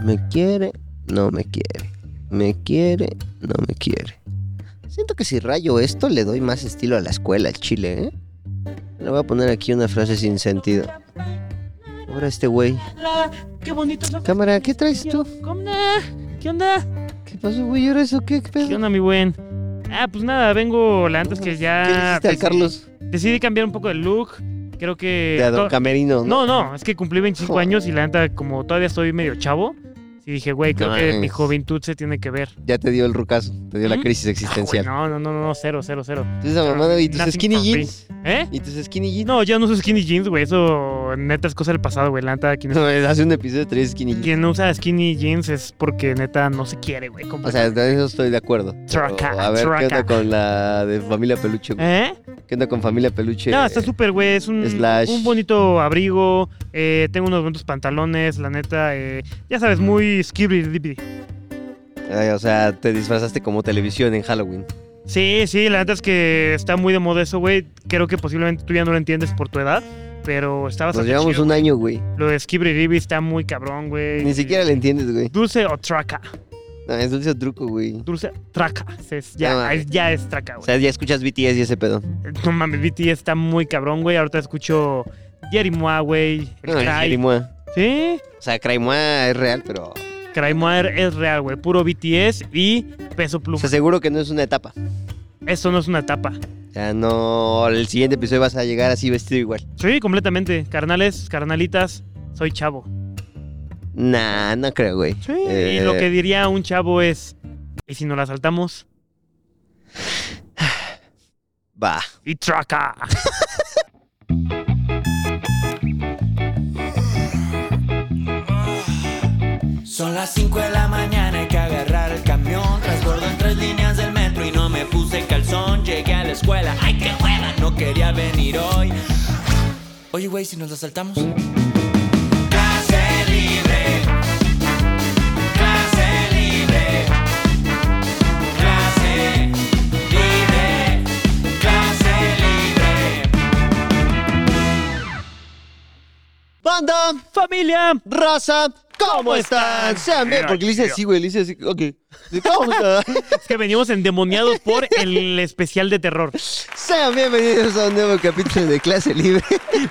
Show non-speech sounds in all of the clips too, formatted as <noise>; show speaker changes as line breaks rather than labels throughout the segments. Me quiere, no me quiere. Me quiere, no me quiere. Siento que si rayo esto le doy más estilo a la escuela, al chile, ¿eh? Le voy a poner aquí una frase sin sentido. Ahora este güey.
Qué bonito. ¿no?
Cámara, ¿qué traes tú?
¿Cómo onda? ¿Qué onda?
¿Qué pasó, güey? ¿Ahora eso qué, qué
¿Qué
pedo?
onda, mi buen? Ah, pues nada, vengo la antes que ya.
¿Qué le hiciste al
deci-
Carlos
Decidí cambiar un poco de look. Creo que.
de Adon
to-
Camerino?
Eh, No, no, es que cumplí 25
Joder.
años y la neta, como todavía estoy medio chavo, sí dije, güey, creo que mi
Nice.
juventud se tiene que ver.
Ya te dio el rucazo, te dio la
¿Mm?
crisis
Ah, güey,
existencial.
No, no, no, no, cero, cero, cero.
Tú esa mamada y tus
Nothing
skinny
for me.
jeans.
¿Eh?
Y tus skinny jeans.
No, ya no uso skinny jeans, güey. Eso neta es cosa del pasado, güey. La neta,
<laughs>
quien,
No, es- hace un episodio traía skinny jeans.
quien no usa skinny jeans es porque neta no se quiere, güey.
O sea,
completamente.
de eso estoy de acuerdo. Pero,
Traca,
a ver, ¿qué onda
traca.
con la de familia peluche? güey?
¿Eh?
¿Qué onda con familia peluche?
No, está súper, güey. Es un,
Slash.
un bonito abrigo. eh, tengo unos bonitos pantalones, la neta. eh, ya sabes, muy skibidi.
Ay, o sea, te disfrazaste como televisión en Halloween.
Sí, sí, la neta es que está muy de moda eso, güey. Creo que posiblemente tú ya no lo entiendes por tu edad, pero está
Nos
bastante
llevamos
chido.
un año, güey.
Lo de skibidi está muy cabrón, güey.
Ni siquiera le entiendes, güey.
Dulce o traca.
No, es dulce o truco, güey.
Dulce, traca. Es-
No
ya,
mames.
es, ya es traca,
O
güey.
sea, ya escuchas BTS y ese pedo.
No mames, BTS está muy cabrón, güey. Ahorita escucho Jerimoa, güey. El
No, es
Cry.
Jerimoa.
Sí.
O sea, Craimoa es real, pero...
Crymoir es real, güey. Puro BTS y peso
O
pluma.
sea, seguro que no es una etapa.
Esto no es una etapa.
O sea, no... El siguiente episodio vas a llegar así vestido igual.
Sí, completamente. Carnales, carnalitas, soy chavo.
Nah, no creo, güey.
Sí.
Eh.
Y lo que diría un chavo es. ¿Y si nos la saltamos?
Va.
¡Y traca! <laughs>
Son las 5 de la mañana, hay que agarrar el camión. Transbordo en tres líneas del metro y no me puse calzón. Llegué a la escuela, ay qué hueva, no quería venir hoy. Oye, güey, si nos la saltamos. Clase libre, clase libre, clase libre, clase libre.
Banda,
¡Familia!
raza, ¿cómo
¿Cómo
están?
están?
Sean bien.
Mira,
Porque le hice
mira.
así, güey. Le hice así,
<laughs>
ok. Sí, ¿Cómo están?
Es que venimos endemoniados por el especial de terror. <laughs>
Sean bienvenidos a un nuevo capítulo de Clase Libre.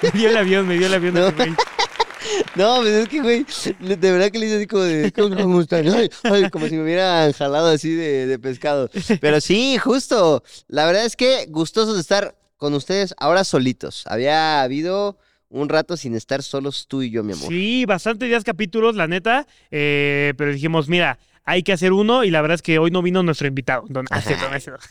Me dio el avión, me dio el avión.
No.
ese güey.
No, pues es que, güey, le- de verdad que le hice así como de, ¿cómo, cómo están? Ay, ay, como si me hubieran jalado así de, de pescado. Pero sí, justo. La verdad es que gustoso de estar con ustedes ahora solitos. Había habido un rato sin estar solos tú y yo, mi amor.
Sí, bastantes días capítulos, la neta. eh, pero dijimos, mira, hay que hacer uno. Y la verdad es que hoy no vino nuestro invitado. Don- Ah, cierto, no, es cierto.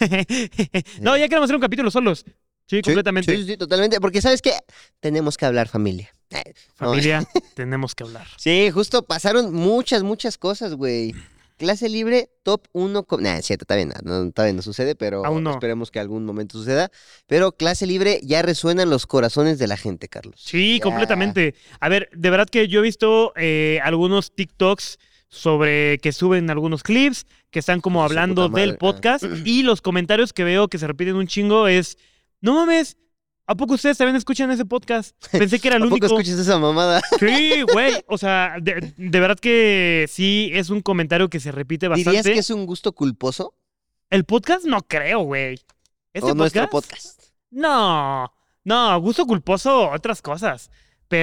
<laughs> No, ya queremos hacer un capítulo solos. Sí,
Sí,
completamente.
Sí, sí, totalmente. Porque, ¿sabes qué? Tenemos que hablar, familia. Eh, no. <laughs>
Familia, tenemos que hablar.
Sí, justo pasaron muchas, muchas cosas, güey. Clase libre, top 1. con- Nah, es cierto, todavía no, no- todavía no sucede, pero
Aún no.
esperemos que algún momento suceda. Pero clase libre ya resuenan los corazones de la gente, Carlos.
Sí,
Ya.
completamente. A ver, de verdad que yo he visto eh, algunos TikToks sobre que suben algunos clips que están como
Su
hablando
puta
del
madre, ah. <clears throat>
podcast y los comentarios que veo que se repiten un chingo es, no mames, ¿a poco ustedes también escuchan
<laughs>
ese podcast? Pensé que era el
¿A poco
único.
escuchas esa mamada? <laughs>
Sí, güey. O sea, de, de verdad que sí es un comentario que se repite
¿Dirías
bastante.
que es un gusto culposo?
El podcast no creo, güey. ¿Este ¿Ese
¿O nuestro podcast?
No, no, gusto culposo, otras cosas.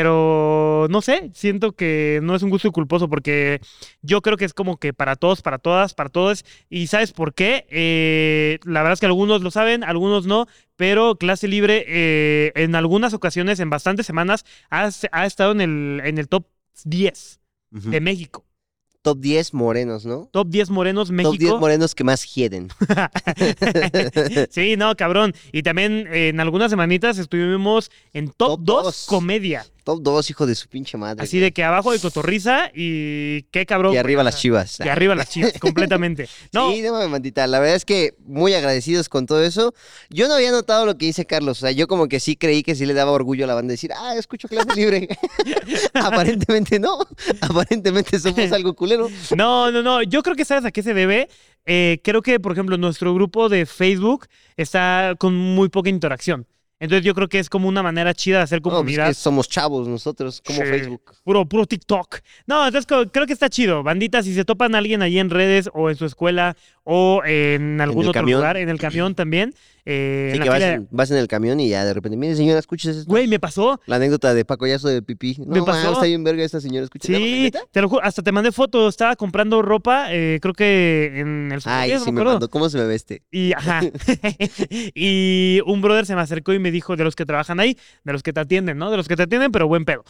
Pero no sé, siento que no es un gusto culposo porque yo creo que es como que para todos, para todas, para todos. ¿Y sabes por qué? Eh, la verdad es que algunos lo saben, algunos no, pero clase libre eh, en algunas ocasiones, en bastantes semanas, ha, ha estado en el, en el top 10 de México.
Top 10 morenos, ¿no?
Top 10 morenos
Top 10
México.
morenos que más
<laughs>
hieden. <laughs>
sí, no, cabrón. Y también eh, en algunas semanitas estuvimos en top,
Top
2
dos.
comedia.
Top 2, hijo de su pinche madre.
Así de que abajo de cotorriza y qué cabrón.
Y arriba
güey. <laughs>
las chivas.
Y arriba
<laughs>
las chivas, completamente. No,
Sí, no mames, mandita. La verdad es que muy agradecidos con todo eso. Yo no había notado lo que dice Carlos. O sea, yo como que sí creí que sí le daba orgullo a la banda decir, ah, escucho clase
<laughs>
libre. <laughs> Aparentemente no. Aparentemente somos algo
<laughs>
culero. pues
no, no, no. Yo creo que sabes a qué se debe. Eh, creo que, por ejemplo, nuestro grupo de Facebook está con muy poca interacción. Entonces yo creo que es como una manera chida de hacer
No, pues
comunidad.
que somos chavos nosotros, como
Sí.
Facebook.
Puro, puro TikTok. No, entonces co- creo que está chido. Bandita, si se topan a alguien ahí en redes o en su escuela o en algún
el
otro
camión.
lugar, en el camión también. eh,
Así
en la
que vas
fila-
en, vas en el camión y ya de repente, mire señora, escuches esto.
Güey, me pasó.
La anécdota de Paco Yazo de pipí. No,
Me pasó.
ma, está bien verga esta señora, escucha. No,
Sí,
¿neta?
te lo juro, hasta te mandé foto. Estaba comprando ropa, eh, creo que en el
Ay,
Supercito,
sí
no
me
acuerdo.
mandó. ¿Cómo se me este? veste?
Y, ajá. <laughs> y un brother se me acercó y me dijo, de los que trabajan ahí, de los que te atienden, ¿no? De los que te atienden, pero buen pedo.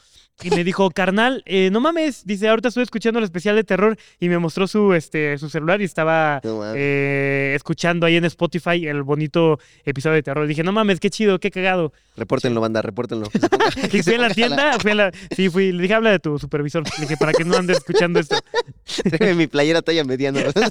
Y me dijo, carnal, eh, no mames, dice, ahorita estoy escuchando el especial de terror y me mostró su, este, su celular y estaba
No, mames.
eh, escuchando ahí en Spotify el bonito episodio de terror. Dije, no mames, qué chido, qué cagado.
Repórtenlo, banda,
<laughs>
repórtenlo. <laughs> Que se ponga- <laughs>
Y
que se
fui a la
ponga
tienda, fui a la... Sí, fui, le dije, habla de tu supervisor. Le dije, para que no andes escuchando esto.
Tráeme mi playera talla mediana. <laughs>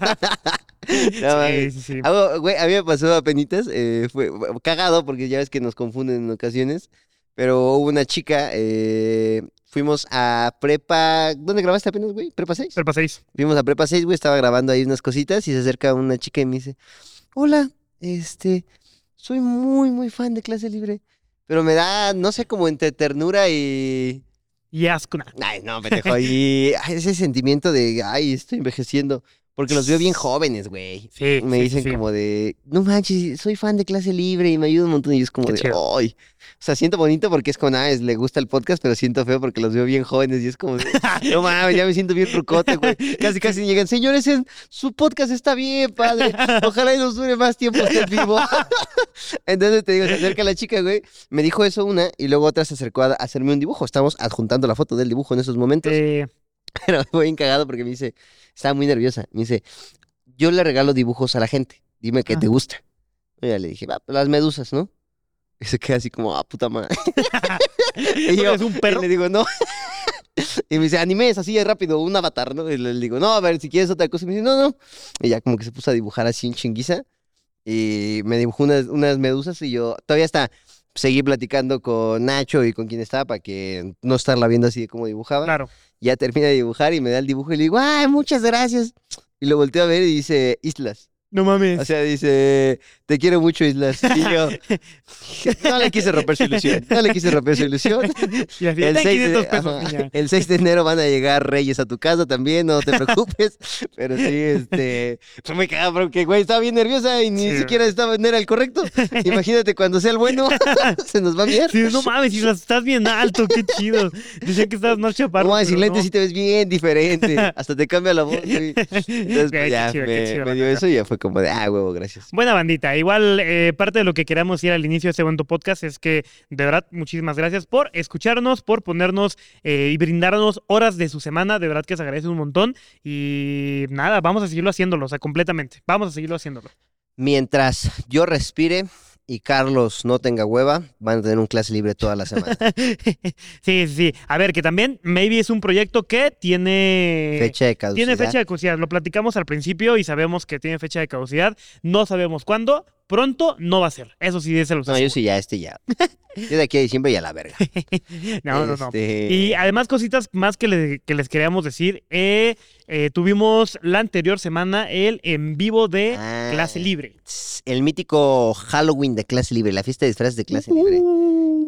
No,
Sí,
mames.
sí, sí.
Algo, güey, a mí me pasó apenitas, eh, fue cagado porque ya ves que nos confunden en ocasiones, pero hubo una chica, eh, fuimos a Prepa, ¿dónde grabaste apenas, güey? ¿Prepa 6?
Pero paséis.
Fuimos a Prepa 6, güey, estaba grabando ahí unas cositas y se acerca una chica y me dice, hola, este, soy muy, muy fan de clase libre, pero me da, no sé, como entre ternura y...
Y asco. nah.
Ay, no, pendejo, y ay, ese sentimiento de, ay, estoy envejeciendo, porque los veo bien jóvenes, güey.
Sí,
Me
sí,
dicen
sí.
como de, no manches, soy fan de clase libre y me ayuda un montón. Y yo es como
Qué
de,
chido.
ay. O sea, siento bonito porque es como, ah, es- le gusta el podcast, pero siento feo porque los veo bien jóvenes y es como, de,
<laughs>
no mames, ya me siento bien rucote, güey. Casi, casi llegan, señores, en- su podcast está bien, padre. Ojalá y nos dure más tiempo este vivo. <laughs> Entonces te digo, se acerca la chica, güey. Me dijo eso una y luego otra se acercó a hacerme un dibujo. Estamos adjuntando la foto del dibujo en esos momentos.
Eh,
Pero <laughs> fue bien cagado porque me dice, estaba muy nerviosa. Me dice, yo le regalo dibujos a la gente. Dime qué te
Ah.
gusta. Y ya le dije, va, pues las medusas, ¿no? Y se queda así como, ah, puta madre. <laughs> Y yo-
es un perro.
Y le digo, no. <laughs> Y me dice, animes así de rápido, un avatar, ¿no? Y le le digo, no, a ver, si quieres otra cosa. Y me dice, no, no. Y ya como que se puso a dibujar así en chinguiza. Y me dibujó unas, unas medusas y yo todavía hasta seguí platicando con Nacho y con quien estaba para que no estarla viendo así de como dibujaba
Claro.
ya termina de dibujar y me da el dibujo y le digo, ¡ay, muchas gracias! Y lo volteo a ver y dice, Islas.
No mames.
O sea, dice, te quiero mucho, Islas. Y
<laughs>
yo, no le quise romper su ilusión, no le quise romper su
<laughs>
ilusión.
Y así,
El
"Ten
6, <laughs>
500
de,
pesos,
ajá,
niña".
el 6 de enero van a llegar reyes a tu casa también, no te
<laughs>
preocupes. Pero sí, este, fue muy cagado porque, güey, estaba bien nerviosa y ni
Sí.
siquiera estaba en era el
<laughs>
correcto. Imagínate cuando sea el bueno, <laughs> se nos va a mirar.
Sí,
<laughs>
no mames, si las estás bien alto, qué chido. Decían que estabas más chaparro.
No, mames, sin
pero
lentes
no.
sí te ves bien
<laughs>
diferente. Hasta te cambia la voz, güey. Entonces,
Güey,
pues,
qué
ya
chido, qué
me,
chido,
me dio
la neta.
eso y ya fue como de, ah, huevo, gracias.
Buena bandita. Igual, eh, parte de lo que queramos ir al inicio de este bonito podcast es que, de verdad, muchísimas gracias por escucharnos, por ponernos eh, y brindarnos horas de su semana. De verdad que se agradece un montón. Y nada, vamos a seguirlo haciéndolo, o sea, completamente. Vamos a seguirlo haciéndolo.
Mientras yo respire y Carlos no tenga hueva, van a tener un clase libre toda la semana.
sí, sí, sí. A ver, que también, maybe es un proyecto que tiene.
Fecha de caducidad.
Tiene fecha de caducidad, lo platicamos al principio y sabemos que tiene fecha de caducidad, no sabemos cuándo, pronto no va a ser. Eso sí, se los
No, yo
aseguro.
sí ya, este ya. Yo de aquí a diciembre ya la verga.
<laughs> No, no, no.
Este,
Y además cositas más que, le- que les queríamos decir, eh, eh, tuvimos la anterior semana el en vivo de
ah,
eh, clase libre.
tss, El mítico Halloween de clase libre, la fiesta de disfraces de clase libre.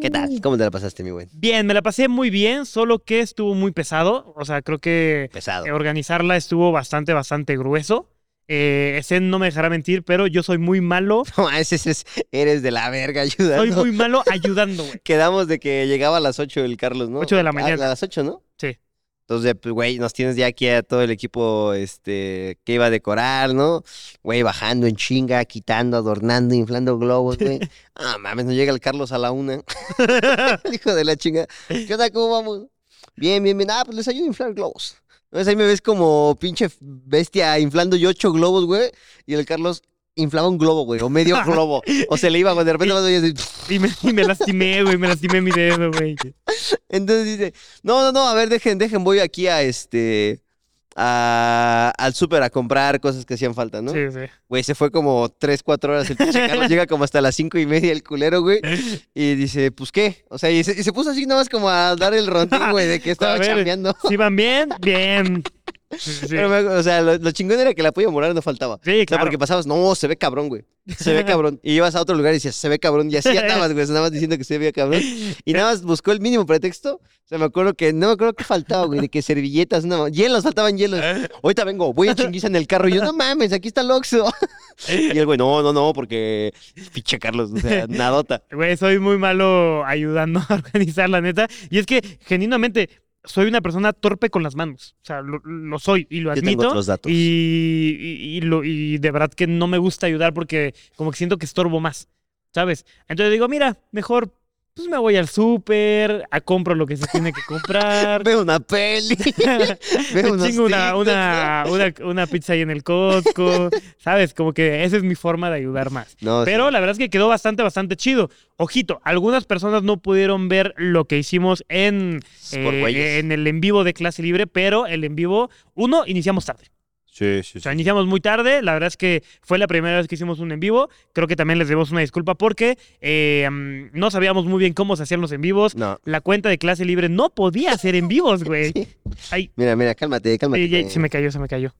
¿Qué tal? ¿Cómo te la pasaste, mi buen?
Bien, me la pasé muy bien, solo que estuvo muy pesado, o sea, creo que
Pesado.
Eh, Organizarla estuvo bastante, bastante grueso. Eh, Zen no me dejará mentir, pero yo soy muy malo.
<laughs> No, ese es, eres de la verga, ayudando.
Soy muy malo ayudando, güey.
<laughs> Quedamos de que llegaba a las 8 el Carlos, ¿no?
Ocho de la
A-
mañana.
A, las 8, ¿no?
Sí.
Entonces, pues, güey, nos tienes ya aquí a todo el equipo este, que iba a decorar, ¿no? Güey, bajando en chinga, quitando, adornando, inflando globos, güey. Ah, mames, no llega el Carlos a la
<laughs>
una. <laughs> El hijo de la chinga. ¿Qué onda? ¿Cómo vamos? Bien, bien, bien. Ah, pues les ayudo a inflar globos. Entonces ahí me ves como pinche bestia inflando yo ocho globos, güey. Y el Carlos inflaba un globo, güey, o
<laughs>
medio globo. O se le iba, güey, de repente más oías así,
Y me, y me lastimé, güey, me lastimé mi dedo, güey.
Entonces dice, no, no, no, a ver, dejen, dejen, voy aquí a este, a- al súper a comprar cosas que hacían falta, ¿no?
Sí, sí.
Güey, se fue como 3, 4 horas el
<laughs>
pinche Carlos, llega como hasta las cinco y media el culero, güey, y dice, pues, ¿qué? O sea, y se, y se puso así nomás como a dar el rondín, güey, de que
<laughs> A
estaba
ver.
chambeando.
¿Sí van bien? Bien. Sí, sí, sí.
Pero me- o sea, lo, lo chingón era que el apoyo moral no faltaba.
Sí,
O sea,
claro.
porque pasabas, no, se ve cabrón, güey. Se ve cabrón. Y ibas a otro lugar y decías, se ve cabrón. Y
<laughs>
así andabas, güey. Nada más diciendo que se veía cabrón. Y nada más buscó el mínimo pretexto. O sea, me acuerdo que, no me acuerdo qué faltaba, güey. De que servilletas, no, hielos, faltaban
<laughs>
hielos. Ahorita vengo, voy a chinguiza en el carro. Y yo, no mames, aquí está el
<laughs>
Oxxo. Y el güey, no, no, no, porque pinche Carlos, o sea, nadota.
Güey, soy muy malo ayudando <laughs> a organizar, la neta. Y es que, genuinamente, soy una persona torpe con las manos. O sea, lo, lo soy y lo
Yo tengo
admito.
otros datos.
Y, y- y lo, y de verdad que no me gusta ayudar porque como que siento que estorbo más, ¿sabes? Entonces digo, mira, mejor pues me voy al súper, a compro lo que se tiene que
<laughs>
comprar.
Veo una
<laughs>
peli. Veo
Me
unos
chingo una,
TikToks,
una, una, una pizza ahí en el Costco, ¿sabes? Como que esa es mi forma de ayudar más.
No, Pues sí.
Pero la verdad es que quedó bastante, bastante chido. Ojito, algunas personas no pudieron ver lo que hicimos en,
Por
eh,
güeyes.
en el en vivo de clase libre, pero el en vivo, uno, iniciamos tarde.
Sí, sí,
O sea, iniciamos muy tarde. La verdad es que fue la primera vez que hicimos un en vivo. Creo que también les debemos una disculpa porque eh, mm, no sabíamos muy bien cómo se hacían los en vivos.
No.
La cuenta de clase libre no podía hacer en
<laughs>
vivos, güey. Ay,
Mira, mira, cálmate, cálmate.
ay, ay, se me cayó, se me cayó.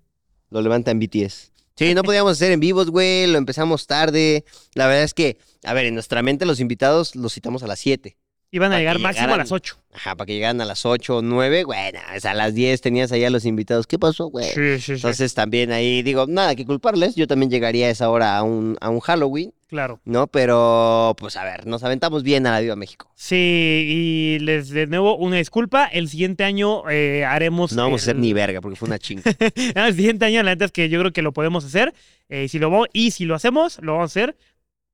Lo levantan BTS. Sí, no podíamos hacer en vivos, güey. Lo empezamos tarde. La verdad es que, a ver, en nuestra mente los invitados los citamos a las 7.
Iban a
Para que
llegar máximo a
llegaran.
las 8.
Ajá, para que llegaran a las 8 o 9. Bueno, o sea, a las 10 tenías allá a los invitados. ¿Qué pasó, güey?
Sí, sí, sí.
Entonces también ahí digo, nada que culparles. Yo también llegaría a esa hora a un, a un Halloween,
claro.
¿no? Pero, pues a ver, nos aventamos bien a la Viva México.
Sí, y les de nuevo una disculpa. El siguiente año eh, haremos.
No vamos a
el-
hacer ni verga porque fue una chinga.
<laughs> El siguiente año, la neta es que yo creo que lo podemos hacer. eh, si lo vamos- y si lo hacemos, lo vamos a hacer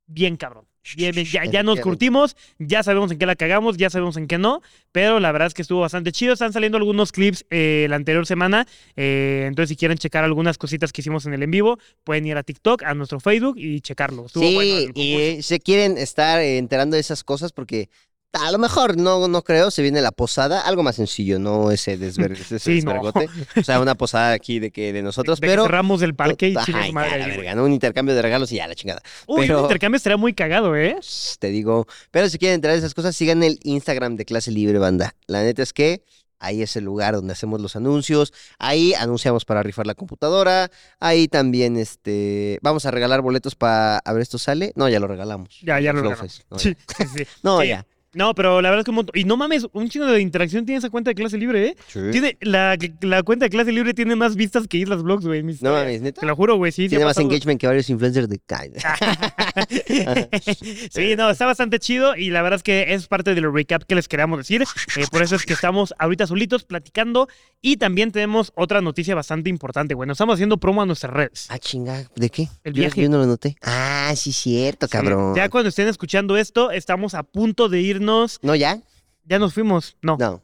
bien cabrón. Bien, bien, ya, ya nos
Efectivamente.
curtimos, ya sabemos en qué la cagamos, ya sabemos en qué no, pero la verdad es que estuvo bastante chido. Están saliendo algunos clips eh, la anterior semana, eh, entonces si quieren checar algunas cositas que hicimos en el en vivo, pueden ir a TikTok, a nuestro Facebook y checarlo. Estuvo
sí,
bueno el
y
concurso.
eh, se quieren estar eh, enterando de esas cosas porque a lo mejor no, no creo, se viene la posada, algo más sencillo, no ese, desver
<laughs>
ese
Sí, no.
desvergote. O sea, una posada aquí de que de nosotros,
<laughs> De que
pero.
cerramos el parque y
Ajá,
chingas
ya,
madre.
la
ahí, güey.
verga, ¿no? Un intercambio de regalos y ya la chingada.
Uy,
pero-
un intercambio estaría muy cagado, ¿eh?
Pss, Te digo. Pero si quieren enterar de esas cosas, sigan el Instagram de Clase Libre Banda. La neta es que. Ahí es el lugar donde hacemos los anuncios. Ahí anunciamos para rifar la computadora. Ahí también este, vamos a regalar boletos para... A ver, ¿esto sale? No, ya lo regalamos.
Ya, ya lo
Flow
regalamos.
Fest, no,
Sí, sí, sí.
No,
Sí.
ya.
No, pero la verdad es que un montón. Y no mames, un chingo de interacción tiene esa cuenta de clase libre, ¿eh? Tiene, la, la cuenta de clase libre tiene más vistas que Islas Blogs, güey. mis-
No mames, neta.
Te lo juro, güey, sí. sí
Tiene
ha
más
pasado.
engagement que varios influencers de Kyle.
Ah. <laughs> sí, no, está bastante chido y la verdad es que es parte del recap que les queríamos decir. Eh, por eso es que estamos ahorita solitos platicando y también tenemos otra noticia bastante importante, güey. Nos estamos haciendo promo a nuestras redes.
Ah, chinga, ¿de qué?
El
Yo-
viaje.
Yo, no lo noté. Ah, sí, cierto, cabrón.
Sí, Ya cuando estén escuchando esto, estamos a punto de irnos.
¿No ya?
Ya nos fuimos. No,
No.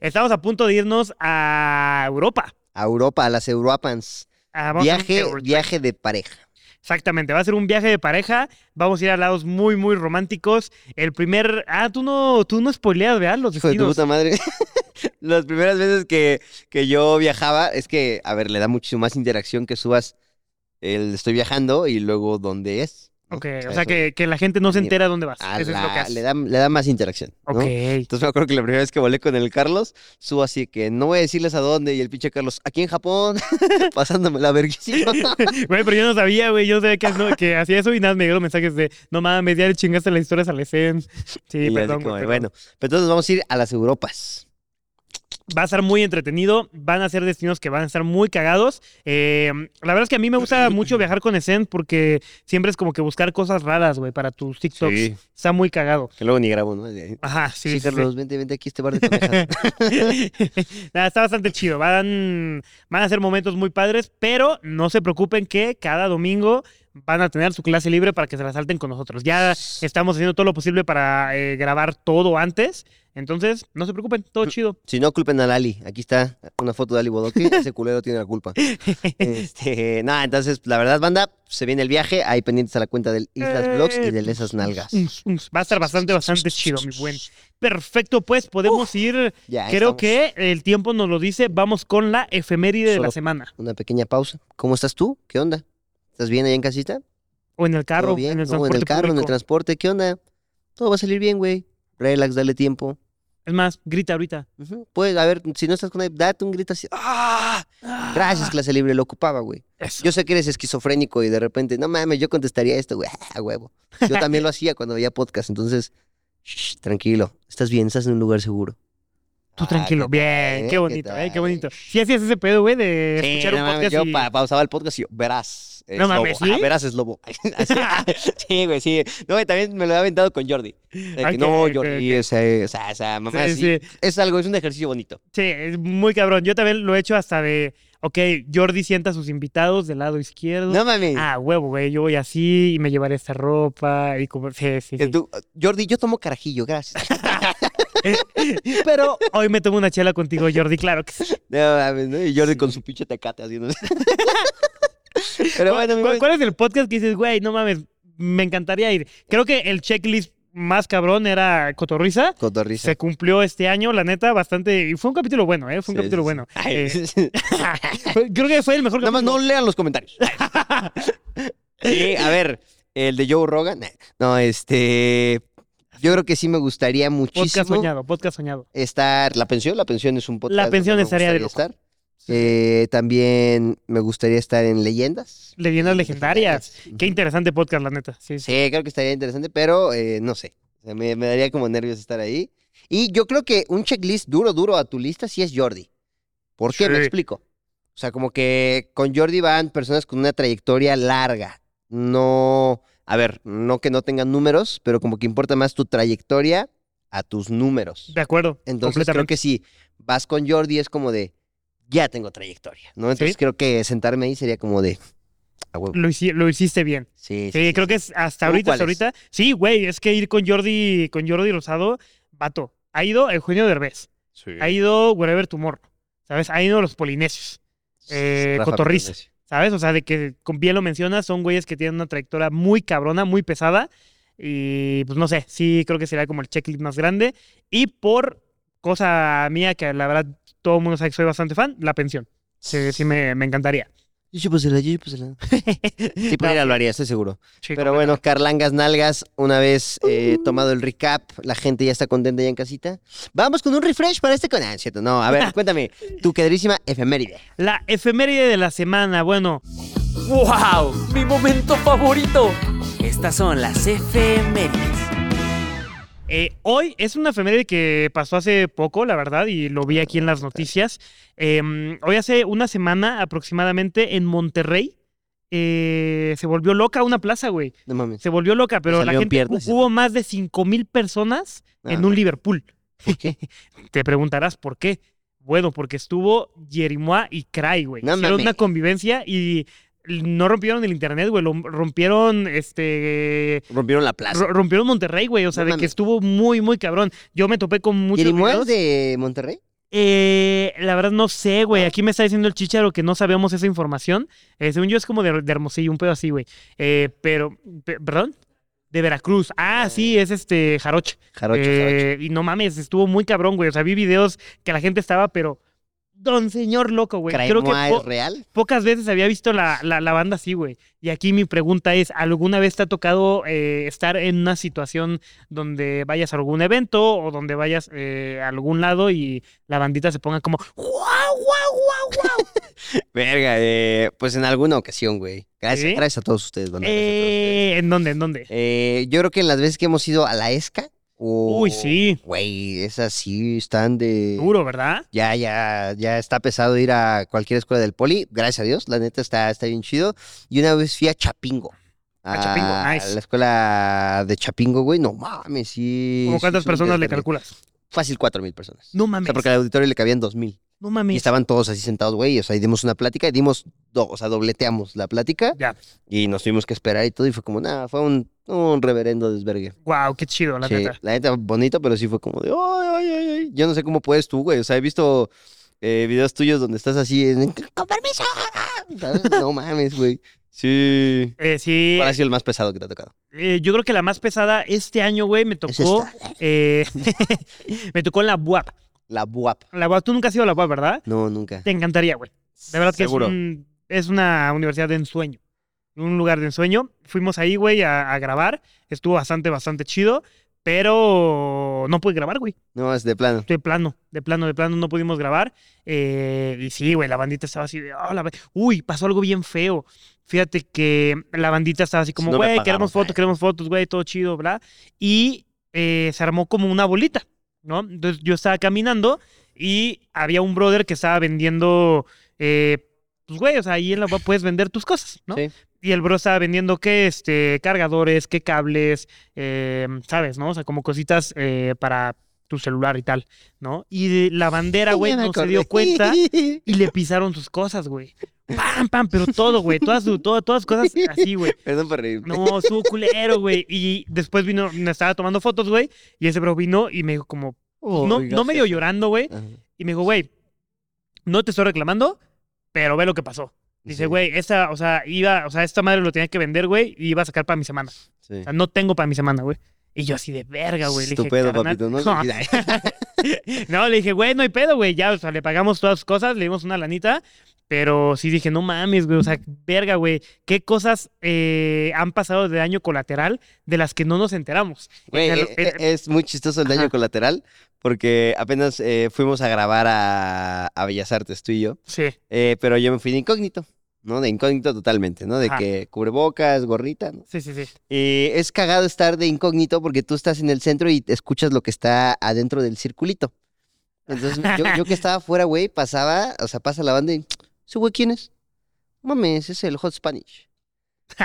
estamos a punto de irnos a Europa.
A Europa, a las Europans.
Ah, vamos a un
Viaje,
Eurotrip.
viaje de pareja.
Exactamente, va a ser un viaje de pareja. Vamos a ir a lados muy, muy románticos. El primer. Ah, tú no, tú no spoileas, ¿verdad? Los
Hijo de tu
destinos.
puta madre. <laughs> Las primeras veces que, que yo viajaba, es que, a ver, le da muchísimo más interacción que subas el estoy viajando y luego dónde es. ¿no?
Ok, o sea
eso-
que, que la gente no se
Mira,
entera dónde vas.
a
Eso es lo
la-
que haces.
le, da, le da más interacción. ¿no?
Ok.
Entonces me acuerdo que la primera vez que volé con el Carlos, subo así que no voy a decirles a dónde y el pinche Carlos, aquí en Japón, <laughs> pasándome la verguísima.
Güey, pero yo no sabía, güey. Yo sabía que, no- que hacía eso y nada, me dieron mensajes de no mames, ya le chingaste la historia a Salecen. Sí,
Y yo así
perdón,
como
güey.
de,
perdón.
Bueno, pero entonces vamos a ir a las Europas.
Va a estar muy entretenido, van a ser destinos que van a estar muy cagados. Eh, la verdad es que a mí me gusta mucho viajar con Essen porque siempre es como que buscar cosas raras, güey, para tus TikToks. Está muy cagado.
Que luego ni grabo, ¿no? Sí,
Ajá, sí. sí, sí.
Carlos, vente, vente aquí a este bar de conejas.
<laughs> Nada, está bastante chido. Van, van a ser momentos muy padres, pero no se preocupen que cada domingo van a tener su clase libre para que se la salten con nosotros. Ya estamos haciendo todo lo posible para eh, grabar todo antes. Entonces, no se preocupen, todo chido.
<laughs> Si no, culpen a Lali. Aquí está una foto de Ali Bodoque. Ese culero tiene la
<laughs>
culpa. Este, nada, entonces, la verdad, banda, se viene el viaje. Ahí pendientes a la cuenta del Islas Vlogs y
Eh,
de esas nalgas.
Uns, uns. Va a estar bastante, bastante chido, mi buen. Perfecto, pues podemos ir.
Ya, ahí
Creo
estamos.
que el tiempo nos lo dice. Vamos con la efeméride de la
Solo-
semana.
Una pequeña pausa. ¿Cómo estás tú? ¿Qué onda? ¿Estás bien allá en casita?
O en el
¿Todo
carro,
bien?
en el
No,
transporte.
carro, en el
público.
transporte, ¿qué onda? Todo va a salir bien, güey. Relax, dale tiempo.
Es más, grita ahorita.
Ujú. Pues, a ver, si no estás con nadie, date un grito así. ¡Ah! Gracias, clase libre, lo ocupaba, güey.
Eso.
Yo sé que eres esquizofrénico y de repente, no mames, yo contestaría esto, güey, <laughs> a huevo. Yo también
<laughs>
lo hacía cuando veía podcast, entonces, shh, tranquilo, estás bien, estás en un lugar seguro.
Tú
Ah, ¿qué
tranquilo.
tal,
Bien,
eh?
qué
¿Qué
bonito,
tal,
eh, qué
eh?
bonito. Sí hacías ese pedo, güey, de
Sí,
escuchar
Eh, no
un
mames,
podcast
yo
y-
pa- pausaba el podcast y yo, verás. Es
No mames,
lobo. Ah,
¿sí?
verás es lobo. <laughs>
<laughs>
Así, sí, güey, sí. No, y también me lo he aventado con Jordi. De que,
Ok,
no,
ok,
Jordi,
ok.
ese- esa, esa, mamá,
Sí,
sí.
sí.
Es algo, es un ejercicio bonito.
Sí, es muy cabrón. Yo también lo he hecho hasta de, ok, Jordi sienta a sus invitados del lado izquierdo.
No mames.
Ah, huevo, güey, yo voy así y me llevaré esta ropa y como... Sí, sí,
Que
sí.
tú, Jordi, yo tomo carajillo, gracias.
<laughs> Pero hoy me tomo una chela contigo, Jordi, claro que sí.
No mames, ¿no? Y Jordi con su pinche tecate
<laughs>
haciendo. Pero bueno, mi
¿Cuál, cuál-
buen-
cuál es el podcast que dices, güey, no mames, me encantaría ir? Creo que el checklist más cabrón era Cotorriza.
Cotorrisa.
Se cumplió este año, la neta, bastante. Y fue un capítulo bueno, ¿eh? Fue un
Sí, sí, sí.
capítulo bueno.
Ay, <laughs>
Eh, <laughs> fue- creo que fue el mejor
Nada más no
capítulo.
lean los comentarios. <laughs> Sí, a ver, el de Joe Rogan. nah. No, este. Yo creo que sí me gustaría
Podcast
muchísimo
soñado, podcast soñado.
estar. La pensión, la pensión es un podcast. donde
pensión
me
estaría de
gustaría estar. Eh, también me gustaría estar en leyendas.
Leyendas legendarias.
Leyendas.
Qué interesante podcast, la neta. Sí, sí.
Sí, creo que estaría interesante, pero eh, no sé. O sea, me, me daría como nervios estar ahí. Y yo creo que un checklist duro, duro a tu lista sí es Jordi. ¿Por qué? Me
Sí.
explico. O sea, como que con Jordi van personas con una trayectoria larga. No, a ver, no que no tengan números, pero como que importa más tu trayectoria a tus números.
De acuerdo.
Entonces creo
completamente.
que si vas con Jordi es como de, ya tengo trayectoria, ¿no? Entonces
Sí.
creo que sentarme ahí sería como de, a huevo.
Lo, hici- lo hiciste bien.
Sí,
Sí, creo que es hasta ahorita, hasta
cuál es?
ahorita. Sí, güey, es que ir con Jordi, con Jordi Rosado, vato. Ha ido Eugenio Derbez. Ha ido Wherever Tomorrow. ¿Sabes? Ha ido los polinesios. eh,
Rafa
Cotorrisa.
Pérez.
¿Sabes? O sea, de que con bien lo mencionas, son güeyes que tienen una trayectoria muy cabrona, muy pesada. Y pues no sé, sí creo que sería como el checklist más grande. Y por cosa mía, que la verdad todo el mundo sabe que soy bastante fan, la pensión. Sí, sí me, me encantaría.
Yo sí, pues, la- yo sí, pues,
<laughs>
la- Sí,
No,
pudiera, lo haría, estoy seguro.
sí,
Pero bueno, Carlangas Nalgas, una vez eh, tomado el recap, la gente ya está contenta ya en casita. Vamos con un refresh para este con ah, es cierto. No, a
<laughs>
ver, cuéntame, tu queridísima efeméride.
La efeméride de la semana, bueno,
¡Wow! ¡Mi momento favorito! Estas son las efemérides.
Eh, hoy es una efeméride que pasó hace poco, la verdad, y lo vi aquí en las noticias. Em, hoy hace una semana aproximadamente en Monterrey eh, se volvió loca una plaza, güey.
No mames.
Se volvió loca, pero la
salieron
gente
piernas.
hubo más de 5 mil personas en
Ah,
un Liverpool. <laughs> Te preguntarás por qué. Bueno, porque estuvo Jerimoa y Cry, güey.
No
Hicieron
mames.
una convivencia y no rompieron el internet, güey. Lo rompieron este
Rompieron la plaza.
Ro- rompieron Monterrey, güey. O sea,
No
de que
mames.
estuvo muy, muy cabrón. Yo me topé con muchos
¿Yerimuel
videos.
de Monterrey?
Eh, la verdad no sé, güey. Aquí me está diciendo el chicharo que no sabemos esa información. Eh, según yo es como de, de Hermosillo, un pedo así, güey. Eh, pero, pe- ¿perdón? De Veracruz. Ah, sí, es este Jaroche.
Eh. Jarocho, jarocho.
Eh, Y no mames, estuvo muy cabrón, güey. O sea, vi videos que la gente estaba, pero... Don señor loco, güey. Creo que
¿Craimoa
po-
es real?
pocas veces había visto la, la- la banda así, güey. Y aquí mi pregunta es, ¿alguna vez te ha tocado eh, estar en una situación donde vayas a algún evento o donde vayas eh, a algún lado y la bandita se ponga como, ¡guau, guau, guau, guau"?
Verga, eh, pues en alguna ocasión, güey. Gracias,
¿Sí?
gracias a todos ustedes, banda, gracias a todos ustedes.
Eh, ¿En dónde, en dónde?
Eh, yo creo que en las veces que hemos ido a la ESCA. o-
Uy, sí.
Güey, esas sí están de.
Duro, ¿verdad?
Ya, ya, ya está pesado ir a cualquier escuela del poli. Gracias a Dios, la neta está, está bien chido. Y una vez fui a Chapingo.
A Chapingo, nice.
la escuela de Chapingo, güey. No mames, sí.
¿Como
sí
cuántas
fue un
personas le
desvergue.
calculas?
Fácil, cuatro mil personas.
No
O
mames,
sea, porque al auditorio le cabían dos mil.
no
Y
mames.
estaban todos así sentados, güey. O sea, y dimos una plática y dimos, do- o sea, dobleteamos la plática.
Ya.
Y nos tuvimos que esperar y todo. Y fue como, nada, fue un, un reverendo desvergue.
Wow, qué chido, la
Sí,
neta.
la neta, bonito, pero sí fue como de, ay, ay, ay, ay". Yo no sé cómo puedes tú, güey. O sea, he visto eh, videos tuyos donde estás así, en, con permiso. ¿sabes? No mames, güey. Sí.
Eh, sí,
¿Cuál ha sido el más pesado que te ha tocado?
eh, yo creo que la más pesada este año, güey, me
Es
tocó,
esta,
eh, <laughs> me tocó en la BUAP.
la BUAP.
La UAP, tú nunca has ido a la UAP, ¿verdad?
No, nunca.
Te encantaría, güey. De verdad que es,
Seguro.
un- es una universidad de ensueño. Un lugar de ensueño. Fuimos ahí, güey, a, a grabar. Estuvo bastante, bastante chido. Pero no pude grabar, güey.
No más de plano.
De plano, de plano, de plano no pudimos grabar. Eh, y sí, güey, la bandita estaba así de. "Ah, la ve- Uy, pasó algo bien feo. Fíjate que la bandita estaba así como,
No le
güey,
pagamos,
queremos
güey".
fotos, queremos fotos, güey, todo chido, bla. Y eh, se armó como una bolita, ¿no? Entonces yo estaba caminando y había un brother que estaba vendiendo. eh, pues, güey, o sea, ahí en la puedes vender tus cosas, ¿no?
Sí.
Y el bro estaba vendiendo qué, este, cargadores, qué cables, eh, ¿sabes, no? O sea, como cositas eh, para tu celular y tal, ¿no? Y de- la bandera, güey,
Ya me
no se dio
acordé.
cuenta y le pisaron sus cosas, güey. Pam, pam, pero todo, güey. Todas, su- todo- todas cosas así, güey.
<laughs> Perdón por reírme.
No, su culero, güey. Y después vino, me estaba tomando fotos, güey. Y ese bro vino y me dijo como, pues, no,
Oiga,
no medio llorando, güey.
Ajá.
Y me dijo, güey, no te estoy reclamando, pero ve lo que pasó. Dice,
Sí,
güey, esta, o sea, iba, o sea, esta madre lo tenía que vender, güey, y iba a sacar para mi semana.
sí.
O sea, no tengo para mi semana, güey. Y yo así de verga, güey. Le dije,
Estupendo,
"Carnal".
papito.
<laughs>
No,
No, le dije, güey, no hay pedo, güey. Ya, o sea, le pagamos todas sus cosas, le dimos una lanita. Pero sí dije, no mames, güey. O sea, verga, güey. ¿Qué cosas eh, han pasado de daño colateral de las que no nos enteramos?
Güey,
En el-
eh, eh, es muy chistoso el daño
Ajá.
colateral porque apenas eh, fuimos a grabar a, a Bellas Artes tú y yo,
Sí,
eh, pero yo me fui de incógnito, ¿no? De incógnito totalmente, ¿no? De
Ajá.
que cubrebocas, gorrita, ¿no?
sí, sí, sí.
Eh, es cagado estar de incógnito porque tú estás en el centro y te escuchas lo que está adentro del circulito. Entonces, yo, yo que estaba afuera, güey, pasaba, o sea, pasa la banda y, ¿ese güey quién es? Mames, es el Hot
<laughs>
Spanish.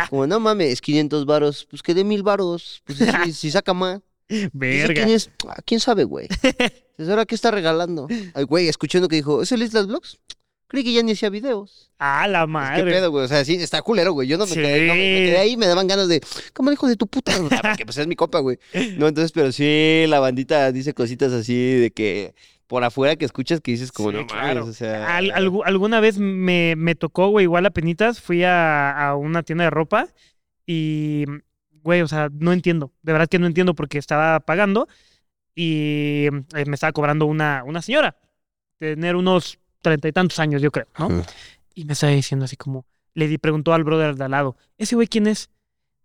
Como, no mames, 500 varos, pues que de mil varos, pues
<laughs>
si, si saca más. Dice,
Verga.
¿Quién es? Ah, ¿Quién sabe,
<laughs>
güey? Entonces, ¿ahora qué está regalando? Ay, güey, escuchando que dijo, ¿es el Islas Vlogs? Creí que ya ni hacía videos.
A la
Pues,
madre.
¿Qué pedo, güey? O sea, sí, está culero, güey. Yo no me,
Sí.
quedé, no me- me quedé ahí, me daban ganas de, ¿cómo hijo de tu puta? O sea, Porque pues es mi copa, güey. No, entonces, pero sí, la bandita dice cositas así de que por afuera que escuchas que dices como,
Sí,
no
claro.
mames, o sea.
Al- algu- alguna vez me, me tocó, güey, igual a penitas, fui a, a una tienda de ropa y, güey, o sea, no entiendo, de verdad que no entiendo porque estaba pagando y eh, me estaba cobrando una, una señora, de tener unos treinta y tantos años, yo creo, ¿no?
Ujú.
Y me estaba diciendo así como, le di- preguntó al brother de al lado, ¿ese güey quién es?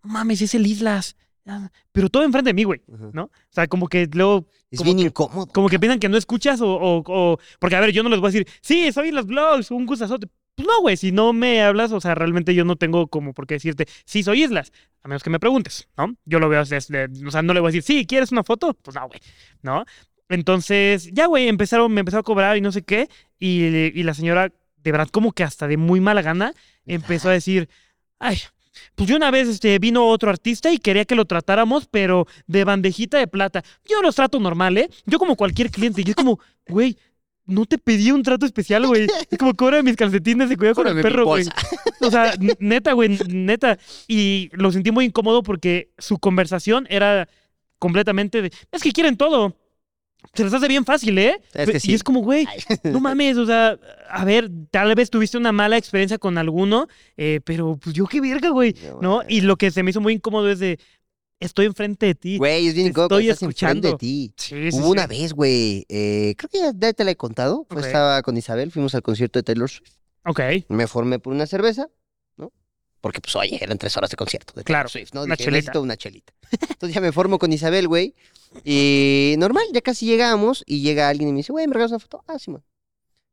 No mames, es el Islas. Ah, Pero todo enfrente de mí, güey,
Ajá.
¿no? O sea, como que luego
Es
como
bien incómodo.
como que piensan que no escuchas o, o- o- Porque, a ver, yo no les voy a decir, sí, soy las blogs, un gustazote. Pues no, güey, si no me hablas, o sea, realmente yo no tengo como por qué decirte, sí, soy Islas, a menos que me preguntes, ¿no? Yo lo veo desde, o sea, no le voy a decir, sí, ¿quieres una foto? Pues no, güey, ¿no? Entonces, ya, güey, empezaron, me empezó a cobrar y no sé qué, y, y la señora, de verdad, como que hasta de muy mala gana, empezó a decir, ay, pues yo una vez este, vino otro artista y quería que lo tratáramos, pero de bandejita de plata. Yo los trato normal, ¿eh? Yo como cualquier cliente. Y es como, güey, no te pedí un trato especial, güey. Es como, cobra mis calcetines y cuidado con el
Cóbrame mi
perro, güey.
bolsa.
O sea,
<laughs>
n- neta, güey, neta. Y lo sentí muy incómodo porque su conversación era completamente de, es que quieren todo. Se les hace bien fácil, ¿eh?
Es que
Y
sí.
es como, güey, no mames, o sea, a ver, tal vez tuviste una mala experiencia con alguno, eh, pero pues yo qué verga, güey,
No
¿no?
mames.
Y lo que se me hizo muy incómodo es de, estoy enfrente de ti.
Güey, es bien
te
incómodo. cuando
estoy
estás enfrente
escuchando.
de ti.
Sí, sí,
Hubo
sí.
una vez, güey, eh, creo que ya- ya te la he contado. Pues
Ok.
Estaba con Isabel, fuimos al concierto de Taylor Swift.
Ok,
me formé por una cerveza, ¿no? Porque, pues, oye, eran tres horas de concierto. De Taylor
Claro,
Swift, ¿no?
una
Dije,
chelita.
necesito una chelita. Entonces ya me formo con Isabel, güey. Y normal, ya casi llegamos y llega alguien y me dice, güey, ¿me regalas una foto? Ah, sí, man.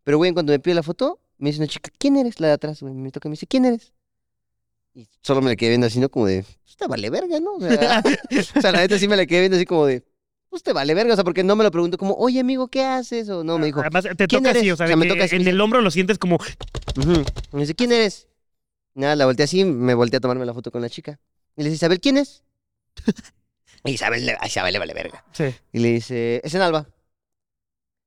Pero, güey, cuando me pide la foto, me dice una chica, ¿quién eres? La de atrás, güey. Me toca y me dice, ¿quién eres? Y solo me la quedé viendo así, ¿no? Como de, pues te vale verga, ¿no? O
<laughs>
sea, o sea, la neta sí me la quedé viendo así como de, pues te vale verga. O sea, porque no me lo pregunto como, oye, amigo, ¿qué haces? O no, me dijo,
Además, te
"¿Quién
toca así,
eres?".
o sea,
O sea,
de
me
que
toca así, me
en el hombro lo sientes como,
Ujú. Me dice, ¿quién eres? Nada, la volteé así, me volteé a tomarme la foto con la chica. Y le dice, Isabel, ¿quién es? <laughs> Y Isabel, le- a Isabel le vale verga.
sí.
Y le dice, es en Alba.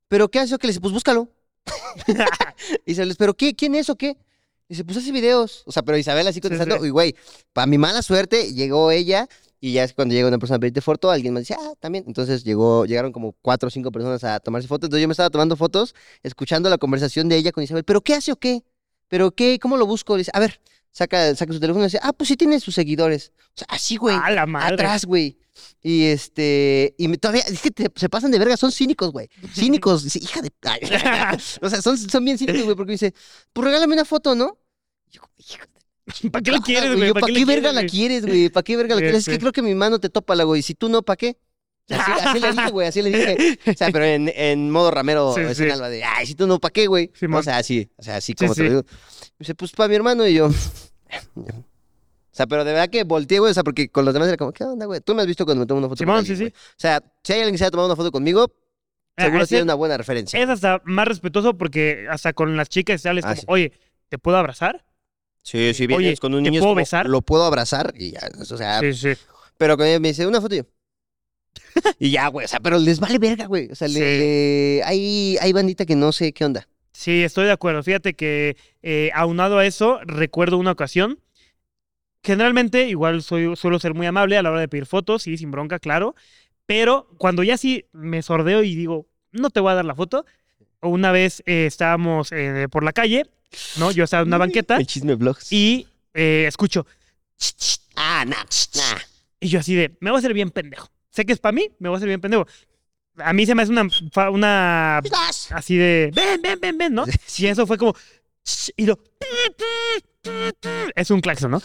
¿Pero qué hace? o qué?". Le dice, pues búscalo. <laughs> Y Isabel, le dice, ¿pero qué? ¿Quién es o qué? Y dice, pues hace videos. O sea, pero Isabel así contestando,
sí.
y güey, para mi mala suerte, llegó ella. Y ya es cuando llega una persona a pedirte foto, alguien más dice, ah, también. Entonces llegó, llegaron como cuatro o cinco personas a tomarse fotos. Entonces yo me estaba tomando fotos, escuchando la conversación de ella con Isabel. ¿Pero qué hace o qué? ¿Pero qué? ¿Cómo lo busco? Le dice, a ver, saca, saca su teléfono y dice, ah, pues sí tiene sus seguidores. O sea, así, güey
a la madre. <laughs>
atrás, güey. Y este, y me- todavía, es que te- se pasan de verga, son cínicos, güey. Cínicos, dice, hija de. ay". <laughs> o sea, son, son bien cínicos, güey, porque dice, pues regálame una foto, ¿no? Y yo como, "Hijo de
¿Para qué le
chingada,
quieres, güey?
Yo, ¿Para qué
le
verga
quieres, Este.
la
güey?
quieres, güey? ¿Para qué verga la
Sí,
quieres? Es
sí.
que creo que mi mano te topa la, güey. Si tú no, ¿para qué? Así, así le dije, güey, así le dije. O sea, pero en, en modo ramero,
Sí,
es
sí.
en alba de, ay, si tú no, ¿para qué, güey?
Simón.
o sea, así, o sea, así
Sí,
como te
sí.
lo digo. Me dice, pues para mi hermano y yo. <laughs> O sea, pero de verdad que volteé, güey, o sea, porque con los demás era como, ¿qué onda, güey? Tú me has visto cuando me tomo una foto
Simón,
con
sí,
alguien,
sí.
güey. O sea, si hay alguien que se ha tomado una foto conmigo,
Ah,
seguro
ese-
tiene una buena referencia.
Es hasta más respetuoso porque hasta con las chicas sales
Ah,
como,
sí.
oye, ¿te puedo abrazar?
Sí, sí, bien.
Oye,
es con un
¿te
niño es
puedo
como,
besar?
lo puedo abrazar y ya, o sea,
Sí, sí.
pero con ella me dice una foto y
<laughs>
yo. Y ya, güey, o sea, pero les vale verga, güey. O sea, le-
Sí.
le- hay, hay bandita que no sé qué onda.
Sí, estoy de acuerdo. Fíjate que eh, aunado a eso, recuerdo una ocasión. Generalmente, igual soy, suelo ser muy amable a la hora de pedir fotos, sí, sin bronca, claro. Pero cuando ya sí me sordeo y digo, no te voy a dar la foto. Una vez eh, estábamos eh, por la calle, ¿no? Yo estaba en una banqueta
El chisme blogs.
y eh, escucho.
Ah, nah, nah.
Y yo así de, me voy a hacer bien pendejo. Sé que es para mí, me voy a hacer bien pendejo. A mí se me hace una, fa- una así de, ven, ven, ven, ven, ¿no? Y eso fue como, y lo, es un claxon, ¿no?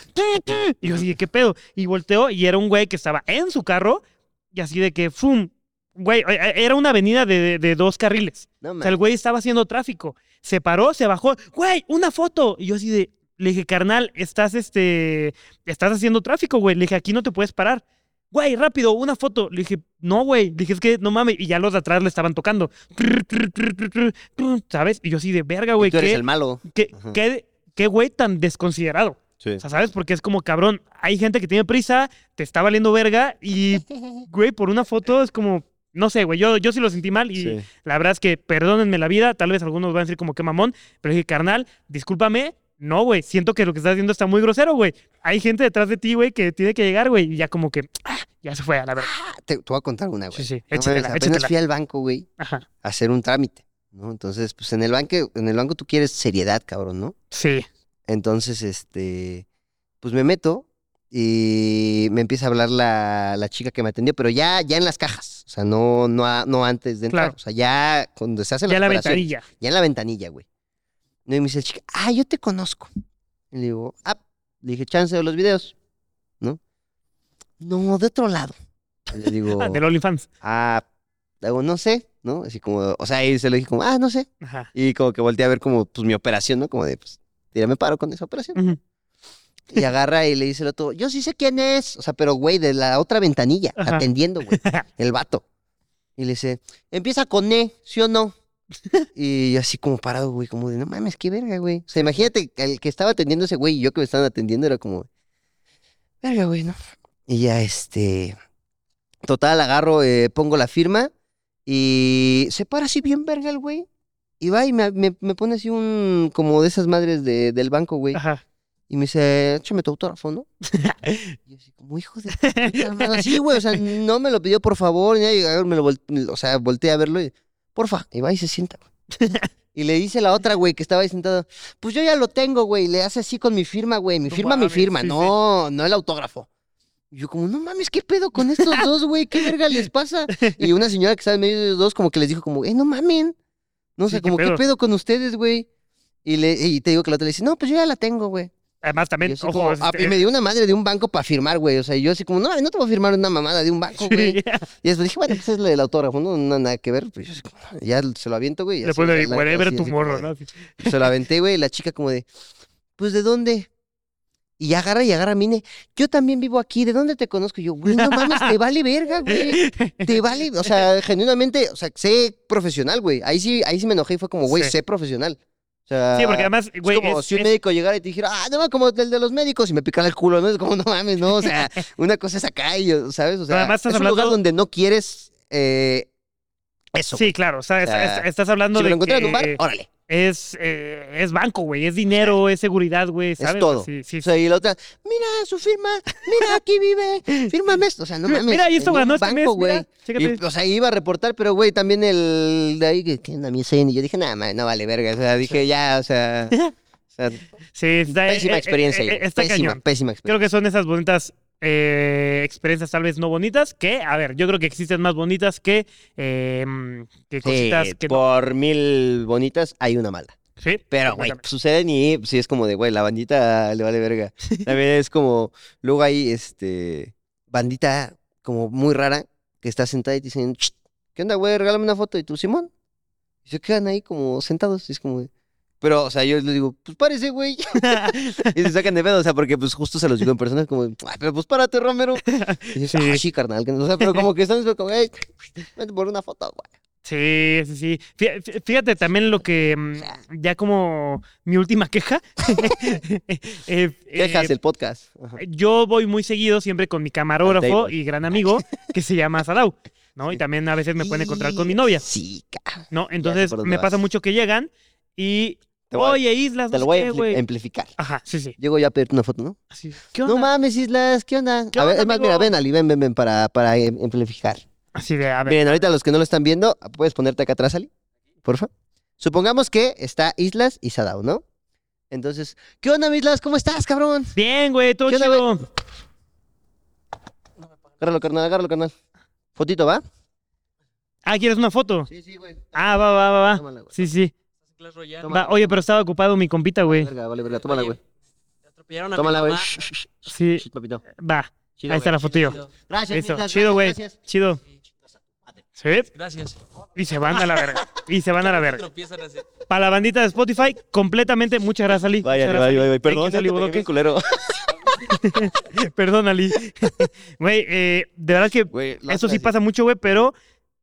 Y yo así de, ¿qué pedo? Y volteo y era un güey que estaba en su carro y así de que, ¡fum! Güey, eh, era una avenida de, de- de dos carriles.
No,
O
man.
sea, el güey estaba haciendo tráfico. Se paró, se bajó. ¡Güey, una foto! Y yo así de... Le dije, carnal, estás este... Estás haciendo tráfico, güey. Le dije, aquí no te puedes parar. Güey, rápido, una foto. Le dije, no, güey. Le dije, es que no mames. Y ya los de atrás le estaban tocando. Trr, trr, trr, trr, trr, trr, ¿Sabes? Y yo así de verga,
Y
güey.
tú eres
¿Qué,
el malo.
qué,
Ajá.
qué, qué güey tan desconsiderado?
Sí.
O sea, ¿sabes? Porque es como, cabrón, hay gente que tiene prisa, te está valiendo verga
<laughs>
y, güey, por una foto es como... No sé, güey, yo, yo sí lo sentí mal y la verdad es que perdónenme la vida, tal vez algunos van a decir como que mamón, pero dije, carnal, discúlpame. No, güey, siento que lo que estás haciendo está muy grosero, güey. Hay gente detrás de ti, güey, que tiene que llegar, güey. Y ya como que, ah, ya se fue a la verdad.
Ah, te, te voy a contar una, güey.
Sí, sí,
No mames,
échatela,
apenas
échatela.
fui al banco, güey,
Ajá.
a hacer un trámite, ¿no? Entonces, pues en el banco, en el banco tú quieres seriedad, cabrón, ¿no?
Sí.
Entonces, este, pues me meto y me empieza a hablar la, la chica que me atendió, pero ya, ya en las cajas, o sea, no, no, a- no antes de entrar,
Claro.
o sea, ya cuando se hacen
Ya
las
la
operaciones,
ventanilla.
ya en la ventanilla, güey. No, Y me dice la chica, ah, yo te conozco. Y le digo, ah, le dije, chance de los videos, ¿no? No, de otro lado. Y Le digo,
<laughs> Ah, del OnlyFans.
ah, le digo, no sé, ¿no? Así como, o sea, y se lo dije como, ah, no sé.
Ajá.
Y como que volteé a ver como, pues, mi operación, ¿no? Como de, pues, ya me paro con esa operación.
Ujú.
Y agarra y le dice el otro, yo sí sé quién es. O sea, pero güey, de la otra ventanilla,
Ajá.
atendiendo, güey, el vato. Y le dice, empieza con E, ¿sí o no? Y yo así como parado, güey, como de, no mames, qué verga, güey. O sea, imagínate, que el que estaba atendiendo ese güey y yo que me estaban atendiendo era como, verga, güey, ¿no? Y ya, este, total, agarro, eh, pongo la firma y se para así bien verga el güey. Y va y me, me- me pone así un, como de esas madres de- del banco, güey.
Ajá.
Y me dice, échame tu autógrafo,
<laughs>
¿no? y yo así, como hijo de puta madre". Sí, güey, o sea, no me lo pidió por favor, ni nada, y a ver, me lo volte- o sea, volteé a verlo y, porfa, y va y se sienta, güey.
<laughs>
Y le dice la otra, güey, que estaba ahí sentada, pues yo ya lo tengo, güey, y le hace así con mi firma, güey, mi
No
firma, mi
mames,
firma,
sí, sí.
no, no el autógrafo. Y yo como, no mames, ¿qué pedo con estos dos, güey? ¿Qué verga les pasa? Y una señora que estaba en medio de los dos como que les dijo como, eh, no mamen. No sé,
Sí, ¿qué
como, ¿qué
pedo?
pedo con ustedes, güey? Y, le, y te digo que la otra le dice, no, pues yo ya la tengo, güey.
Además,
Y
también,
yo así
ojo.
como,
este-
ah, y me dio una madre de un banco para firmar, güey. O sea, y yo así como, no, no te voy a firmar una mamada de un banco, güey.
<laughs> Sí.
Y después dije, bueno, pues es el autógrafo, no, no, nada que ver. Pues yo así como, ya se lo aviento, güey. y
Le
así,
pone
la- la-
whatever
así,
tu
así como
morro,
de-
¿no? Así.
Se lo aventé, güey, y la chica como de, pues, ¿de dónde? Y agarra y agarra a Mine. Yo también vivo aquí, ¿de dónde te conozco? Y yo, güey, no mames, te vale verga, güey. Te vale, o sea, genuinamente, o sea, sé profesional, güey. Ahí sí, ahí sí me enojé y fue como, güey,
Sí.
sé profesional. O sea,
Sí, porque además, güey,
Ah, es como
es-
si un
es-
médico llegara y te dijera, ah, no, como el de los médicos, y me picara el culo, ¿no? Es como, no mames, no, o
<laughs>
sea, una cosa es acá, y, ¿sabes? O sea,
además
es un
estás hablando-
lugar donde no quieres eh, eso.
sí, claro. O sea, es-
sea,
es- estás hablando
si me
de
lo encontré en un bar,
que
órale.
es, eh, es banco, güey. Es dinero, es seguridad, güey. ¿sabes?
todo.
Sí, sí,
O sea, y la otra, mira su firma, mira aquí
<laughs>
vive, fírmame esto. O sea, no mames.
Mira, y esto
en un
ganó este mes,
banco,
mira,
güey.
chécate.
Y, o sea, iba a reportar, pero güey, también el de ahí que tiene a mi cena. Y yo dije, nada, ma, no vale verga. O sea, dije, ya, o sea. o
<laughs>
sea,
Sí, está,
pésima
eh, eh,
experiencia.
eh,
güey,
eh, está
pésima,
cañón.
pésima experiencia.
Creo que son esas bonitas eh, experiencias, tal vez no bonitas, que, a ver, yo creo que existen más bonitas que, eh, mm, que
Sí,
cositas que no.
por mil bonitas hay una mala.
Sí,
Pero, güey,
completamente.
suceden y pues, sí es como de, güey, la bandita le vale
<laughs>
verga. También es como, luego hay, este, bandita como muy rara que está sentada y te dicen, "Ch, ¿qué onda, güey? Regálame una foto. Y tú, Simón. Y se quedan ahí como sentados. Y es como, de- pero, o sea, yo les digo, pues párese,
<laughs>
güey. <laughs> y se sacan de pedo, o sea, porque pues justo se los digo en persona, es como, "Ay, pero pues párate, Romero. Y dices,
Sí.
"Ah, sí, carnal. que no-". O sea, pero como que están, como, "Ey, vente por una foto, güey.
Sí, sí, sí. Fí- fí- Fíjate también lo que. mm, Ya como mi última queja. <laughs> Eh,
Quejas
eh,
el podcast. Ajá.
yo voy muy seguido siempre con mi camarógrafo
Daywatch.
y gran amigo que se llama Salau, ¿no? Y también a veces me pueden encontrar con mi novia,
Sí, ca-
¿no? Entonces
por dónde
me pasa
vas.
mucho que llegan y.
Te voy a-
Oye, Islas,
te
no
lo voy a
sé qué,
ampli-
güey".
amplificar.
Ajá, sí, sí.
Llego yo a pedirte una foto, ¿no?
Así, ¿Qué
No
onda?
mames, Islas, ¿qué onda?
¿Qué
a ver,
onda,
es más, mira,
amigo?
ven, Ali, ven, ven, ven, para, para eh, amplificar.
Así de, a ver.
Miren, ahorita los que no lo están viendo, ¿puedes ponerte acá atrás, Ali? Porfa. Supongamos que está Islas y Sadao, ¿no? Entonces, ¿qué onda, mi Islas? ¿Cómo estás, cabrón?
Bien, güey, todo
¿Qué onda,
chido.
Agárralo, carnal, agárralo, carnal. Fotito, ¿va?
Ah, ¿quieres una foto?
Sí, sí, güey.
Ah, va, va, va, va.
Tómala, güey.
Sí, sí.
Clash Royale.
Toma.
Va, oye, pero estaba ocupado mi compita, güey.
Verga, vale, verga, tómala, güey.
Atropellaron a
Tómala,
mi
güey.
mamá.
Shh, shh, shh,
Sí,
shh, papito.
va.
Chido,
Ahí está
güey.
la fotillo.
Gracias, mi
Listo.
Islas,
Chido, güey.
gracias, gracias.
Chido. Sí.
Gracias.
Y se van a la verga. Y se van a la verga.
Tropiezan así.
Para la bandita de Spotify, completamente. Muchas gracias,
<laughs>
Ali.
Vaya,
Muchas
vaya, vaya,
gracias,
vaya.
Ali.
Perdón,
Thank you, Ali
siento que
Bodoque.
qué culero.
Perdón, Ali. <laughs> Güey, eh, de verdad
<laughs>
que
Güey, la
eso
otra
sí
vez-
pasa mucho, güey, pero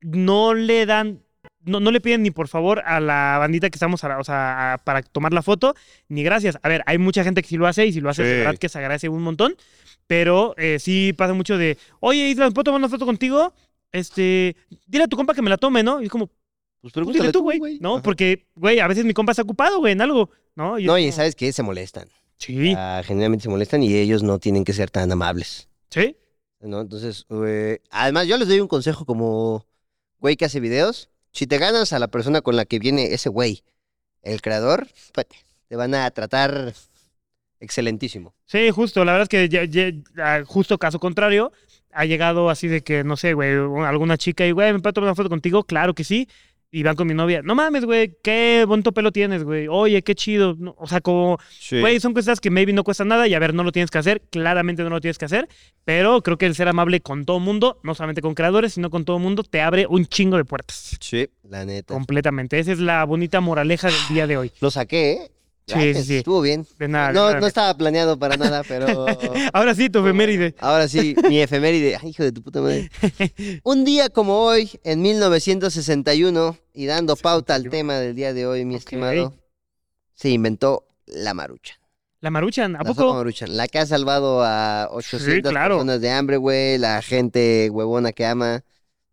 no le dan. No, no le piden ni por favor a la bandita que estamos a la- o sea, a- para tomar la foto, ni gracias. A ver, hay mucha gente que sí lo hace y si lo hace, de
Sí.
verdad que se agradece un montón. Pero eh, sí pasa mucho de, oye, Isla, ¿puedo tomar una foto contigo? Este, dile a tu compa que me la tome, ¿no? Y es como,
Pues
Pues
pregúntale
dile tú, güey. No,
Ajá.
porque, güey, a veces mi compa está ocupado, güey, en algo, ¿no? es
No, y
como,
¿sabes qué? Se molestan.
Sí,
Ah, generalmente se molestan y ellos no tienen que ser tan amables.
sí.
¿no? Entonces, eh, además, yo les doy un consejo como güey que hace videos. Si te ganas a la persona con la que viene ese güey, el creador, espérate, te van a tratar excelentísimo.
Sí, justo. La verdad es que ya- ya- ah, justo caso contrario, ha llegado así de que, no sé, güey, u- alguna chica y, güey, ¿me puedo tomar una foto contigo? Claro que sí. Y van con mi novia. No mames, güey, qué bonito pelo tienes, güey. Oye, qué chido. No, o sea, como, güey, son cosas que maybe no cuestan nada y a ver, no lo tienes que hacer. Claramente no lo tienes que hacer. Pero creo que el ser amable con todo mundo, no solamente con creadores, sino con todo mundo, te abre un chingo de puertas.
Sí, la neta.
Completamente. Esa es la bonita moraleja del día de hoy.
Lo saqué, ¿eh?
Sí,
Gracias,
sí, Ah, sí.
Estuvo bien.
De nada. de
no,
nada.
no estaba planeado para nada,
<laughs>
pero
Ahora sí, tu efeméride.
ahora sí, mi efeméride. Ay, hijo de tu puta
<laughs>
madre. Un día como hoy, en 1961, y dando pauta al
61.
tema del día de hoy, mi
Ok.
estimado, se inventó la marucha.
La maruchan, ¿a
La
poco?
sopa Maruchan, la que ha salvado a 800
claro.
personas de hambre, güey, la gente huevona que ama.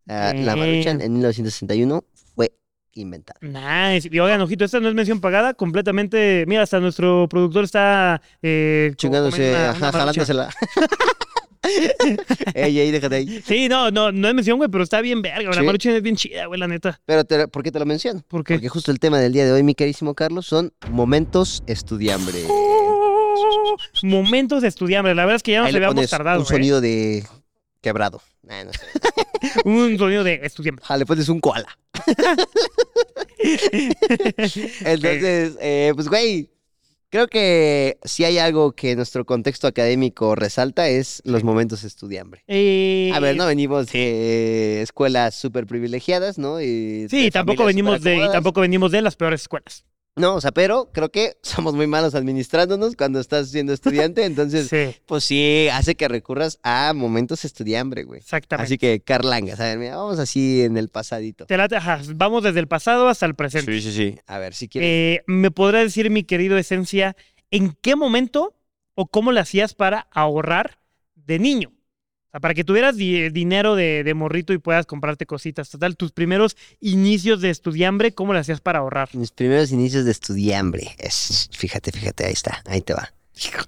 La, la Maruchan
Bien.
en 1961 fue inventada.
Nice. Y oigan, ojito, esta no es mención pagada, completamente. Mira, hasta nuestro productor está eh, co-
Chingándose,
comiendo una-
ajá,
una maruchan. <laughs>
jalándosela. <laughs> ey, ey, déjate ahí.
Sí, no, no, no es mención, güey, pero está bien verga. güey. La
Sí.
maruchan es bien chida, güey, la neta.
Pero, te- ¿por qué te lo menciono?
Porque.
Porque justo el tema del día de hoy, mi querísimo Carlos, son momentos estudiambre.
Oh, Momentos de estudiambre. La verdad es que ya nos
Ahí le
habíamos
pones
tardado. ¿eh?
un
güey.
sonido de quebrado. Nah, no sé.
Un sonido de estudiambre.
Ah, le pones un koala.
<laughs>
Entonces, eh, pues, güey, creo que si hay algo que nuestro contexto académico resalta es los momentos estudiambre.
Eh,
A ver, no venimos de escuelas súper privilegiadas, ¿no? Y
Sí,
de
tampoco
familias
venimos de, y
superacomodadas.
tampoco venimos de las peores escuelas.
No, o sea, pero creo que <laughs> somos muy malos administrándonos cuando estás siendo
<laughs>
estudiante, entonces,
Sí,
pues sí, hace que recurras a momentos estudiambre, güey.
exactamente.
Así que, Carlangas, a ver, mira, vamos así en el pasadito.
Te late, ajá, vamos desde el pasado hasta el presente.
sí, sí. A ver, si quieres.
Eh, ¿Me podrá decir, mi querido Esencia, en qué momento o cómo le hacías para ahorrar de niño? O sea, para que tuvieras di- dinero de, de morrito y puedas comprarte cositas, total, tus primeros inicios de estudiambre, ¿cómo le hacías para ahorrar?
Mis primeros inicios de estudiambre. Es, fíjate, fíjate, ahí está, ahí te va.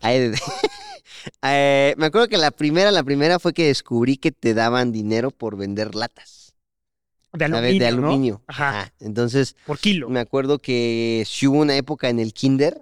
Ahí- <laughs> Eh, me acuerdo que la primera, la primera fue que descubrí que te daban dinero por vender latas.
De
¿sabes?
aluminio,
de
¿no?
aluminio.
Ajá.
Ajá. Entonces,
Por kilo.
me acuerdo que sí hubo una época en el kinder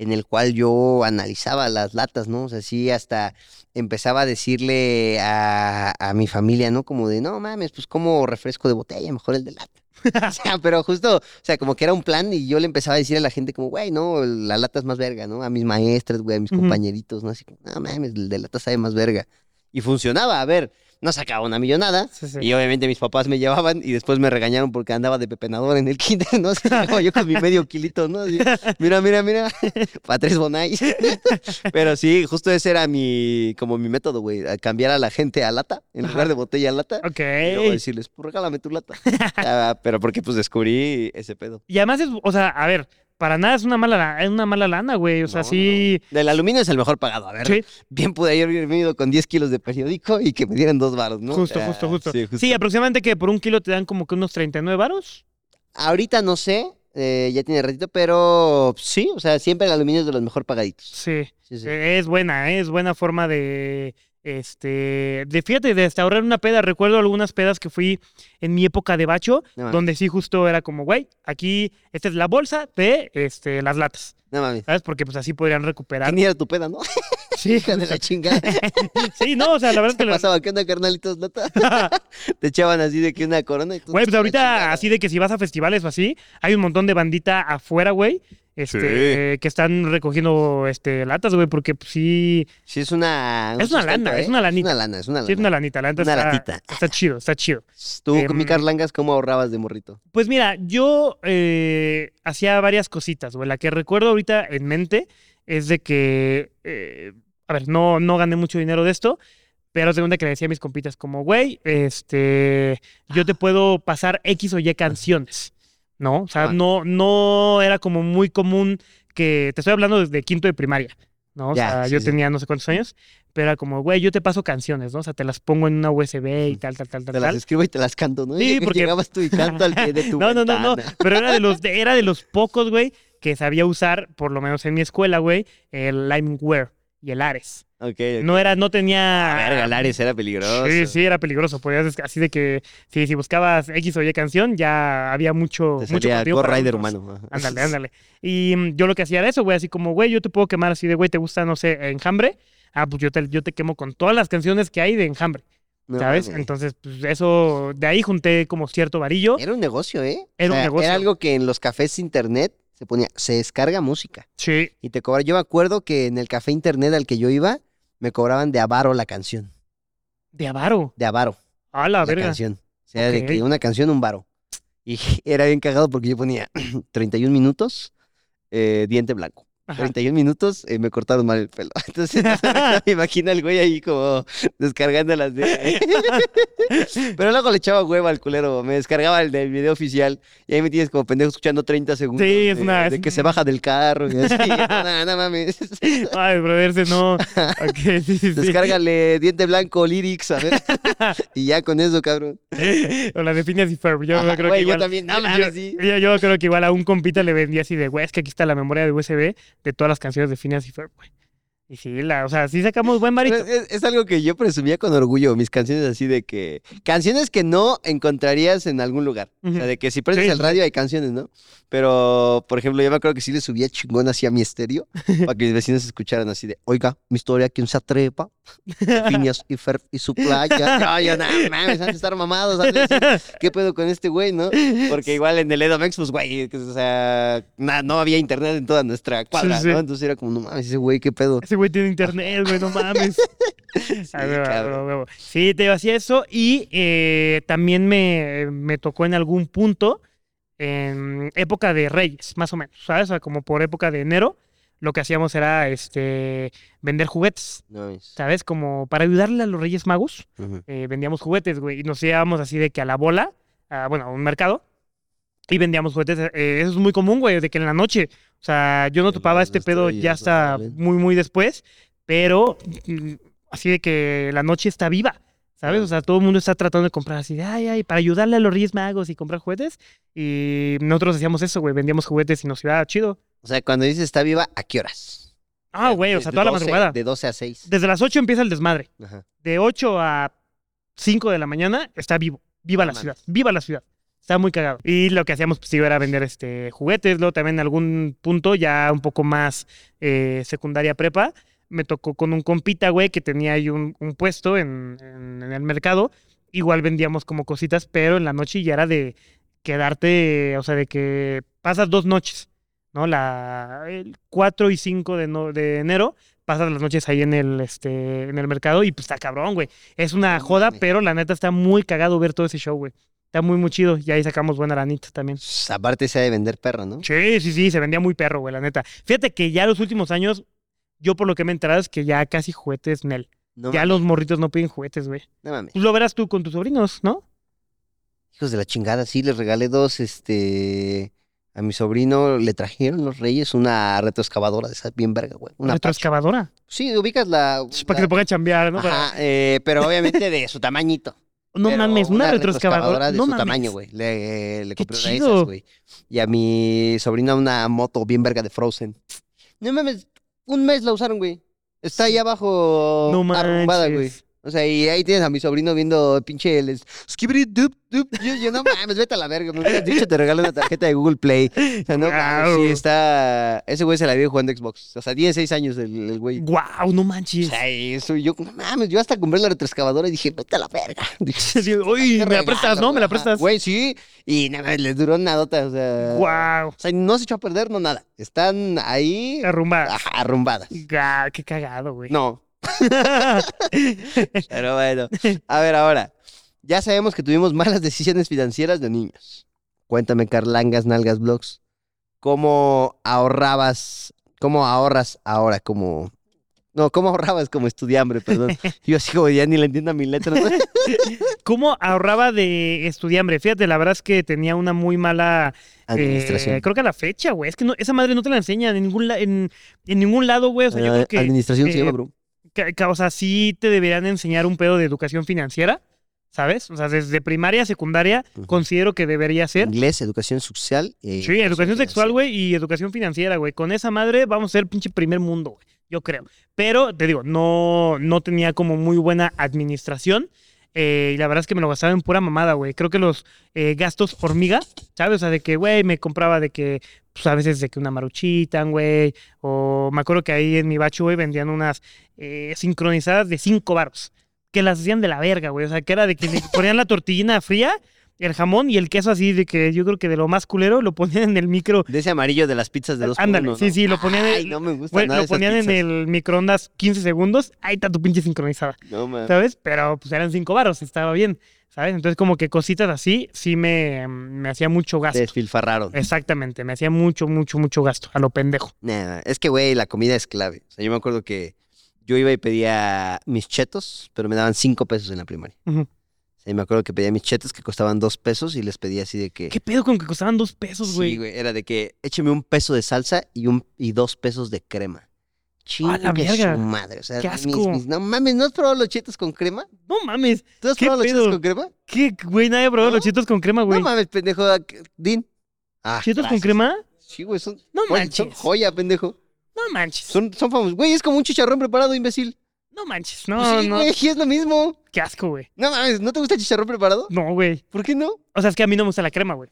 en el cual yo analizaba las latas, ¿no? O sea, sí, hasta empezaba a decirle a, a mi familia, ¿no? Como de, no mames, pues como refresco de botella, mejor el de lata. O sea, pero justo, o sea, como que era un plan y yo le empezaba a decir a la gente como, güey, no, la lata es más verga, ¿no? A mis maestras, güey, a mis
Ujú.
compañeritos, ¿no? Así como, no mames, el de lata sabe más verga. Y funcionaba, a ver, no sacaba una millonada.
Sí, sí.
Y obviamente mis papás me llevaban y después me regañaron porque andaba de pepenador en el kinder, ¿no? Así llegaba yo con mi medio kilito, ¿no? Así, mira, mira, mira, <laughs> para tres bonais. <laughs> Pero sí, justo ese era mi, como mi método, güey, a cambiar a la gente a lata, en lugar de botella a lata.
Ok.
Y luego decirles, pues regálame tu lata. <laughs> Ah, pero porque pues descubrí ese pedo.
Y además es, o sea, a ver, para nada es una mala, la- es una mala lana, güey. O sea,
No, Pues
sí.
Del aluminio es el mejor pagado. A ver,
Sí,
bien pude haber venido con 10 kilos de periódico y que me dieran dos varos, ¿no?
justo,
Ah,
justo, justo.
Sí,
Sí,
justo.
aproximadamente que por un kilo te dan como que unos 39 varos.
Ahorita no sé, eh, ya tiene ratito, pero sí, o sea, siempre el aluminio es de los mejor pagaditos.
Sí,
Sí, sí.
es buena, ¿eh? es buena forma de, este, de fíjate, de hasta ahorrar una peda. Recuerdo algunas pedas que fui en mi época de bacho,
No mames.
donde sí justo era como, güey, aquí, esta es la bolsa de, este, las latas,
No mames.
¿sabes? Porque pues así podrían recuperar.
Que ni era tu peda, ¿no?
Sí,
<laughs> Hija de la
<laughs>
chingada.
sí, no, o sea, la verdad es
<laughs>
que
¿Qué
lo-
pasaba? ¿Qué onda, carnalitos?
<laughs>
Lata? <laughs> Te echaban así de que una corona y tú.
Güey, pues
la
ahorita
chingada.
así de que si vas a festivales o así, hay un montón de bandita afuera, güey. Este,
Sí.
eh, que están recogiendo este, latas, güey, porque pues, sí,
Sí, es una. un
Es una
sustento,
lana,
¿eh?
es una lanita.
Es una lana, es una lana.
sí es una lanita, la neta
Una
está-
latita.
está chido, está chido.
Tú,
Em,
mi Carlangas, ¿cómo ahorrabas de morrito?
Pues mira, yo eh, hacía varias cositas, güey. La que recuerdo ahorita en mente es de que, eh, a ver, no, no gané mucho dinero de esto, pero segunda que le decía a mis compitas, como, güey, este, yo te puedo pasar X o Y canciones, ¿no? O sea,
Ah.
no, no era como muy común que, te estoy hablando desde quinto de primaria, ¿no? O
Ya,
sea,
sí,
yo
sí.
tenía no sé cuántos años, pero era como, güey, yo te paso canciones, ¿no? O sea, te las pongo en una USB y tal, tal, tal, tal,
Te las
tal.
escribo y te las canto, ¿no?
Sí, porque-
Llegabas tú y canto al pie de tu
<laughs> No, no, no, no.
ventana.
Pero era
<laughs>
de los, de- era de los pocos, güey, que sabía usar, por lo menos en mi escuela, güey, el Limeware y el Ares.
Ok, ok. Ah,
No era, no tenía.
Verga, Lares era peligroso.
Sí, sí, era peligroso. Podías, des- así de que, sí, si buscabas X o Y canción, ya había mucho.
Te
mucho
salía
contenido
Ghost
para
Rider
adultos.
humano. ajá.
Ándale, ándale. Y mm, yo lo que hacía era eso, güey, así como, güey, yo te puedo quemar así de, güey, ¿te gusta, no sé, Enjambre? Ah, pues yo te, yo te quemo con todas las canciones que hay de Enjambre,
No
¿sabes?
mames.
Entonces, pues eso, de ahí junté como cierto varillo.
Era un negocio, ¿eh?
Era un negocio.
Era algo que en los cafés internet se ponía, se descarga música
Sí,
y te cobra. Yo me acuerdo que en el café internet al que yo iba, me cobraban de avaro la canción.
de avaro.
De avaro
A la
la
verga.
canción. O sea, de que
Ok.
una canción, un varo. Y <laughs> era bien cagado porque yo ponía <clears throat> 31 minutos, eh, diente blanco.
Ajá.
31 minutos eh, me cortaron mal el pelo. <laughs>
<laughs>
Entonces, me imagino al güey ahí como descargándolas de. <laughs> Pero luego le echaba hueva al culero. Me descargaba el del video oficial y ahí me tienes como pendejo escuchando 30 segundos.
Sí, es
de-
una-
De,
es
que se
un-
baja del carro y así.
<laughs>
<laughs> Nada, no mames.
<laughs> Ay, brotherse, no. Ok, sí, sí, sí.
Descárgale diente blanco, lyrics, a
<laughs>
ver. y ya con eso, cabrón.
O la de Phineas y Ferb. Yo
Ajá,
creo
güey,
que igual.
yo también, no
yo-
mames, sí.
yo, yo creo que igual a un compita le vendía así de, güey, es que aquí está la memoria de USB de todas las canciones de Phineas y Ferb, güey. Y sí, la, o sea, sí
<laughs>
sacamos buen
Pero
marito.
Es, es algo que yo presumía con orgullo, mis canciones así de que... Canciones que no encontrarías en algún lugar. O sea,
Ujú.
de que si prendes
Sí,
el
sí,
radio hay canciones, ¿no? Pero, por ejemplo, yo me acuerdo que sí le subía chingón así a mi
<laughs>
estéreo para que mis vecinos escucharan así de, oiga, mi historia, ¿quién se atrepa? Phineas y Ferb y su playa.
<laughs>
No, yo, no, mames, van a estar mamados. han de decir, ¿Qué pedo con este güey, no? Porque igual en el Edomex, pues, güey, que, o sea, na- no había internet en toda nuestra cuadra,
sí.
¿no? Entonces era como, no mames, ese güey, ¿qué pedo?
Ese güey tiene internet, güey, no mames.
Sí,
A huevo, a
cabrón.
huevo, a huevo. Sí, te digo, hacía eso y eh, también me, me tocó en algún punto, en época de Reyes, más o menos, ¿sabes? O sea, como por época de enero, lo que hacíamos era este, vender juguetes,
No mames.
¿sabes? Como para ayudarle a los Reyes Magos,
Ujú.
eh, vendíamos juguetes, güey, y nos íbamos así de que a la bola, a, bueno, a un mercado. Y vendíamos juguetes. eh, eso es muy común, güey, de que en la noche. O sea, yo no
El
topaba
día
este
de
pedo
Reyes,
ya hasta
órale.
muy, muy después. Pero mm, así de que la noche está viva, ¿sabes? O sea, todo el mundo está tratando de comprar así de, ay, ay, para ayudarle a los Reyes Magos y comprar juguetes. Y nosotros hacíamos eso, güey, vendíamos juguetes y nos iba chido.
O sea, cuando dices está viva, ¿a qué horas?
Ah, güey, o
Desde
sea, toda la
12,
madrugada.
Eh, De 12 a 6.
Desde las 8 empieza el desmadre.
Ajá.
de 8 a 5 de la mañana está vivo. Viva
No
la
mames.
ciudad, viva la ciudad. Está muy cagado. Y lo que hacíamos, pues, sí, era vender este, juguetes. Luego también en algún punto, ya un poco más eh, secundaria prepa, me tocó con un compita, güey, que tenía ahí un, un puesto en, en- en el mercado. Igual vendíamos como cositas, pero en la noche ya era de quedarte, o sea, de que pasas dos noches, ¿no? ¿no? La, el 4 y 5 de, no- de enero pasan las noches ahí en el, este, en el mercado y pues está cabrón, güey. Es una
No
joda,
mames.
pero la neta está muy cagado ver todo ese show, güey. Está muy, muy chido. Y ahí sacamos buena lanita también.
Pss, Pues, Aparte se ha de vender perro, ¿no?
Sí, sí, sí, se vendía muy perro, güey, la neta. Fíjate que ya los últimos años, yo por lo que me he enterado es que ya casi juguetes, Nel.
No
ya
mames,
los morritos no piden juguetes, güey.
no mames.
Pues lo verás tú con tus sobrinos, ¿no?
Hijos de la chingada, sí, les regalé dos, este... A mi sobrino le trajeron los reyes una retroexcavadora de esa bien verga, güey. Una Apache.
retroexcavadora.
Sí, ubicas la...
Es Para que
la-
se ponga a chambear, ¿no? Para-
Ajá, eh, pero obviamente de su tamañito.
no
pero
mames, una, retroexcavadora.
de
no
su
mames.
tamaño, güey. Le, eh, le
Qué
compré una de
chido.
esas, güey. Y a mi sobrina una moto bien verga de Frozen. No mames, un mes la usaron, güey. Está ahí abajo
No
arrumbada, güey.
manches.
O sea, y ahí tienes a mi sobrino viendo pinche el skibri dup dup. Yo, yo, no mames, vete a la verga. No te dicho, te regalo una tarjeta de Google Play. O sea, no mames,
Guau.
sí está. Ese güey se la vio jugando Xbox. O sea, 16 años el el güey.
Guau, no
O
manches.
sea, eso, y yo, no mames, yo hasta compré la retroexcavadora y dije, vete a la verga. <laughs> Dije,
<laughs> Sí,
"Qué
Uy, me la
regalo,
prestas, ¿no? Me
güey".
la
Ajá,
prestas.
Güey, sí. Y nada más les duró una dota, o sea.
Guau,
O sea, no se echó a perder, no nada. Están ahí
arrumbada.
ajá, arrumbadas.
Guau, qué cagado, güey.
Ah.
<laughs>
No. Pero bueno. A ver, ahora. Ya sabemos que tuvimos malas decisiones financieras de niños. Cuéntame, Carlangas, Nalgas, Blogs. ¿Cómo ahorrabas? ¿Cómo ahorras ahora como.? No, ¿cómo ahorrabas como estudiambre?
<laughs>
Perdón. Yo así como ya ni le entiendo a mi letra. ¿no?
Eh, ¿Cómo ahorraba de estudiambre? Fíjate, la verdad es que tenía una muy mala
Administración.
Eh, creo que a la fecha, güey. Es que no- esa madre no te la enseñan en ningún, la- en, en ningún lado, güey. O sea, yo
Eh,
creo que,
Administración se
eh,
llama, bro.
ca- ca- o sea, sí te deberían enseñar un pedo de educación financiera, ¿sabes? O sea, desde primaria a secundaria
Ujú.
considero que debería ser.
Inglés, educación social. eh,
Sí, educación sexual,
financiera.
güey, y educación financiera, güey. Con esa madre vamos a ser pinche primer mundo, güey. Yo creo. Pero, te digo, no, no tenía como muy buena administración. eh, y la verdad es que me lo gastaba en pura mamada, güey. Creo que los eh, gastos hormiga, ¿sabes? O sea, de que, güey, me compraba de que, pues a veces de que una maruchita, güey. O me acuerdo que ahí en mi bacho, güey, vendían unas eh, sincronizadas de cinco baros. Que las hacían de la verga, güey. O sea, que era de que le ponían la tortillina fría el jamón y el queso así de que yo creo que de lo más culero lo ponían en el micro.
De ese amarillo de las pizzas de dos por
Ándale,
uno,
sí,
¿no?
sí, lo ponían en-
Ay, no me gusta
güey,
nada
lo ponían en el microondas 15 segundos, ahí está tu pinche sincronizada,
el... No, mames.
¿sabes? Pero pues eran cinco varos, estaba bien, ¿sabes? Entonces como que cositas así sí me, me hacía mucho
Te
gasto.
desfilfarraron.
Eh. Exactamente, me hacía mucho, mucho, mucho gasto, a lo pendejo.
Nah, es que, güey, la comida es clave. O sea, yo me acuerdo que yo iba y pedía mis chetos, pero me daban cinco pesos en la primaria.
Ujú.
O sea, y me acuerdo que pedía mis chetos que costaban dos pesos y les pedía así de que...
¿Qué pedo con que costaban dos pesos,
Sí,
güey?
güey, era de que écheme un peso de salsa y, un, y dos pesos de crema.
la
Chinga
verga.
su madre. O sea,
Qué
mis-
asco.
mis- no mames, ¿no has probado los chetos con crema?
no mames,
¿Tú has
¿Qué
probado los chetos
pedo?
con crema?
¿qué, güey? Nadie probó
¿No?
los chetos con crema, güey.
No mames, pendejo. Din. Ah,
¿Chetos con
gracias.
crema?
Sí, güey, son,
No
oye, son
manches,
joya, pendejo.
no manches,
Son, son famosos. Güey, es como un chicharrón preparado, imbécil.
no manches, no,
Pues sí,
no,
güey, es lo mismo.
qué asco, güey.
No mames, ¿no te gusta el chicharrón preparado?
No, güey.
¿Por qué no?
O sea, es que a mí no me gusta la crema, güey.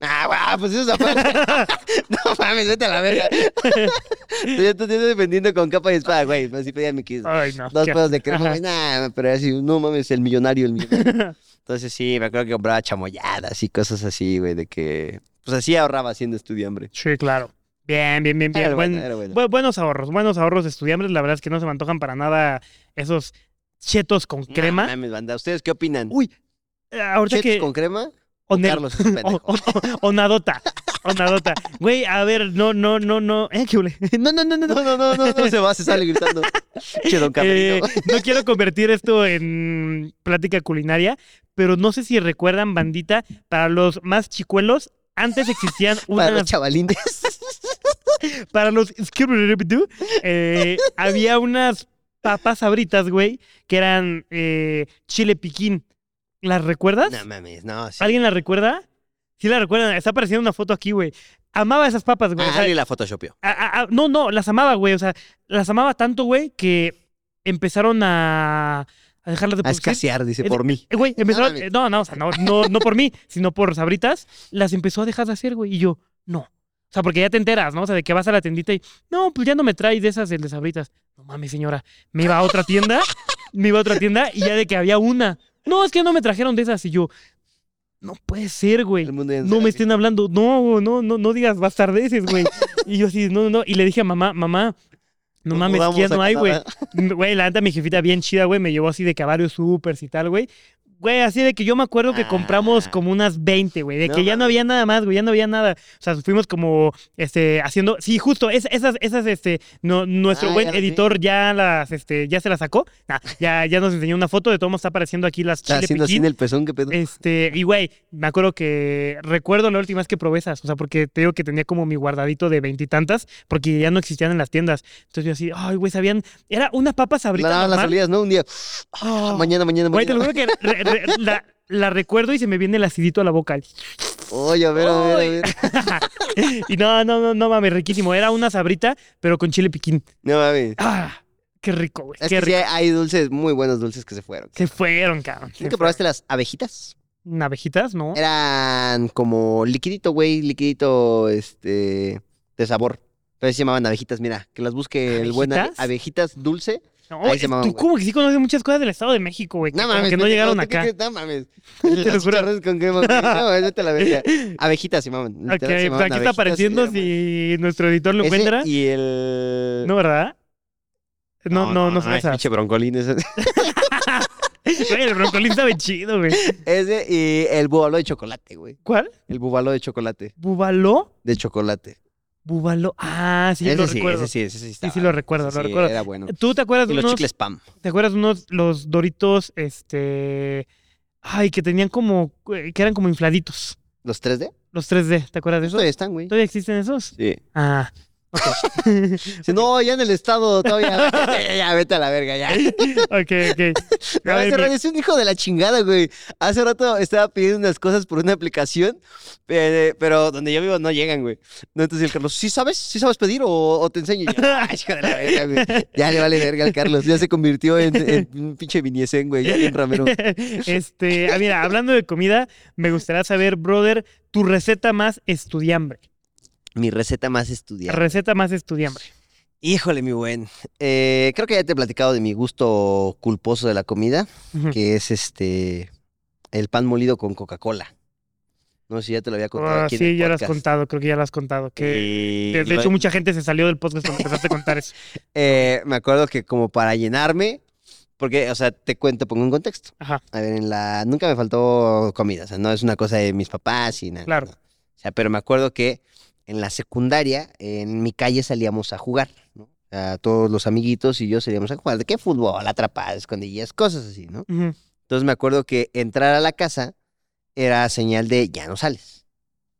Ah, guau, pues eso es
<laughs>
aparte. <laughs> no mames, vete a la verga. <laughs> Yo te estoy defendiendo con capa y espada, güey. Pero sí pedía mi kiss.
Ay, <laughs> no.
Dos
qué
pedos de
asco.
crema,
Ajá.
güey. Nah, pero era así, no mames, el millonario, el
<laughs>
millonario. Entonces sí, me acuerdo que compraba chamoyadas y cosas así, güey, de que... Pues así ahorraba haciendo estudiambre.
Sí, claro. Bien, bien, bien, bien.
Era
Buen-
bueno, eh, era bueno.
bu- buenos ahorros, buenos ahorros de estudiantes. La verdad es que no se me antojan para nada esos chetos con
No
crema.
mames, banda. ¿Ustedes qué opinan?
Uy, Eh, Ahorita
¿Chetos
que.
con crema?
o nel-
Carlos
<laughs>
es un
o-
pendejo.
o- o- Onadota. Onadota. Güey, a ver, no, no, no, no. Eh, qué hule. <laughs> No, no, no, no.
No,
no.
no, no, no, no se va, se sale gritando.
<laughs>
Che, don
Eh,
Camerino.
no quiero convertir esto en plática culinaria, pero no sé si recuerdan, bandita, para los más chicuelos, antes existían
<laughs> Para los
unas <laughs>
chavalines.
para los Skibidi-Bidi-Bidi,
<laughs>
eh, había unas papas sabritas, güey, que eran eh, chile piquín. ¿Las recuerdas?
No mames, no. Sí.
¿Alguien las recuerda? Sí las recuerdan. Está apareciendo una foto aquí, güey. Amaba esas papas, güey. o
Ah,
sea,
alguien la photoshopeó.
a- a- a- no, no, las amaba, güey. O sea, las amaba tanto, güey, que empezaron a, a dejarlas de
A
producir.
escasear, dice,
Es-
por mí.
Eh, Güey, empezaron.
mames.
eh, No, no, o sea, no, no, no por mí, <laughs> sino por sabritas. Las empezó a dejar de hacer, güey. Y yo, no. O sea, porque ya te enteras, ¿no? O sea, de que vas a la tiendita y, no, pues ya no me traes de esas el de sabritas. No mames, señora. Me iba a otra tienda, <laughs> me iba a otra tienda y ya de que había una. No, es que no me trajeron de esas. Y yo, no puede ser, güey.
El mundo ya
No
se-
me estén hablando. No, no, no, no digas bastardeces, güey. Y yo así, no, no, no. Y le dije a mamá, mamá, no
Nos
mames,
mudamos
¿quién
a
no hay, güey?
Canadá.
Güey, la neta, mi jefita bien chida, güey, me llevó así de que a varios supers y tal, güey. Güey, así de que yo me acuerdo que compramos
Ah.
como unas 20, güey, de
No
que ya
mames.
no había nada más, güey, ya no había nada. O sea, fuimos como, este, haciendo, sí, justo, es- esas, esas, este, no, nuestro
Ah,
buen
ya las vi.
editor ya las, este, ya se las sacó, Ah, ya, ya nos enseñó una foto, de todo está apareciendo aquí las
Está
chile
haciendo así
piquín.
en el pezón, qué pedo.
Este, y güey, me acuerdo que recuerdo la última vez que probé esas, o sea, porque te digo que tenía como mi guardadito de veintitantas, porque ya no existían en las tiendas. Entonces yo así, ay, güey, sabían, era una papa sabrita.
Claro, las
normal.
salidas, ¿no? Un día.
Ah,
Mañana, mañana,
Güey, te lo
mañana.
juro que re- re- la, la recuerdo y se me viene el acidito a la boca. <laughs> el
Oye, a ver, a ver, a ver.
Y no, no, no, no mames, riquísimo. Era una sabrita, pero con chile piquín.
No
<laughs>
mames.
Ah, qué rico, güey.
Es
Qué
que sí
rico.
hay, hay dulces, muy buenos dulces que se fueron.
Se fueron, cabrón. se
¿Nunca
fueron.
probaste las abejitas?
¿Abejitas? No.
Eran como liquidito, güey, liquidito, este, de sabor. Entonces se llamaban abejitas, mira, que las busque el buen
¿Abejitas?
abejitas dulce.
No,
ahí
es-
se llamaban,
tú
güey.
como que sí conoces muchas cosas del Estado de México, güey. Que, como que no
vete,
llegaron
¿tú qué
acá.
crees? No
<laughs>
mames.
lo juro.
Los chicharrones con crema. güey.
<laughs>
No mames, vete a la verga. Abejitas se llamaban.
Ok,
literal, se
pues
llamaban
aquí está
abejitas,
apareciendo
era muy-
si nuestro editor lo
Ese
encuentra.
Y el.
No, ¿verdad? No, no, no, son
mames,
esas.
pinche broncolín. ese.
<laughs> Güey, el broncolín sabe chido, güey.
Ese y el búbalo de chocolate, güey.
¿Cuál?
El búbalo de chocolate.
¿Bubaló?
De chocolate.
¿Bubaló? Ah, sí,
ese,
lo
sí
recuerdo.
ese sí, ese sí.
sí,
estaba,
lo recuerdo,
ese
lo
sí
recuerdo.
Era bueno.
¿Tú te acuerdas
Y
de
los
unos,
chicles Pam.
te acuerdas de unos, los doritos, este, ay, que tenían como, que eran como infladitos,
¿Los 3D?
los 3D, ¿te acuerdas de esos?
Todavía están, güey.
¿Todavía existen esos?
Sí.
Ah, <laughs>
Sí, No, ya en el estado
<laughs>
todavía. ya, ya, vete a la verga, ya. <laughs>
ok, ok. A
No, ese
ver, <laughs>
radio
mi-
es un hijo de la chingada, güey. Hace rato estaba pidiendo unas cosas por una aplicación, eh, pero donde yo vivo no llegan, güey. No, entonces el Carlos, ¿sí sabes? ¿Sí sabes pedir o, o te enseño? Y yo, "Ay, hijo de la verga, güey. Ya le vale verga al Carlos. Ya se convirtió en, en un pinche viniesen, güey. Ya bien ramero.
<laughs> este, ah, mira, hablando de comida, me gustaría saber, brother, tu receta más estudiambre.
Mi receta más estudiada.
Receta más estudiambre.
Híjole, mi buen. Eh, creo que ya te he platicado de mi gusto culposo de la comida,
Ujú.
que es este. el pan molido con Coca-Cola. No sé si ya te lo había contado.
Ah,
aquí en el
sí, ya lo has
podcast.
contado, creo que ya lo has contado. Que,
Eh,
de, de
lo-
hecho, mucha gente se salió del podcast cuando empezaste a contar eso.
Eh, me acuerdo que como para llenarme, porque, o sea, te cuento, pongo un contexto.
Ajá.
A ver, en la... Nunca me faltó comida, o sea, no es una cosa de mis papás y nada.
Claro.
no. O sea, pero me acuerdo que en la secundaria, en mi calle salíamos a jugar, ¿no? O sea, todos los amiguitos y yo salíamos a jugar. ¿De qué fútbol? Atrapadas, escondillas, cosas así, ¿no?
Ujú.
Entonces me acuerdo que entrar a la casa era señal de ya no sales.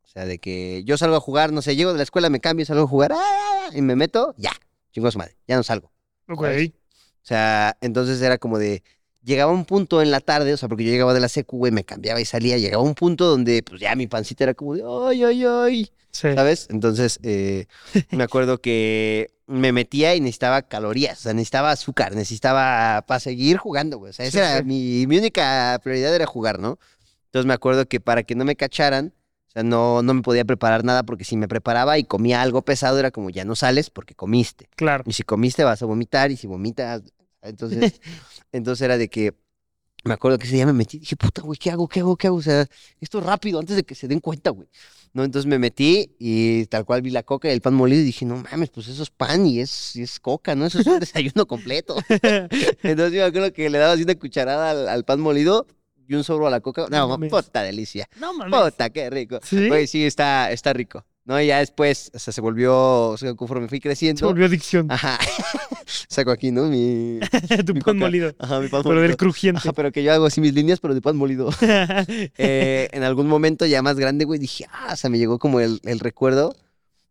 O sea, de que yo salgo a jugar, no sé, llego de la escuela, me cambio, salgo a jugar, ¡ah, ah, ah! y me meto, ya, chingo a su madre, ya no salgo.
Ok.
¿Sabes? O sea, entonces era como de. Llegaba un punto en la tarde, o sea, porque yo llegaba de la secu, güey, me cambiaba y salía. Llegaba un punto donde, pues ya mi pancita era como de, ¡ay, ay, ay!
Sí.
¿Sabes? Entonces, eh, me acuerdo que me metía y necesitaba calorías, o sea, necesitaba azúcar, necesitaba para seguir jugando, güey. O sea, esa
Sí,
era
sí.
mi, mi única prioridad era jugar, ¿no? Entonces me acuerdo que para que no me cacharan, o sea, no, no me podía preparar nada porque si me preparaba y comía algo pesado era como, ya no sales porque comiste.
Claro.
Y si comiste vas a vomitar y si vomitas,
<laughs>
entonces, entonces era de que me acuerdo que ese día me metí, dije, puta, güey, ¿qué hago? ¿Qué hago? ¿Qué hago? O sea, esto es rápido, antes de que se den cuenta, güey. No, entonces me metí y tal cual vi la coca y el pan molido y dije, no mames, pues eso es pan y es, y es coca, ¿no? Eso es un desayuno
<laughs>
completo. <laughs> Entonces yo me acuerdo que le daba así una cucharada al, al pan molido y un sorbo a la coca.
No
No,
mames.
puta delicia.
No mames.
Puta, qué rico.
Sí.
Güey, sí, está, está rico. No, y ya después, o sea, se volvió, o sea, conforme fui
Se
creciendo,
volvió adicción.
Ajá. <laughs> Saco aquí, ¿no? Mi.
<laughs> tu
mi coca.
pan molido.
Ajá, mi pan
<laughs> Pero del
molido.
crujiente.
Ajá, pero que yo hago así mis líneas, pero de pan
<laughs>
molido. Eh, en algún momento ya más grande, güey, dije, ah, o sea, me llegó como el, el recuerdo.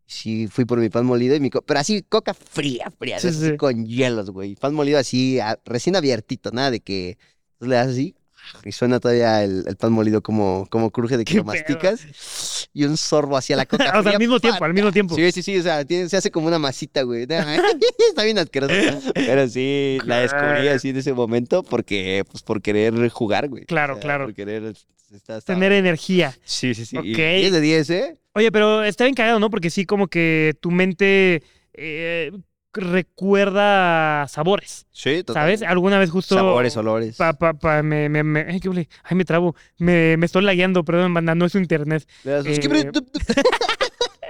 Sí, fui por mi pan molido y mi co- Pero así, coca fría, fría,
Sí,
de esas así
sí.
con hielos, güey. Pan molido así, a- recién abiertito, nada de que tú le das así ah, y suena todavía el, el pan molido como, como cruje de que
Qué
lo
pedo.
masticas y un sorbo hacia la coca.
<laughs> o sea,
fría,
al mismo tiempo,
¡pam!
al mismo tiempo.
Sí, sí, sí, o sea, tiene- se hace como una masita, güey. <laughs> Está bien asqueroso. Pero sí, la descubrí así en ese momento porque, pues, por querer jugar, güey.
Claro, claro.
Por querer pues, está- está-
Tener energía.
Sí, sí, sí.
Ok.
Y 10 de 10, ¿eh?
Oye, pero está bien cagado, ¿no? Porque sí, como que tu mente eh, recuerda sabores,
Sí, total.
¿sabes? Alguna vez justo...
Sabores, olores.
Pa, pa, pa, me, me, me, ay, qué ole. ay,
pues,
eh, me trabo. Me, me estoy lagueando, perdón, banda, no es su internet.
Le das-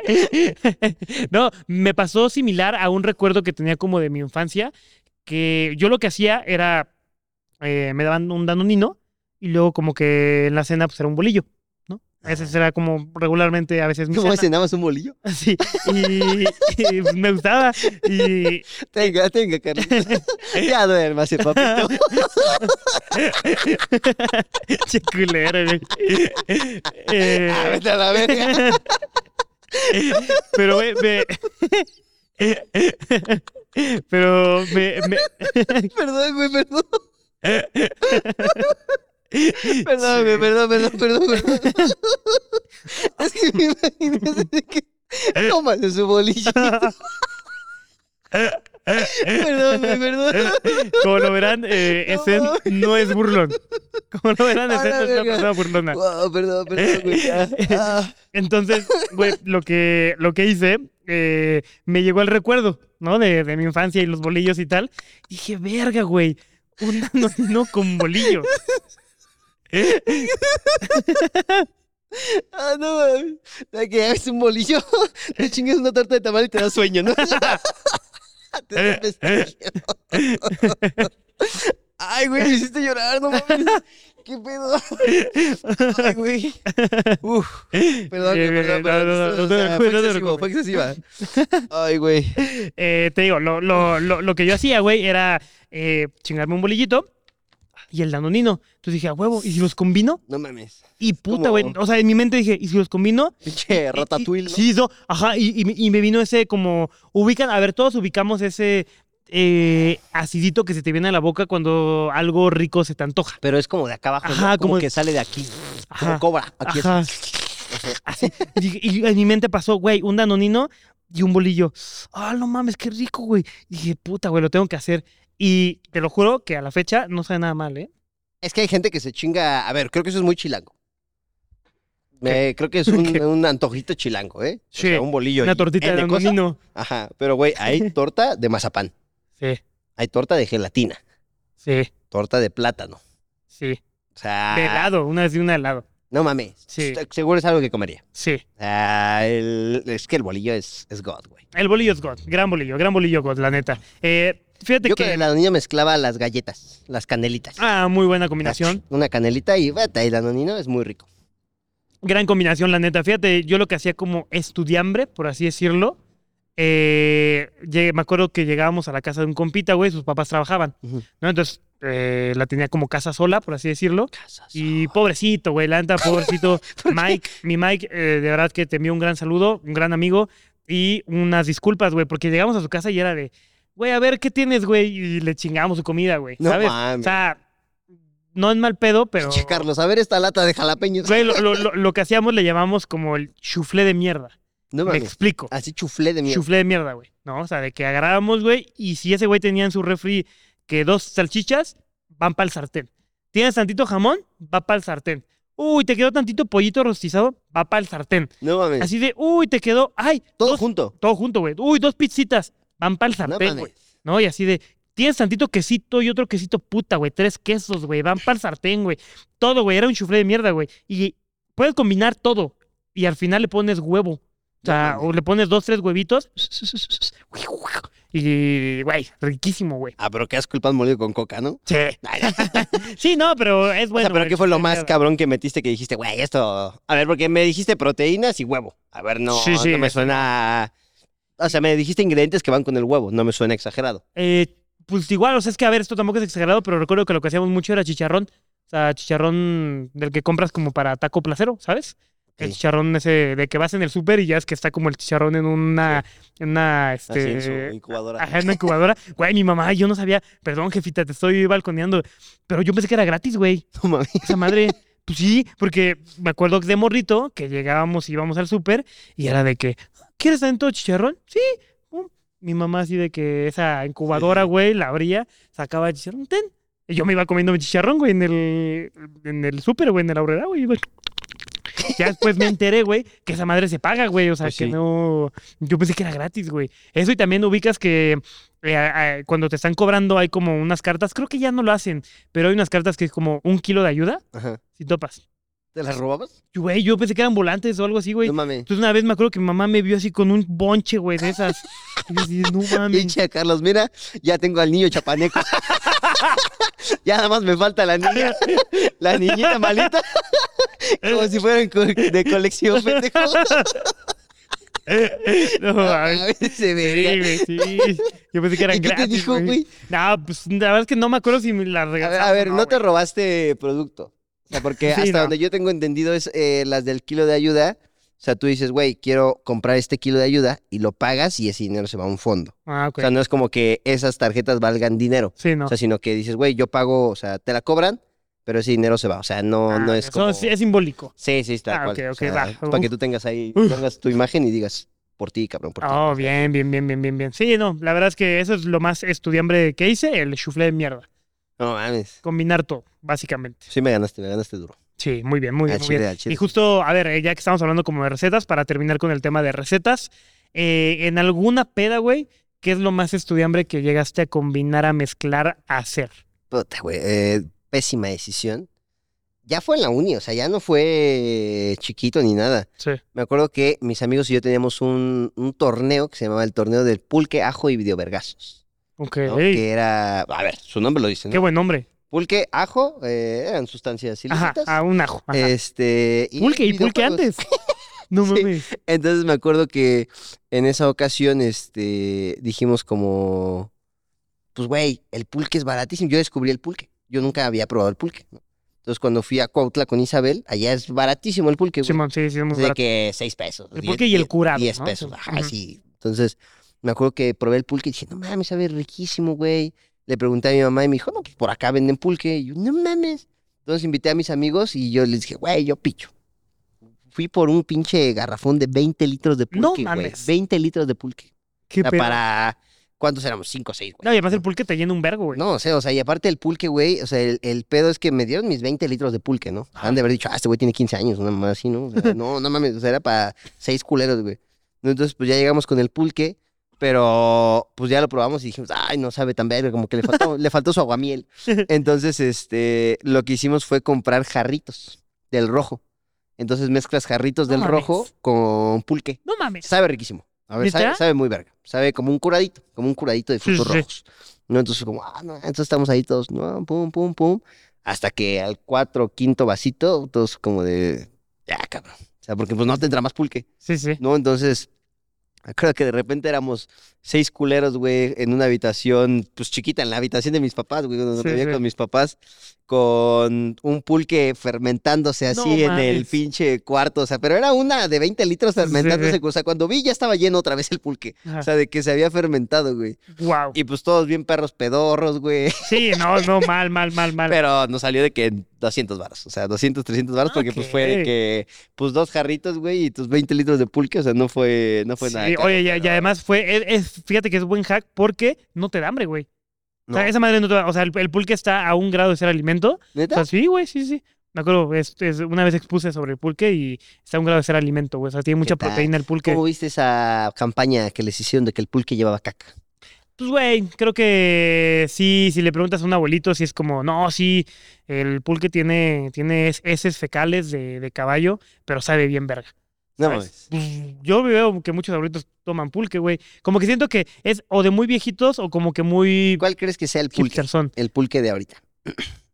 eh, <laughs> No, me pasó similar a un recuerdo que tenía como de mi infancia, que yo lo que hacía era, eh, me daban un danonino y luego como que en la cena pues era un bolillo, ¿no? Ese era como regularmente a veces mi
¿Cómo
cena.
cenabas un bolillo?
Sí, y, y me gustaba. Y <laughs>
Tenga, tenga, Carlos. <laughs> ya duérmase,
<laughs>
papito. <laughs>
che culero, güey. Eh,
Ah, Vete a la verga.
Pero me. me- <laughs> Pero me, me-
Perdón, güey, perdón. Perdón, güey, perdón, perdón, perdón, perdón. Es que me imaginé así que tómale su bolillo. Perdón, güey, perdón.
como lo verán, eh,
No
Esen
mames.
no es burlón. Como lo verán,
A
Esen
la
no es una
verga.
persona burlona.
Wow, perdón, perdón, güey. Ah, ah.
Entonces, güey, lo que, lo que hice, eh, me llegó el recuerdo, ¿no? De, de mi infancia y los bolillos y tal. Dije, verga, güey, un <laughs> no
<laughs>
con bolillo.
Ah, no, mames. De que hagas un bolillo, <laughs> te chingas una torta de tamal y te da sueño, ¿no? <laughs> te
Eh,
da pestillo. Ay, güey, me hiciste llorar, no <laughs> mames. ¿Qué pedo? Ay, güey. Uf. Perdón,
Eh,
güey, perdón,
no, no, no,
perdón.
no
O
te
sea, Fue
preocupes, no te
excesivo, fue excesiva. Ay, güey.
Eh, te digo, lo, lo- lo- lo que yo hacía, güey, era eh, chingarme un bolillito y el danonino. Entonces dije, a huevo, ¿y si los combino?
No mames.
Y puta, güey.
Como-
O sea, en mi mente dije, ¿y si los combino?
Pinche <laughs>
Y- y-
ratatouille, ¿no?
Sí, no, ajá, y, y me- y me vino ese como, ubican, a ver, todos ubicamos ese eh, acidito que se te viene a la boca cuando algo rico se te antoja.
Pero es como de acá abajo, ¿no?
Ajá,
como,
como-
que sale de aquí.
Ajá.
Como cobra. Aquí es-
Ajá. Así. Y, dije- y en mi mente pasó, güey, un danonino y un bolillo. Ah, no mames, qué rico, güey. Dije, puta, güey, lo tengo que hacer. Y te lo juro que a la fecha no sabe nada mal, ¿eh?
Es que hay gente que se chinga. A ver, creo que eso es muy chilango. Eh, creo que es <laughs> un, un antojito chilango, ¿eh?
Sí,
O sea, un bolillo.
Una
y
tortita de
N cosa.
danonino.
Ajá, pero güey, <laughs> hay torta de mazapán,
Sí,
hay torta de gelatina,
sí,
torta de plátano.
sí.
O sea,
De helado, una vez de un helado.
no mames.
Sí.
Estoy Seguro es algo que comería.
Sí.
Ah, el- es que el bolillo es, es God, güey.
El bolillo es God. Gran bolillo, gran bolillo God, la neta. Eh, fíjate
Yo creo
que.
que la niña mezclaba las galletas, las canelitas.
Ah, muy buena combinación.
Una canelita y vete, el anonino es muy rico.
Gran combinación, la neta. Fíjate, yo lo que hacía como estudiambre, por así decirlo. eh, llegué- me acuerdo que llegábamos a la casa de un compita, güey, sus papás trabajaban,
Ujú.
¿no? Entonces, eh, la tenía como casa sola, por así decirlo.
Casas.
Y pobrecito, güey, la neta,
<laughs>
pobrecito. Mike, mi Mike, eh, de verdad que te envío un gran saludo, un gran amigo y unas disculpas, güey, porque llegamos a su casa y era de, güey, a ver, ¿qué tienes, güey? Y le chingamos su comida, güey,
No
¿sabes? O
mames.
sea, no es mal pedo, pero...
Che, Carlos, a ver esta lata de jalapeños.
Güey, lo, lo- lo- lo que hacíamos le llamamos como el chuflé de mierda.
No
Me
mames.
explico.
Así chuflé de mierda.
Chuflé de mierda, güey. ¿No? O sea, de que agarrábamos, güey, y si ese güey tenía en su refri que dos salchichas, van para el sartén. Tienes tantito jamón, va para el sartén. Uy, te quedó tantito pollito rostizado, va para el sartén.
No mames.
Así de, uy, te quedó, ay,
Todo
dos-
junto.
todo junto, güey. Uy, dos pizzitas, van para
No
el sartén, güey.
mames.
¿no? Y así de, tienes tantito quesito y otro quesito puta, güey. Tres quesos, güey. Van para el sartén, güey. Todo, güey. Era un chuflé de mierda, güey. Y puedes combinar todo. Y al final le pones huevo. O sea,
mames.
o le pones dos, tres huevitos. Y, güey, riquísimo, güey.
Ah, pero qué asco el pan molido con coca, ¿no?
Sí. sí, no, pero es bueno.
o sea, pero
el
¿qué fue
chuflé
lo
de
más
mierda.
cabrón que metiste que dijiste, güey, esto? A ver, porque me dijiste proteínas y huevo. A ver, no,
Sí, sí.
no me suena. O sea, me dijiste ingredientes que van con el huevo, no me suena exagerado.
Eh, pues igual, o sea, es que a ver, esto tampoco es exagerado, pero recuerdo que lo que hacíamos mucho era chicharrón. O sea, chicharrón del que compras como para taco placero, ¿sabes? El
Ok.
chicharrón ese de que vas en el súper y ya es que está como el chicharrón en una, en una,
Así en su
este,
incubadora.
ajá, en
<laughs>
una incubadora. Güey, mi mamá, yo no sabía, perdón, jefita, te estoy balconeando, pero yo pensé que era gratis, güey.
No mames.
Esa madre. Pues sí, porque me acuerdo que de morrito que llegábamos, íbamos al súper y era de que, ¿quieres tanto chicharrón? Sí. pum. Mi mamá así de que esa incubadora,
Sí, sí, sí.
güey, la abría, sacaba el chicharrón, ten. Y yo me iba comiendo mi chicharrón, güey, en el, en el súper, güey, en el aurrera, güey. iba- Ya después me enteré, güey, que esa madre se paga, güey. O sea,
Pues
que
sí.
no... Yo pensé que era gratis, güey. Eso y también ubicas que eh, a- a- cuando te están cobrando hay como unas cartas, creo que ya no lo hacen, pero hay unas cartas que es como un kilo de ayuda
Ajá.
si topas.
¿Te las robabas?
Güey, yo pensé que eran volantes o algo así, güey.
No mames.
Entonces una vez me acuerdo que mi mamá me vio así con un bonche, güey,
<laughs>
de esas. Y yo así, no mames.
Pinche Carlos, mira, ya tengo al niño chapaneco. <laughs> ya nada más me falta la niña. la niñita
<laughs>
malita. Como si fueran co- de colección, pendejo.
<laughs> No
A
mames.
veces <laughs> se
Sí,
vería.
güey, sí. Yo pensé que eran
Ah, ¿Y qué te
gratis,
dijo, güey?
No, pues la verdad es que no me acuerdo si me las
A ver,
regalaron.
a ver, no, te
güey.
robaste producto. O sea, porque
<laughs> Sí,
hasta
no.
donde yo tengo entendido es eh, las del kilo de ayuda. O sea, tú dices, güey, quiero comprar este kilo de ayuda y lo pagas y ese dinero se va a un fondo.
Ah, ok.
O sea, no es como que esas tarjetas valgan dinero.
Sí, no.
O sea, sino que dices, güey, yo pago, o sea, te la cobran, pero ese dinero se va. O sea, no,
Ah,
no es
eso
como...
sí, es simbólico.
Sí, sí, está.
Ah,
cual.
ok, ok,
sea,
va.
es Para que tú tengas ahí, tengas tu imagen y digas, por ti, cabrón, por ti.
Oh, bien, bien, bien, bien, bien, bien. Sí, no, la verdad es que eso es lo más estudiambre que hice, el chufle de mierda.
No mames.
Combinar todo, básicamente.
Sí me ganaste, me ganaste duro.
Sí, muy bien, muy bien.
Al
muy
chile,
bien.
al chile.
Y justo, a ver, eh, ya que estamos hablando como de recetas, para terminar con el tema de recetas, eh, en alguna peda, güey, ¿qué es lo más estudiambre que llegaste a combinar, a mezclar, a hacer?
Puta, güey, eh, pésima decisión. Ya fue en la uni, o sea, ya no fue chiquito ni nada.
Sí.
Me acuerdo que mis amigos y yo teníamos un, un torneo que se llamaba el torneo del pulque, ajo y videovergazos.
Ok.
¿no? Que era, a ver, su nombre lo dice,
Qué
¿no?
buen nombre.
Pulque, ajo, eh, eran sustancias
Ajá,
ilícitas.
a un ajo. ajá.
Este,
pulque y pulque
videojuegos.
antes.
<laughs>
<laughs> No
Sí.
mames.
Entonces me acuerdo que en esa ocasión este, dijimos como, pues güey, el pulque es baratísimo. Yo descubrí el pulque. Yo nunca había probado el pulque. ¿no? Entonces cuando fui a Cuautla con Isabel, allá es baratísimo el pulque. güey.
Simón, sí, sí, es muy
Desde
barato.
que seis pesos.
El
diez-
pulque y el
diez-
curado,
Diez
¿no?
pesos, ajá,
Ujú.
sí. Entonces me acuerdo que probé el pulque y dije, no mames, sabe riquísimo, güey. Le pregunté a mi mamá y me dijo, no, pues por acá venden pulque. Y yo, no mames. Entonces invité a mis amigos y yo les dije, güey, yo picho. Fui por un pinche garrafón de 20 litros de
No
pulque, güey.
mames.
20 litros de pulque.
Qué
O sea,
pedo.
para... ¿Cuántos éramos? Cinco o seis, güey.
No, y además el pulque te llena un vergo, güey.
No, o sea, o sea, y aparte el pulque, güey, o sea, el, el pedo es que me dieron mis 20 litros de pulque, ¿no? Han de haber dicho, ah, este güey tiene 15 años, una mamá así, ¿no? O
<laughs>
sea, no, no mames, o sea, era para seis culeros, güey. Entonces, pues ya llegamos con el pulque, pero pues ya lo probamos y dijimos, ay, no sabe tan verga, como que le
<laughs>
faltó, le faltó su aguamiel. Entonces, este, lo que hicimos fue comprar jarritos del rojo. Entonces mezclas jarritos
No
del
mames.
rojo con pulque.
No mames.
Sabe riquísimo. A ver, sabe,
¿Neta?
sabe muy verga. Sabe como un curadito, como un curadito de
Sí,
frutos
sí, sí.
rojos. ¿No? Entonces, como, ah, no, entonces estamos ahí todos, no, pum, pum, pum. Hasta que al cuatro, quinto vasito, todos como de, ya, cabrón. O sea, porque pues no tendrá más pulque,
Sí, sí.
¿no? Entonces, creo que de repente éramos seis culeros, güey, en una habitación, pues chiquita, en la habitación de mis papás, güey, cuando
Sí,
vivía
sí.
con mis papás, con un pulque fermentándose así
No
en el
mames.
pinche cuarto, o sea, pero era una de 20 litros
Sí, Ah. sí,
fermentándose,
sí.
o sea, cuando vi ya estaba lleno otra vez el pulque, o sea, de que se había fermentado, güey.
Wow.
Y pues todos bien perros pedorros,
<laughs>
güey,
Sí, no, no, mal, mal, mal, mal.
pero nos salió de que 200 varos, o sea, 200, 300 varos, porque pues fue de
Ok.
que, pues dos jarritos, güey, y tus 20 litros de pulque, o sea, no fue, no fue
Sí,
pues, nada. caro,
oye, ya- y,
pero-
además fue, es- es- fíjate que es buen hack porque no te da hambre, güey. O sea,
No.
esa madre no te da, o sea, el, el pulque está a un grado de ser alimento. O
¿Neta?
sea, sí, güey, sí, sí. Me acuerdo, es- es- una vez expuse sobre el pulque y está a un grado de ser alimento, güey. O sea, tiene mucha
tal?
proteína el pulque.
¿Cómo viste esa campaña que les hicieron de que el pulque llevaba caca?
Pues, güey, creo que sí, si le preguntas a un abuelito, si es como, no, sí, el pulque tiene, tiene es- heces fecales de, de caballo, pero sabe bien verga.
No
¿sabes? Pues, yo veo que muchos abuelitos toman pulque, güey. Como que siento que es o de muy viejitos o como que muy
¿Cuál crees que sea el pulque?
hipsterzón.
El pulque de ahorita.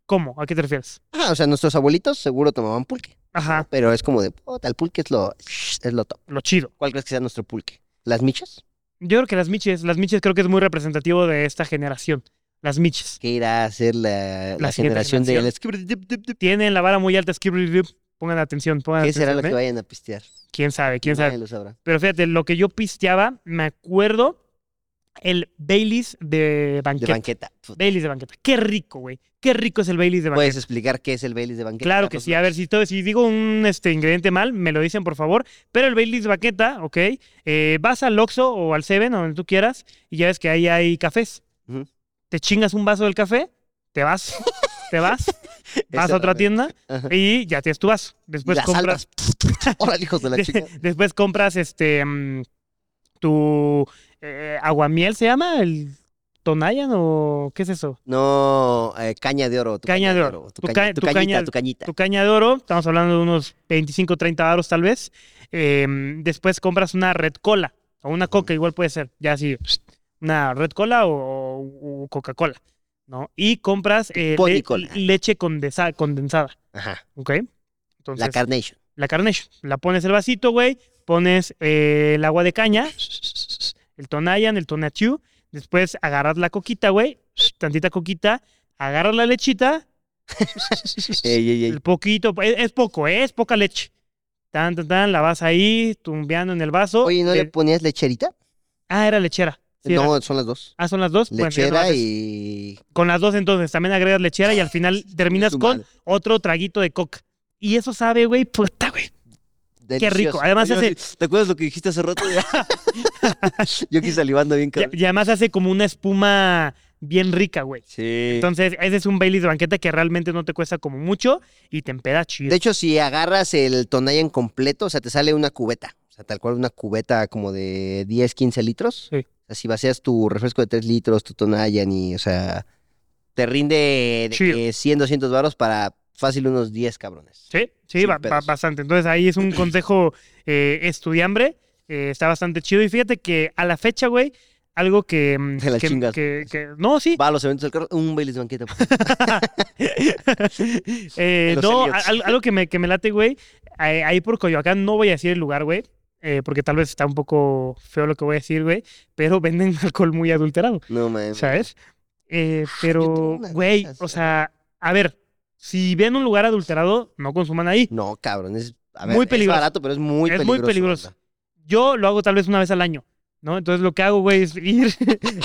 ¿Cómo? ¿A qué te refieres?
Ah, o sea, nuestros abuelitos seguro tomaban pulque.
Ajá,
Pero es como de, puta, el pulque es lo, es lo top.
lo chido.
¿Cuál crees que sea nuestro pulque? ¿Las michas?
Yo creo que las miches, las miches creo que es muy representativo de esta generación. Las miches.
¿Qué irá a ser la, la
La siguiente
generación de...
Tienen la vara muy alta, skip, pongan atención, pongan
¿Qué será lo
atención,
que
¿eh?
vayan a pistear?
¿Quién sabe? ¿Quién sabe?
Nadie lo sabrá.
Pero fíjate, lo que yo pisteaba, me acuerdo, el Baileys de
De
banqueta.
banqueta. Puta,
Baileys de banqueta. Qué rico, güey. Qué rico es el Baileys de banqueta.
¿Puedes explicar qué es el Baileys de banqueta? Pues
claro que
Carlos?
sí. A ver, si, todo, si digo un este, ingrediente mal, me lo dicen, por favor. Pero el Baileys de banqueta, ¿ok? eh, vas al Oxxo o al Seven, o donde tú quieras, y ya ves que ahí hay cafés.
Ujú.
Te chingas un vaso del café,
<laughs>
te vas, te vas, vas
Esa
a
era
otra
la-
tienda
Ajá.
y ya tienes tu vaso.
Y
Después
las
compras...
almas. <laughs> Órale, hijos
<laughs>
de la chica.
Después compras este mm, tu eh, aguamiel, ¿se llama? El, Tonayan o qué es eso?
No, eh, caña de oro. tu
Caña de oro,
Tu,
tu
caña-
ca-
tu
tu
cañita,
caña-
tu cañita.
Tu caña de oro, estamos hablando de unos 25, 30 aros tal vez. Eh, después compras una red cola o una coca, igual puede ser, ya así, una red cola o, o Coca-Cola, ¿no? Y compras eh, le-
Ponicola.
leche condesa- condensada,
Ajá,
¿ok? Entonces,
la
la, <laughs>
carnation.
Carnation, la pones el vasito, güey, pones eh, el agua de caña, el Tonayan, el Tonachu, después agarras la coquita, güey, tantita coquita, agarras la lechita,
Ey, ey, ey.
el poquito, es, es poco, ¿eh? es poca leche. Tan, tan, tan, la vas ahí tumbeando en el vaso.
Oye, ¿no
te-
le ponías lecherita?
Ah, era lechera. Sí, era.
No, son las dos.
Ah, son las dos. Bueno, ya
Lechera
lo haces.
y...
Con las dos entonces, también agregas lechera y
<laughs>
al final terminas
su
con
madre.
otro traguito de coca. Y eso sabe, güey,
<laughs>
puta, güey. rico.
Delicioso.
Además,
Yo
hace-
así, ¿Te acuerdas lo que dijiste hace rato? <laughs> Yo aquí salivando bien,
Y,
cabrón.
y además hace como una espuma bien rica, güey.
Sí.
Entonces, ese es un Bailey de banqueta que realmente no te cuesta como mucho y te empeda chido.
De hecho, si agarras el Tonayan completo, o sea, te sale una cubeta. O sea, tal cual una cubeta como de 10, 15 litros.
Sí.
O sea, si vacías tu refresco de 3 litros, tu Tonayan y, o sea, te rinde de
Chido.
que 100, 200 varos para fácil unos 10 cabrones.
Sí, sí,
Sin
ba- ba-
pedos.
bastante. Entonces
<clears throat>
ahí es un consejo eh, estudiambre. eh, está bastante chido. Y fíjate que a la fecha, güey, algo que. mm,
<laughs> Te la
que,
chingas.
que- que- no, sí.
Va a los eventos del carro, un Baileys banqueta. por favor.
<laughs> Eh,
<laughs> Los
no,
Elliots.
al- algo que me, que me late, güey. eh, Ahí por Coyoacán no voy a decir el lugar, güey. eh, porque tal vez está un poco feo lo que voy a decir, güey. Pero <laughs> venden alcohol muy adulterado.
No, man.
¿sabes? Eh,
yo tengo
pero,
Ah, una de
güey,
esas,
o
eh.
sea, a ver, si ven un lugar adulterado, no consuman ahí.
No, cabrón. Es, a ver,
Muy
es
peligroso.
barato, pero es muy
Es
peligroso.
muy peligroso.
banda.
Yo lo hago tal vez una vez al año, ¿no? Entonces lo que hago, güey, es ir, <laughs>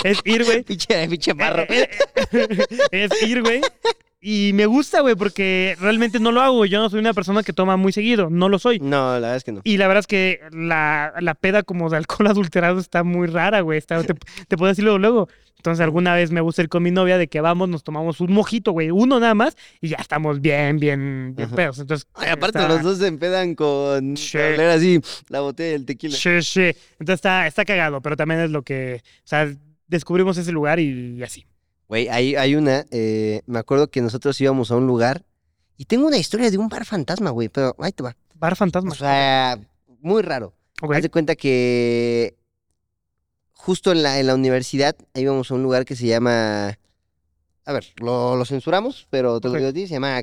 es ir, güey.
Pinche, pinche marro.
Eh, eh, <laughs> eh, es ir, güey. Y me gusta, güey, porque realmente no lo hago. Yo no soy una persona que toma muy seguido, no lo soy.
No, la verdad es que no.
Y la verdad es que la, la peda como de alcohol <laughs> adulterado está muy rara, güey. Está- te, te puedo decirlo luego. Entonces, alguna vez me gusta ir con mi novia de que vamos, nos tomamos un mojito, güey, uno nada más, y ya estamos bien, bien, bien
Ajá.
pedos. Entonces,
Ay, aparte,
está-
los dos se empedan con
Sí.
oler así la botella del tequila.
Sí, sí. Entonces está, está cagado, pero también es lo que. O sea, descubrimos ese lugar y, así.
Güey, hay, hay una, eh, me acuerdo que nosotros íbamos a un lugar y tengo una historia de un bar fantasma, güey, pero ahí te va.
Bar fantasma.
O sea, muy raro.
Ok.
Haz de cuenta que justo en la, en la universidad íbamos a un lugar que se llama... A ver, lo, lo censuramos, pero te
Ok.
lo digo a ti, se llama...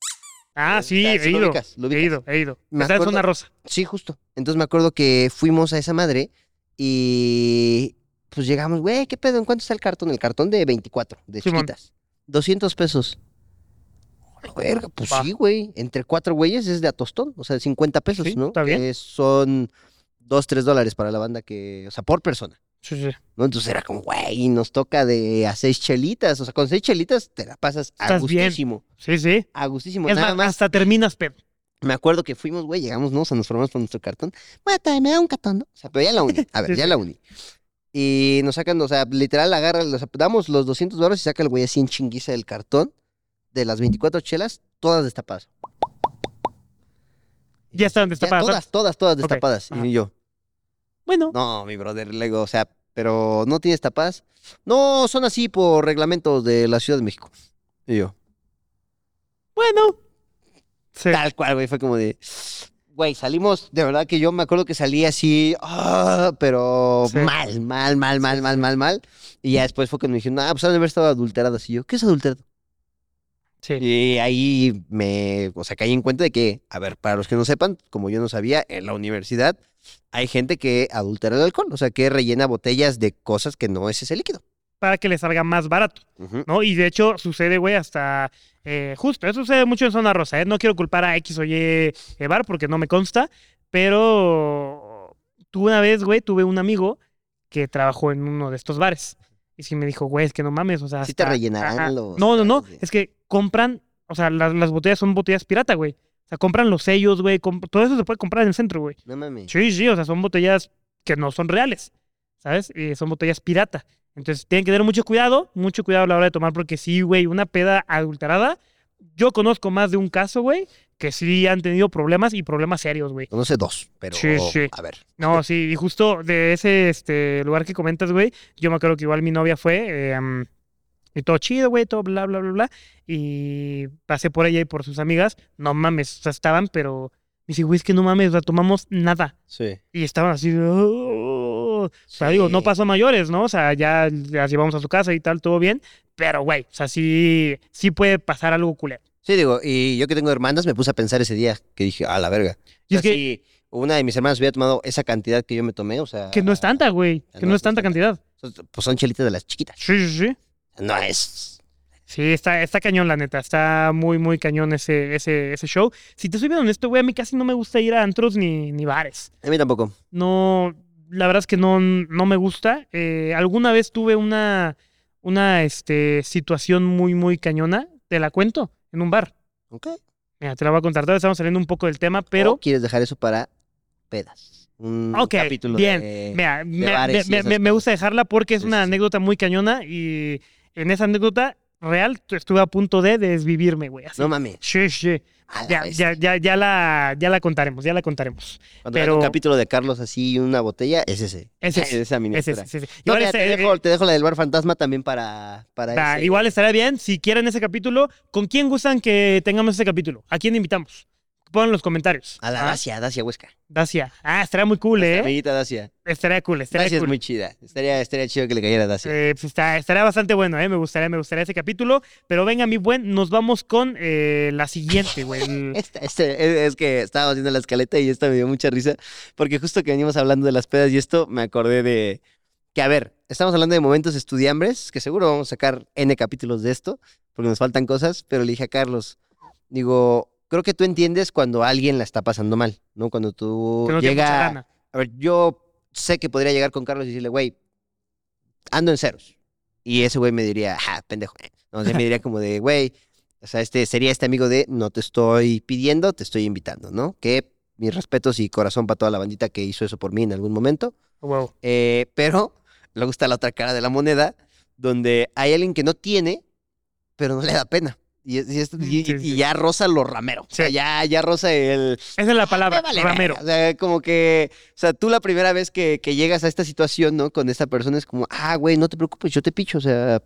Ah, sí,
Ah,
he
lo
ido.
ubicas, lo
He
ubicas.
ido, he ido.
Me
Está en
acuerdo-
zona rosa.
Sí, justo. Entonces me acuerdo que fuimos a esa madre y pues llegamos, güey, ¿qué pedo? ¿En cuánto está el cartón? El cartón de 24, de
Simón.
chiquitas. 200 pesos. Hola, verga, pues
Va.
sí, güey. Entre cuatro güeyes es de a tostón, o sea, 50 pesos,
Sí,
¿no?
está bien.
Que son 2, 3 dólares para la banda que, o sea, por persona.
Sí, sí.
¿no? Entonces era como, güey, nos toca de a seis chelitas. O sea, con seis chelitas te la pasas a
Estás bien.
gustísimo.
Sí, sí.
A gustísimo.
Es
Nada
más,
más
hasta terminas, pero.
me acuerdo que fuimos, güey, llegamos, ¿no? O sea, nos formamos por nuestro cartón. Mata, me da un cartón, ¿no? O sea, pero ya la uni. A ver,
<laughs> Sí,
ya
sí.
la uni. Y nos sacan, o sea, literal agarra, o sea, damos los 200 dólares y saca el güey así en chinguiza del cartón de las 24 chelas, todas destapadas.
Ya estaban destapadas.
todas, todas, todas
Ok,
destapadas.
ajá.
Y yo,
Bueno,
no, mi brother, le digo, o sea, pero no tienes tapadas. No, son así por reglamentos de la Ciudad de México. Y yo,
bueno. Sí.
Tal cual, güey, fue como de... Güey, salimos, de verdad que yo me acuerdo que salí así, ah, pero
Sí.
mal, mal, mal, mal, mal, mal, mal. Y ya después fue que me dijeron, ah, pues ha de haber estado adulterado. Así yo, ¿qué es adulterado?
Sí.
Y ahí me, o sea, caí en cuenta de que, a ver, para los que no sepan, como yo no sabía, en la universidad hay gente que adultera el alcohol, o sea, que rellena botellas de cosas que no es ese líquido.
Para que les salga más barato, ¿no? Y de hecho, sucede, güey, hasta. eh, justo, eso sucede mucho en zona rosa, ¿eh? No quiero culpar a X o Y eh, bar porque no me consta, pero. Tú una vez, güey, tuve un amigo que trabajó en uno de estos bares. Y sí me dijo, güey, es que no mames, o sea.
Sí te
hasta-
rellenarán
Ajá.
los
No, no, no.
tragos de-
Es que compran, o sea, las, las botellas son botellas pirata, güey. O sea, compran los sellos, güey. comp- todo eso se puede comprar en el centro, güey.
No mames.
Sí, sí, o sea, son botellas que no son reales, ¿sabes? Eh, son botellas pirata. Entonces, tienen que tener mucho cuidado, mucho cuidado a la hora de tomar, porque sí, güey, una peda adulterada. Yo conozco más de un caso, güey, que sí han tenido problemas y problemas serios, güey.
No sé dos, pero
Sí, sí.
a ver.
No, sí, y justo de ese este, lugar que comentas, güey, yo me acuerdo que igual mi novia fue, eh, mm, Y todo chido, güey, todo bla, bla, bla, bla. Y pasé por ella y por sus amigas. No mames, o sea, estaban, pero me dice, güey, es que no mames, o sea, tomamos nada.
Sí.
Y estaban así, "Oh". o sea, digo, no
Sí.
pasó a mayores, ¿no? O sea, ya las llevamos a su casa y tal, todo bien. Pero, güey, o sea, sí, sí puede pasar algo culero.
Sí, digo, y yo que tengo hermanas me puse a pensar ese día que dije, a la verga.
Y es
O sea,
que,
si una de mis hermanas hubiera tomado esa cantidad que yo me tomé, o sea.
que no es tanta, güey, que no, es tanta cantidad.
Pues son chelitas de las chiquitas.
Sí, sí, sí.
No es.
Sí, está, está cañón, la neta. Está muy, muy cañón ese, ese, ese show. Si te soy bien honesto, güey, a mí casi no me gusta ir a antros ni, ni bares.
A mí tampoco.
No, la verdad es que no, no me gusta. Eh, alguna vez tuve una, una este, situación muy, muy cañona. Te la cuento en un bar.
Ok.
Mira, te la voy a contar. Todavía estamos saliendo un poco del tema, pero.
¿O quieres dejar eso para pedas. Un
Ok,
capítulo
bien.
de-
Mira, me, me-
bares y
me-
esas
me- me
cosas.
gusta dejarla porque es
Sí,
una
sí, sí.
anécdota muy cañona y en esa anécdota real estuve a punto de desvivirme, güey. así.
No Ah, pues mames.
Sí, sí.
a la
Ya,
bestia.
ya, ya, ya, la, ya la contaremos, ya la contaremos.
Cuando vean
pero-
un capítulo de Carlos así y una botella, es ese.
Es ese,
<laughs> esa
Ese,
miniatura.
sí, sí, sí.
No,
Igual,
mira,
ese- eh,
te, dejo, eh, te dejo la del bar fantasma también para, para
va,
ese.
igual estará bien. Si quieren ese capítulo, ¿con quién gustan que tengamos ese capítulo? ¿A quién invitamos? Pon en los comentarios.
A la
Ah,
Dacia, Dacia Huesca.
Dacia. Ah, estará muy cool,
Nuestra
¿eh?
Amiguita Dacia.
Estará cool, estará
Dacia es
cool.
muy chida. Estaría, estaría chido que le cayera a Dacia.
Eh, pues está, estará bastante bueno, ¿eh? Me gustaría, me gustaría ese capítulo. Pero venga, mi buen, nos vamos con eh, la siguiente, güey. El-
Esta- este, <laughs> es, es que estaba haciendo la escaleta y esta me dio mucha risa. Porque justo que venimos hablando de las pedas y esto, me acordé de. Que a ver, estamos hablando de momentos estudiambres, que seguro vamos a sacar N capítulos de esto, porque nos faltan cosas, pero le dije a Carlos, digo, creo que tú entiendes cuando alguien la está pasando mal, ¿no? Cuando tú
que no tiene mucha
llega.
lana.
A ver, yo sé que podría llegar con Carlos y decirle, güey, ando en ceros. Y ese güey me diría, ah, pendejo. <laughs> No, o sea, me diría como de, güey, o sea, este sería este amigo de, no te estoy pidiendo, te estoy invitando, ¿no? Que mis respetos y corazón para toda la bandita que hizo eso por mí en algún momento.
Oh, Wow.
Eh, pero <laughs> luego está la otra cara de la moneda, donde hay alguien que no tiene, pero no le da pena. Y, es- y es- y-
<laughs> Sí,
y
sí.
ya rosa lo ramero. O sea,
Sí.
ya, ya rosa el,
Esa es la palabra,
Ah, me vale
Ramero.
verga. Eh, O sea, como que, o sea, tú la primera vez que, que llegas a esta situación, ¿no? Con esta persona es como, ah, güey, no te preocupes, yo te picho, o sea,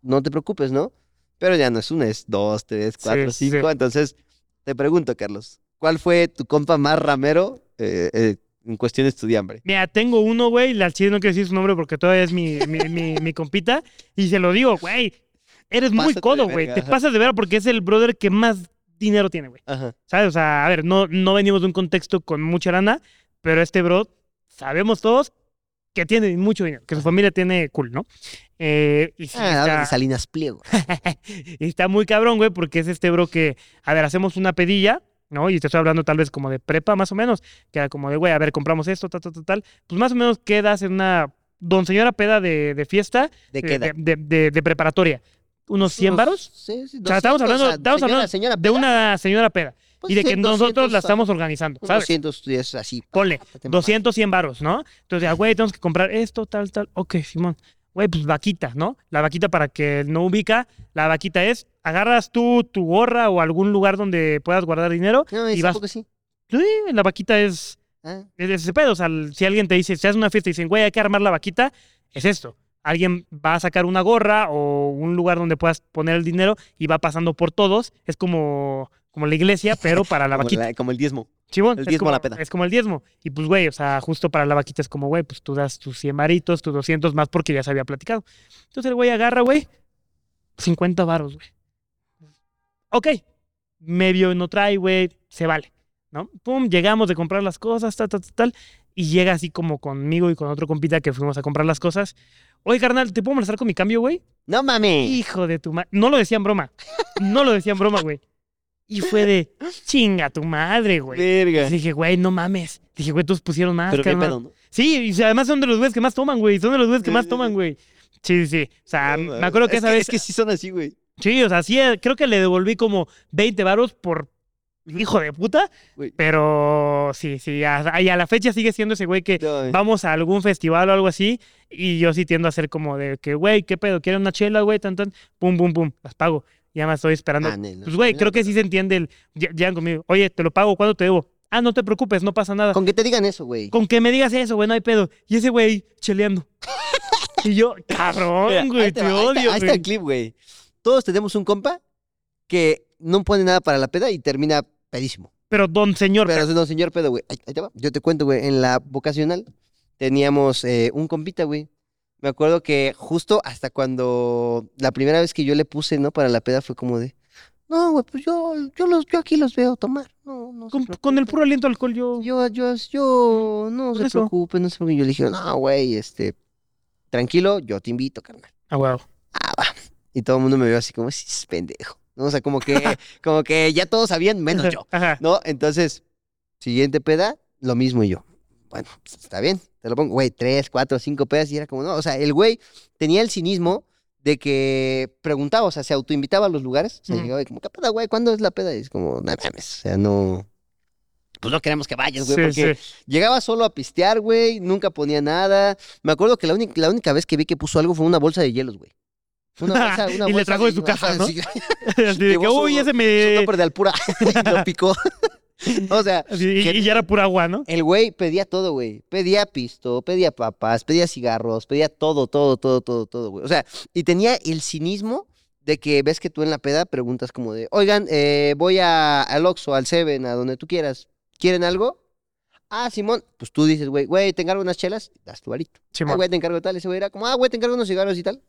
no te preocupes, ¿no? Pero ya no es una, es dos, tres, cuatro,
Sí, sí.
cinco. Entonces, te pregunto, Carlos, ¿cuál fue tu compa más ramero eh, eh, en cuestión de estudiambre?
Mira, tengo uno, güey, la chile no quiero decir su nombre porque todavía es mi, mi, mi- mi compita. Y se lo digo, güey, eres
Pásate
muy
de
codo, güey.
verga,
Te
ajá.
pasas de ver porque es el brother que más dinero tiene, güey.
Ajá.
¿Sabes? O sea, a ver, no, no venimos de un contexto con mucha lana, pero este bro, sabemos todos que tiene mucho dinero, que su familia tiene cool, ¿no? Eh, y sí,
Ah, habla de
está-
Salinas Pliego.
y está muy cabrón, güey, porque es este bro que, a ver, hacemos una pedilla, ¿no? Y te estoy hablando tal vez como de prepa, más o menos, que era como de, güey, a ver, compramos esto, tal, tal, tal, tal. Pues más o menos quedas en una don señora peda de, de fiesta,
¿De
eh,
qué edad?
de, de- de preparatoria. ¿Unos 100 varos
Sí, sí,
O sea, estamos
200,
hablando- estamos
señora,
hablando
señora,
de una señora peda.
pues,
Y de
sí,
que nosotros
200,
la estamos organizando,
unos
¿sabes?
210 así.
Ponle,
pátate,
200, 100 varos, ¿no? Entonces, ah, güey, tenemos que comprar esto, tal, tal. Ok, Simón. Güey, pues vaquita, ¿no? La vaquita para que no ubica, la vaquita es, agarras tú tu gorra o algún lugar donde puedas guardar dinero.
No,
y
es
vas-
un poco así.
Sí, la vaquita es,
Ah,
es ese pedo. O sea, si alguien te dice, si haces una fiesta y dicen, güey, hay que armar la vaquita, es esto. Alguien va a sacar una gorra o un lugar donde puedas poner el dinero y va pasando por todos. Es como, como la iglesia, pero para
<laughs>
la
como,
vaquita.
la- como el diezmo.
Simón,
El
es
diezmo
como,
a la peda.
Es como el diezmo. Y pues, güey, o sea, justo para la vaquita es como, güey, pues tú das tus 100 varitos, tus 200 más porque ya se había platicado. Entonces el güey agarra, güey, 50 varos, güey. Ok, medio no trae, güey, se vale, ¿no? Pum, llegamos de comprar las cosas, tal, tal, tal, tal. Y llega así como conmigo y con otro compita que fuimos a comprar las cosas. Oye, carnal, ¿te puedo molestar con mi cambio, güey?
No mames.
Hijo de tu madre. No lo decían broma. No lo decían broma, güey. Y fue de chinga tu madre, güey.
Verga.
Le dije, güey, no mames. Le dije, güey, todos pusieron más,
Pero qué
carnal.
pedo, ¿no?
Sí, y si además son de los güeyes que más toman, güey. Son de los güeyes que
Sí,
más
sí,
toman,
sí.
güey. Sí, sí, sí. O sea,
No,
Ah, me
mames.
acuerdo que
Eh, Es
esa vez.
Es que sí son así, güey.
Sí, o sea, sí, eh, creo que le devolví como 20 varos por hijo de puta.
Güey.
Pero sí, sí. a- y a la fecha sigue siendo ese güey que
No, mames.
vamos a algún festival o algo así. Y yo sí tiendo a ser como de que, güey, ¿qué pedo? ¿Quieres una chela, güey? Tan, tan. Pum, pum, pum. Las pago. Ya me estoy esperando.
Ah, nel, no.
Pues, güey,
No,
creo que
no.
sí se entiende el. lle- Llegan conmigo. Oye, te lo pago, ¿cuándo te debo? Ah, no te preocupes, no pasa nada. Con,
Con que te digan eso, güey. <laughs>
que me digas eso, güey, no hay pedo. Y ese güey, cheleando. Y yo,
Mira,
cabrón,
ahí
güey,
te
te,
va, ahí está-
odio,
Ahí está
güey.
el clip, güey. Todos tenemos un compa que no pone nada para la peda y termina pedísimo.
Pero don señor,
Pero no, señor pedo, güey. Ahí, ahí te va. Yo te cuento, güey. En la vocacional teníamos eh, un compita, güey. Me acuerdo que justo hasta cuando la primera vez que yo le puse, ¿no? Para la peda fue como de, no, güey, pues yo, yo, los, yo aquí los veo tomar. No, no se
con, con el
preocupen".
puro aliento al alcohol yo...
Yo, yo, yo, no
Por
se
eso.
preocupe, no se preocupe. Yo le dije, no, güey, este, tranquilo, yo te invito, carnal.
Ah, wow.
Y todo el mundo me vio así como, sí, es pendejo. ¿no? O sea, como
<laughs>
que, como que ya todos sabían, menos yo.
Ajá.
¿No? Entonces, siguiente peda, lo mismo y yo. Bueno, pues, está bien, te lo pongo. Güey, tres, cuatro, cinco pedas y era como, no. O sea, el güey tenía el cinismo de que preguntaba, o sea, se autoinvitaba a los lugares. Se
Ujú.
llegaba y como, ¿qué peda, güey? ¿Cuándo es la peda? Y es como, no mames, o sea, no... Pues no queremos que vayas, güey,
Sí,
porque
sí.
<laughs>
<laughs>
Llegaba solo a pistear, güey, nunca ponía nada. Me acuerdo que la, única- la única vez que vi que puso algo fue una bolsa de hielos, güey. Una
<laughs>
bolsa, una
Y le
bolsa
trajo de su casa,
ajá,
¿no?
sí, <laughs> su
Así de que,
Llegó su-
uy, ese me...
topper de Alpura. <laughs> y lo picó. o sea,
Así, Y,
que-
y ya era pura agua, ¿no?
el güey pedía todo, güey. Pedía pisto, pedía papas, pedía cigarros, pedía todo, todo, todo, todo, todo, güey. O sea, y tenía el cinismo de que ves que tú en la peda preguntas como de, oigan, eh, voy a, al Oxxo, al Seven, a donde tú quieras. ¿Quieren algo? Ah, Simón. Pues tú dices, güey, güey, te encargo unas chelas, das tu varito. Ah,
Simón.
güey, te encargo tal. Ese güey era como, ah, güey, te encargo unos cigarros y tal.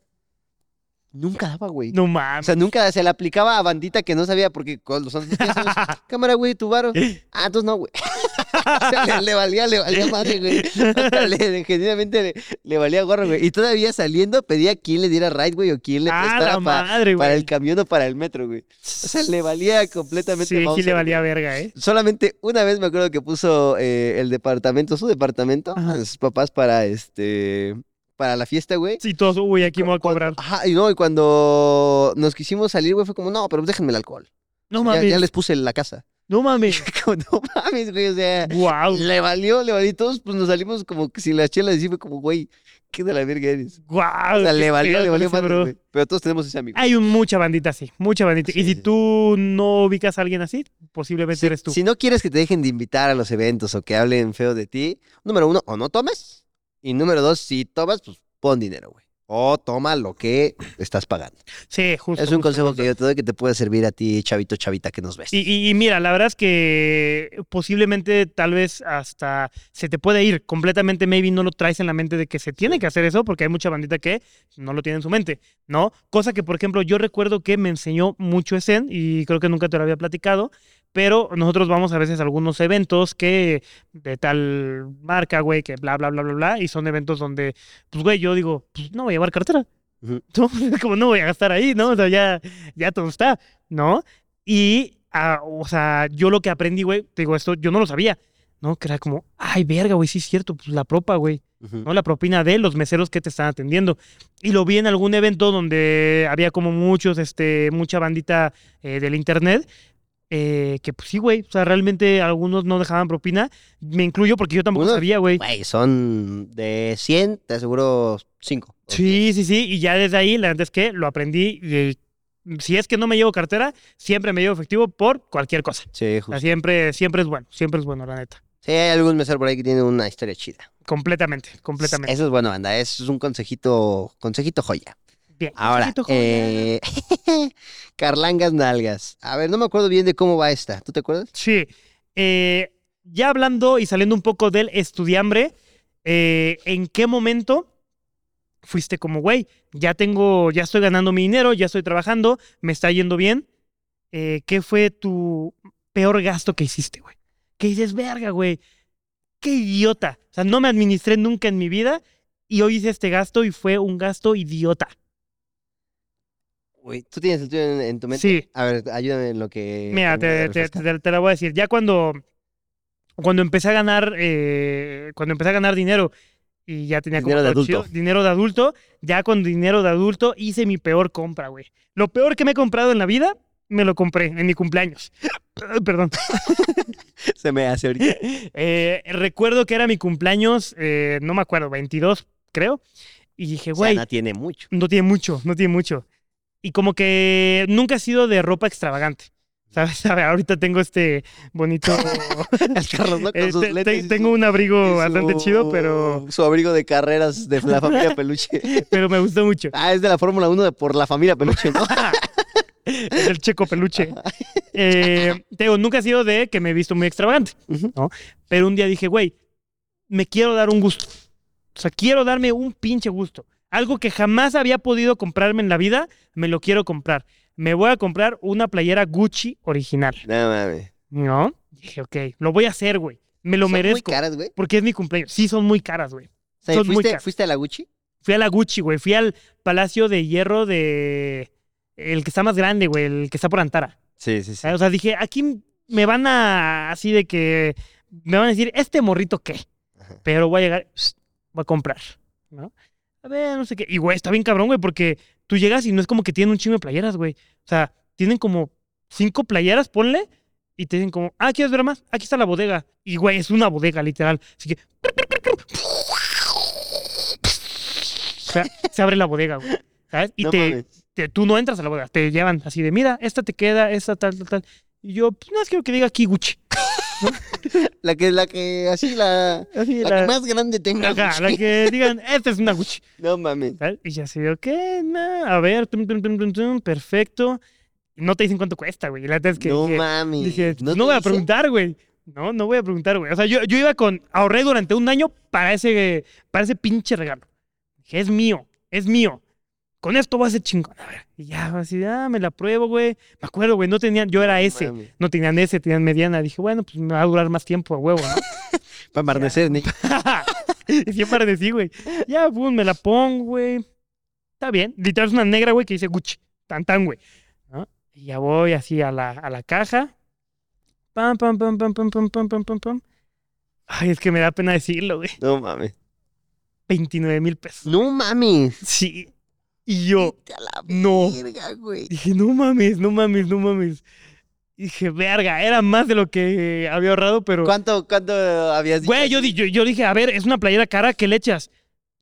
Nunca daba, güey.
No
O
mames.
sea, nunca se le aplicaba a bandita que no sabía porque con los santos pies,
<laughs>
¿sabes? cámara, güey, tu varo. Ah, entonces no, güey. <laughs> o sea, le, le valía, le valía madre,
<laughs>
güey. O sea, le, genuinamente le, le valía gorro, güey. Y todavía saliendo pedía quién le diera ride, güey, o quién le
ah,
prestara
la
pa-
madre, güey.
para el camión o para el metro, güey. O sea, le valía completamente
Sí, sí
Mauser,
le
güey.
valía
<laughs>
verga, ¿eh?
Solamente una vez me acuerdo que puso eh, el departamento, su departamento,
Ajá.
a sus papás para este para la fiesta, güey.
Sí, todos, uy, aquí me voy a
Cuando-
cobrar.
Ajá, y no, y cuando nos quisimos salir, güey, fue como, no, pero pues déjenme el alcohol.
No
Ya, ya
mames,
les puse la casa. <laughs>
no mames.
Como, no mames, güey, o sea, <laughs>
Wow,
le valió, le valió. Y todos pues, nos salimos como que sin las chelas y sí fue como, güey, ¿qué de la verga eres?
wow.
O sea, le valió, le valió madre, güey. Pero todos tenemos ese amigo.
Hay un- mucha bandita así, mucha bandita.
Sí,
y si
sí.
tú no ubicas a alguien así, posiblemente
Si,
eres tú.
si no quieres que te dejen de invitar a los eventos o que hablen feo de ti, número uno, o no tomes. Y número dos, si tomas, pues pon dinero, güey. O toma lo que estás pagando.
Sí, justo.
es un
justo,
consejo
justo.
que yo te doy que te puede servir a ti, chavito, chavita, que nos ves.
Y, y- y mira, la verdad es que posiblemente tal vez hasta se te puede ir completamente, maybe no lo traes en la mente de que se tiene que hacer eso, porque hay mucha bandita que no lo tiene en su mente, ¿no? Cosa que, por ejemplo, yo recuerdo que me enseñó mucho Esen y creo que nunca te lo había platicado, pero nosotros vamos a veces a algunos eventos que de tal marca, güey, que bla, bla, bla, bla, bla, y son eventos donde, pues, güey, yo digo, pues no voy a llevar cartera.
Ujú.
<laughs> ¿no? Como no voy a gastar ahí, ¿no? O sea, ya, ya todo está, ¿no? Y, ah, o sea, yo lo que aprendí, güey, te digo esto, yo no lo sabía, ¿no? Que era como, ay, verga, güey, sí es cierto, pues la propa, güey,
Ujú.
¿no? La propina de los meseros que te están atendiendo. Y lo vi en algún evento donde había como muchos, este, mucha bandita eh, del internet. eh, que pues sí, güey. O sea, realmente algunos no dejaban propina. Me incluyo porque yo tampoco
Unos,
sabía, güey.
Güey, son de 100, te aseguro 5.
Sí, sí, sí. Y ya desde ahí, la verdad es que lo aprendí. y, si es que no me llevo cartera, siempre me llevo efectivo por cualquier cosa.
Sí,
O sea,
justo.
siempre, siempre es bueno, siempre es bueno, la neta.
Sí, hay algún mesero por ahí que tiene una historia chida.
Completamente, completamente.
Eso es bueno, anda. Eso es un consejito, consejito joya.
Bien,
Ahora,
chiquito, joven.
eh, <laughs> Carlangas Nalgas. A ver, no me acuerdo bien de cómo va esta. ¿Tú te acuerdas?
Sí. eh, ya hablando y saliendo un poco del estudiambre, eh, ¿en qué momento fuiste como, güey, ya tengo, ya estoy ganando mi dinero, ya estoy trabajando, me está yendo bien? eh, ¿Qué fue tu peor gasto que hiciste, güey? ¿Qué dices, verga, güey? ¡Qué idiota! O sea, no me administré nunca en mi vida y hoy hice este gasto y fue un gasto idiota.
Güey, ¿Tú tienes el tuyo en, en tu mente?
Sí.
A ver, ayúdame en lo que...
Mira,
que me
te, te,
refresca.
te- te la voy a decir. Ya cuando, cuando empecé a ganar, eh, cuando empecé a ganar dinero y ya tenía como
Dinero de
todo chido,
adulto.
dinero de adulto, ya con dinero de adulto hice mi peor compra, güey. Lo peor que me he comprado en la vida, me lo compré en mi cumpleaños. <laughs> Perdón.
<laughs> Se me hace ahorita.
Eh, recuerdo que era mi cumpleaños, eh, no me acuerdo, 22, creo. Y dije,
O sea,
<laughs> güey,
no tiene mucho. <laughs>
no tiene mucho, no tiene mucho. Y como que nunca he sido de ropa extravagante. <laughs> ¿Sabes? A ver, ahorita tengo este bonito.
El Carlos, <laughs> ¿no? Con
eh,
sus
te- te-
lentes y
tengo
su-
un
y
abrigo bastante
su- <laughs>
chido, pero,
Su abrigo de carreras de la
<laughs>
familia Peluche.
pero me gustó mucho.
Ah, es de la Fórmula 1 de por la familia Peluche,
<laughs>
¿no?
Es el checo peluche. Eh, te digo, nunca ha sido de que me he visto muy extravagante,
Ujú.
¿no? Pero un día dije, güey, me quiero dar un gusto. O sea, quiero darme un pinche gusto. Algo que jamás había podido comprarme en la vida, me lo quiero comprar. Me voy a comprar una playera Gucci original,
No mames.
¿no? Dije, ok, lo voy a hacer, güey. Me lo
Son
merezco.
muy caras, güey.
Porque es mi cumpleaños. Sí, son muy caras, güey.
O sea,
Son muy
¿fuiste,
caras.
fuiste a la Gucci?
Fui a la Gucci, güey. Fui al Palacio de Hierro de... El que está más grande, güey. El que está por Antara.
Sí, sí, sí.
O sea, dije, aquí me van a así de que me van a decir, este morrito qué. Pero voy a llegar, voy a comprar, ¿no? A ver, no sé qué. Y güey, está bien cabrón, güey, porque tú llegas y no es como que tienen un chingo de playeras, güey. O sea, tienen como cinco playeras, ponle, y te dicen como, ah, ¿quieres ver más? Aquí está la bodega. Y güey, es una bodega, literal. Así que. O sea, se abre la bodega, güey. ¿Sabes? Y
No
te,
mames.
te- tú no entras a la bodega, te llevan así de, mira, esta te queda, esta tal, tal, tal. Y yo, pues nada, más quiero que diga aquí Gucci.
La que, la que, así la,
Así,
la,
la-
que más grande tenga <laughs>
Ajá,
Gucci.
la que digan, esta es una Gucci.
No mames.
¿sabes? Y ya se dio, ¿qué? No, a ver, tum, tum, tum, tum, tum, perfecto. Y no te dicen cuánto cuesta, güey. La verdad es que
no
dije,
mames.
dije, "Pues, no,
te
voy a
dice?
preguntar, güey. No, no voy a preguntar, güey. O sea, yo, yo iba con, ahorré durante un año para ese, para ese pinche regalo. Dije, es mío, es mío. Con esto va a ser chingón. A ver, y ya, así, ah, me la pruebo, güey. Me acuerdo, güey, no tenían, yo era ese.
Mames.
No tenían ese, tenían mediana. Dije, bueno, pues me va a durar más tiempo, a huevo, ¿no? <laughs>
Para embarnecer, ni.
y siempre decí, güey. Ya, boom, me la pongo, güey. Está bien. Literal es una negra, güey, que dice Gucci. Tan, tan, güey. ¿no? Y ya voy así a la, a la caja. Pam, pam, pam, pam, pam, pam, pam, pam, pam, pam. Ay, es que me da pena decirlo, güey.
No mames.
29 mil pesos.
No mames.
Sí. Y yo,
Vete a la
no.
verga, güey.
Dije, no mames, no mames, no mames. Dije, verga, era más de lo que había ahorrado, pero...
¿Cuánto, cuánto habías dicho?
Güey, yo, di- yo, yo dije, a ver, es una playera cara, ¿qué le echas?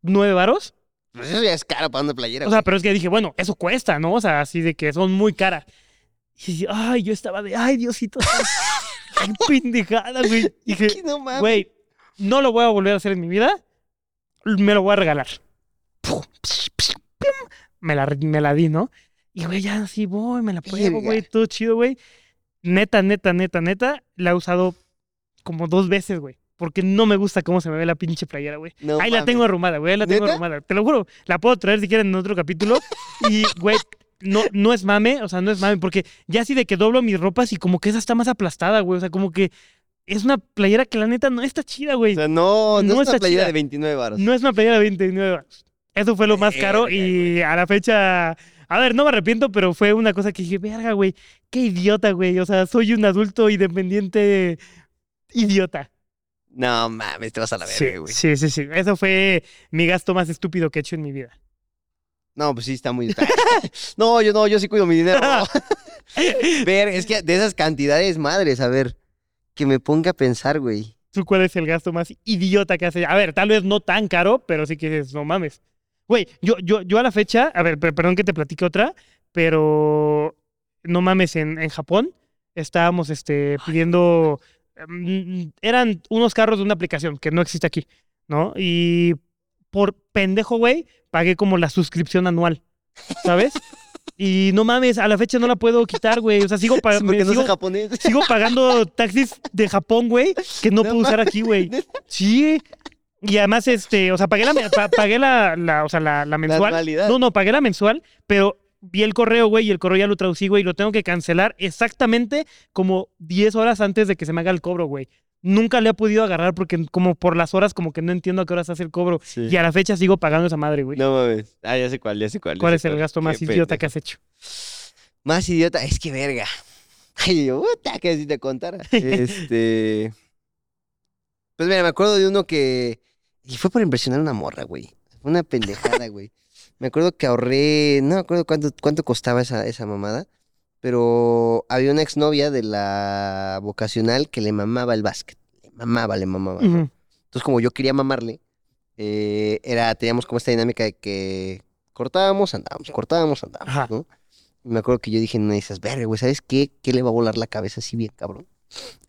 ¿Nueve varos?
Pues eso ya es caro para una playera.
O sea, pero es que dije, bueno, eso cuesta, ¿no? O sea, así de que son muy caras. Y ay, yo estaba de, ay, Diosito. <laughs> Qué
<laughs>
pendejada, güey.
güey.
Dije,
¿Qué? no mames.
güey, no lo voy a volver a hacer en mi vida. Me lo voy a regalar. Pum, psh, psh, pum. Me la, me la di, ¿no? Y, güey, ya así voy, me la pruebo,
Verga.
güey, todo chido, güey. Neta, neta, neta, neta, la he usado como dos veces, güey. Porque no me gusta cómo se me ve la pinche playera, güey.
No
ahí la
mames.
tengo arrumada, güey, ahí la tengo
¿Neta?
arrumada. Te lo juro, la puedo traer si quieren en otro capítulo.
<laughs>
Y, güey, no, no es mame, o sea, no es mame, porque ya así de que doblo mis ropas y como que esa está más aplastada, güey. O sea, como que es una playera que la neta no está chida,
O
güey.
sea, no, no,
No
es una
está
playera
chida.
de 29 baros.
No es una playera de 29 baros. Eso fue lo más caro
Verga,
y a la fecha... A ver, no me arrepiento, pero fue una cosa que dije, verga, güey, qué idiota, güey. O sea, soy un adulto independiente idiota.
No mames, te vas a la
Sí,
verga, güey.
sí, sí, sí. Eso fue mi gasto más estúpido que he hecho en mi vida.
No, pues sí, está muy. <laughs> no, yo no, yo sí cuido mi dinero.
<laughs>
Ver, es que de esas cantidades madres, a ver, que me ponga a pensar, güey.
¿Tú cuál es el gasto más idiota que has hecho? A ver, tal vez no tan caro, pero sí que dices, no mames. Güey, yo, yo, yo a la fecha, a ver, per- perdón que te platique otra, pero no mames, en, en Japón estábamos este, pidiendo, mm, eran unos carros de una aplicación que no existe aquí, ¿no? Y por pendejo, güey, pagué como la suscripción anual,
<laughs>
¿sabes? Y no mames, a la fecha no la puedo quitar, güey. O sea, sigo, pa-
Sí, porque
me
no
sigo-
soy japonés. <laughs>
Sigo pagando taxis de Japón, güey, que no,
No
puedo usar aquí, güey. Sí. Y además, este, o sea, pagué la, me- pa- pagué la, la- o sea, la, la
La
mensual.
anualidad.
no, no, pagué la mensual, pero vi el correo, güey, y el correo ya lo traducí, güey, y lo tengo que cancelar exactamente como 10 horas antes de que se me haga el cobro, güey. Nunca le he podido agarrar porque como por las horas como que no entiendo a qué horas hace el cobro.
Sí.
Y a la fecha sigo pagando esa madre, güey.
No mames. Ah, ya sé cuál, ya sé cuál. ya
¿Cuál
sé
es el gasto más
Qué
idiota que
pendejo.
has hecho?
Más idiota, es que verga. <laughs> Ay, yo, puta, que si te contara. Este. Pues mira, me acuerdo de uno que. Y fue por impresionar a una morra, güey. Fue una pendejada, güey. Me acuerdo que ahorré. No me acuerdo cuánto, cuánto costaba esa, esa mamada. Pero había una exnovia de la vocacional que le mamaba el básquet. Le mamaba, le mamaba. ¿no?
Ujú.
Entonces, como yo quería mamarle, eh, era, teníamos como esta dinámica de que cortábamos, andábamos, cortábamos, andábamos,
Ajá.
¿no? me acuerdo que yo dije en una de esas, verga, güey, ¿sabes qué? ¿Qué le va a volar la cabeza así bien, cabrón?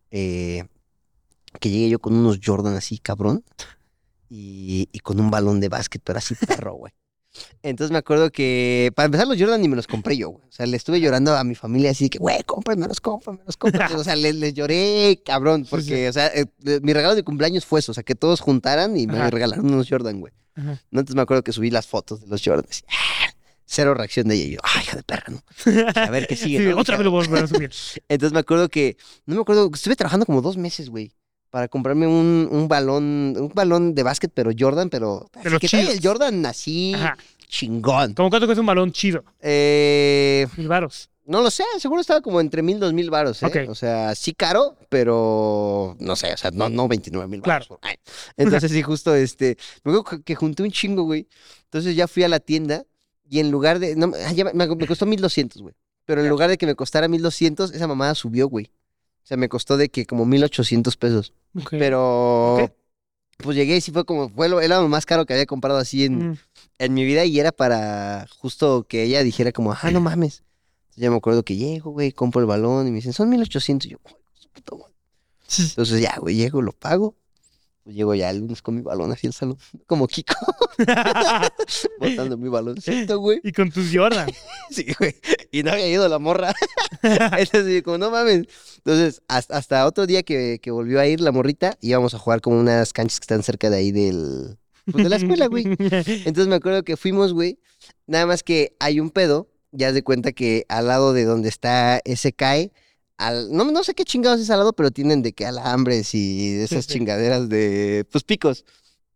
Eh, que llegué yo con unos Jordan así, cabrón, y, y con un balón de básquet, pero así perro, güey. Entonces me acuerdo que, para empezar, los Jordan ni me los compré yo, güey. O sea, le estuve llorando a mi familia así de que, güey, cómpremelos, cómpremelos, cómpremelos. O sea, les, les lloré, cabrón, porque, o sea, eh, eh, mi regalo de cumpleaños fue eso, o sea, que todos juntaran y me
Ajá.
regalaron unos Jordan, güey.
Ajá.
No, Entonces me acuerdo que subí las fotos de los Jordan. así, ¡ah! Cero reacción de ella. Y yo, ay, hija de perra, ¿no? A ver qué sigue.
<laughs> <laughs> Sí,
¿no?
otra vez lo voy a volver a subir.
Entonces me acuerdo que, no me acuerdo, estuve trabajando como dos meses, güey, para comprarme un, un balón, un balón de básquet, pero Jordan, pero... así
los
que trae
chidos.
el Jordan así,
Ajá.
chingón.
¿Cómo cuánto cuesta un balón chido?
Eh,
Mil varos.
no lo sé, seguro estaba como entre mil, dos mil varos, ¿eh?
Ok.
O sea, sí caro, pero no sé, o sea, no, no 29 mil varos.
Claro.
Ay. Entonces sí, justo este, me acuerdo que- que junté un chingo, güey. Entonces ya fui a la tienda y en lugar de, no, ah, ya me, me costó 1200, güey. Pero en lugar de que me costara 1200, esa mamada subió, güey. O sea, me costó de que como 1800 pesos.
Ok.
Pero...
Ok.
Pues llegué y sí fue como, fue lo, era lo más caro que había comprado así en, <laughs>
Mm,
en mi vida y era para justo que ella dijera como, ah, no mames. Entonces ya me acuerdo que llego, güey, compro el balón y me dicen, son 1800. Y yo, "Ay, su puta madre". Entonces ya, güey, llego, lo pago. Pues llego ya el lunes con mi balón así al salón, <laughs> como Kiko, botando mi baloncito, güey. <laughs>
y con tus Jordan.
Sí, güey. Y no había ido la morra. <laughs> Entonces, yo como, no mames. Entonces, hasta, hasta otro día que, que volvió a ir la morrita, íbamos a jugar como unas canchas que están cerca de ahí del, pues, de la escuela, güey. Entonces me acuerdo que fuimos, güey. Nada más que hay un pedo. Ya se cuenta que al lado de donde está ese CAE, al, no, no sé qué chingados es al lado, pero tienen de que alambres y de esas chingaderas de pues picos.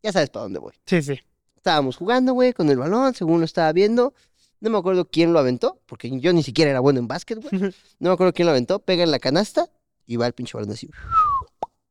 Ya sabes para dónde voy.
<laughs> Sí, sí.
Estábamos jugando, güey, con el balón, según lo estaba viendo. No me acuerdo quién lo aventó, porque yo ni siquiera era bueno en básquet, güey. No me acuerdo quién lo aventó, pega en la canasta y va el pinche balón así.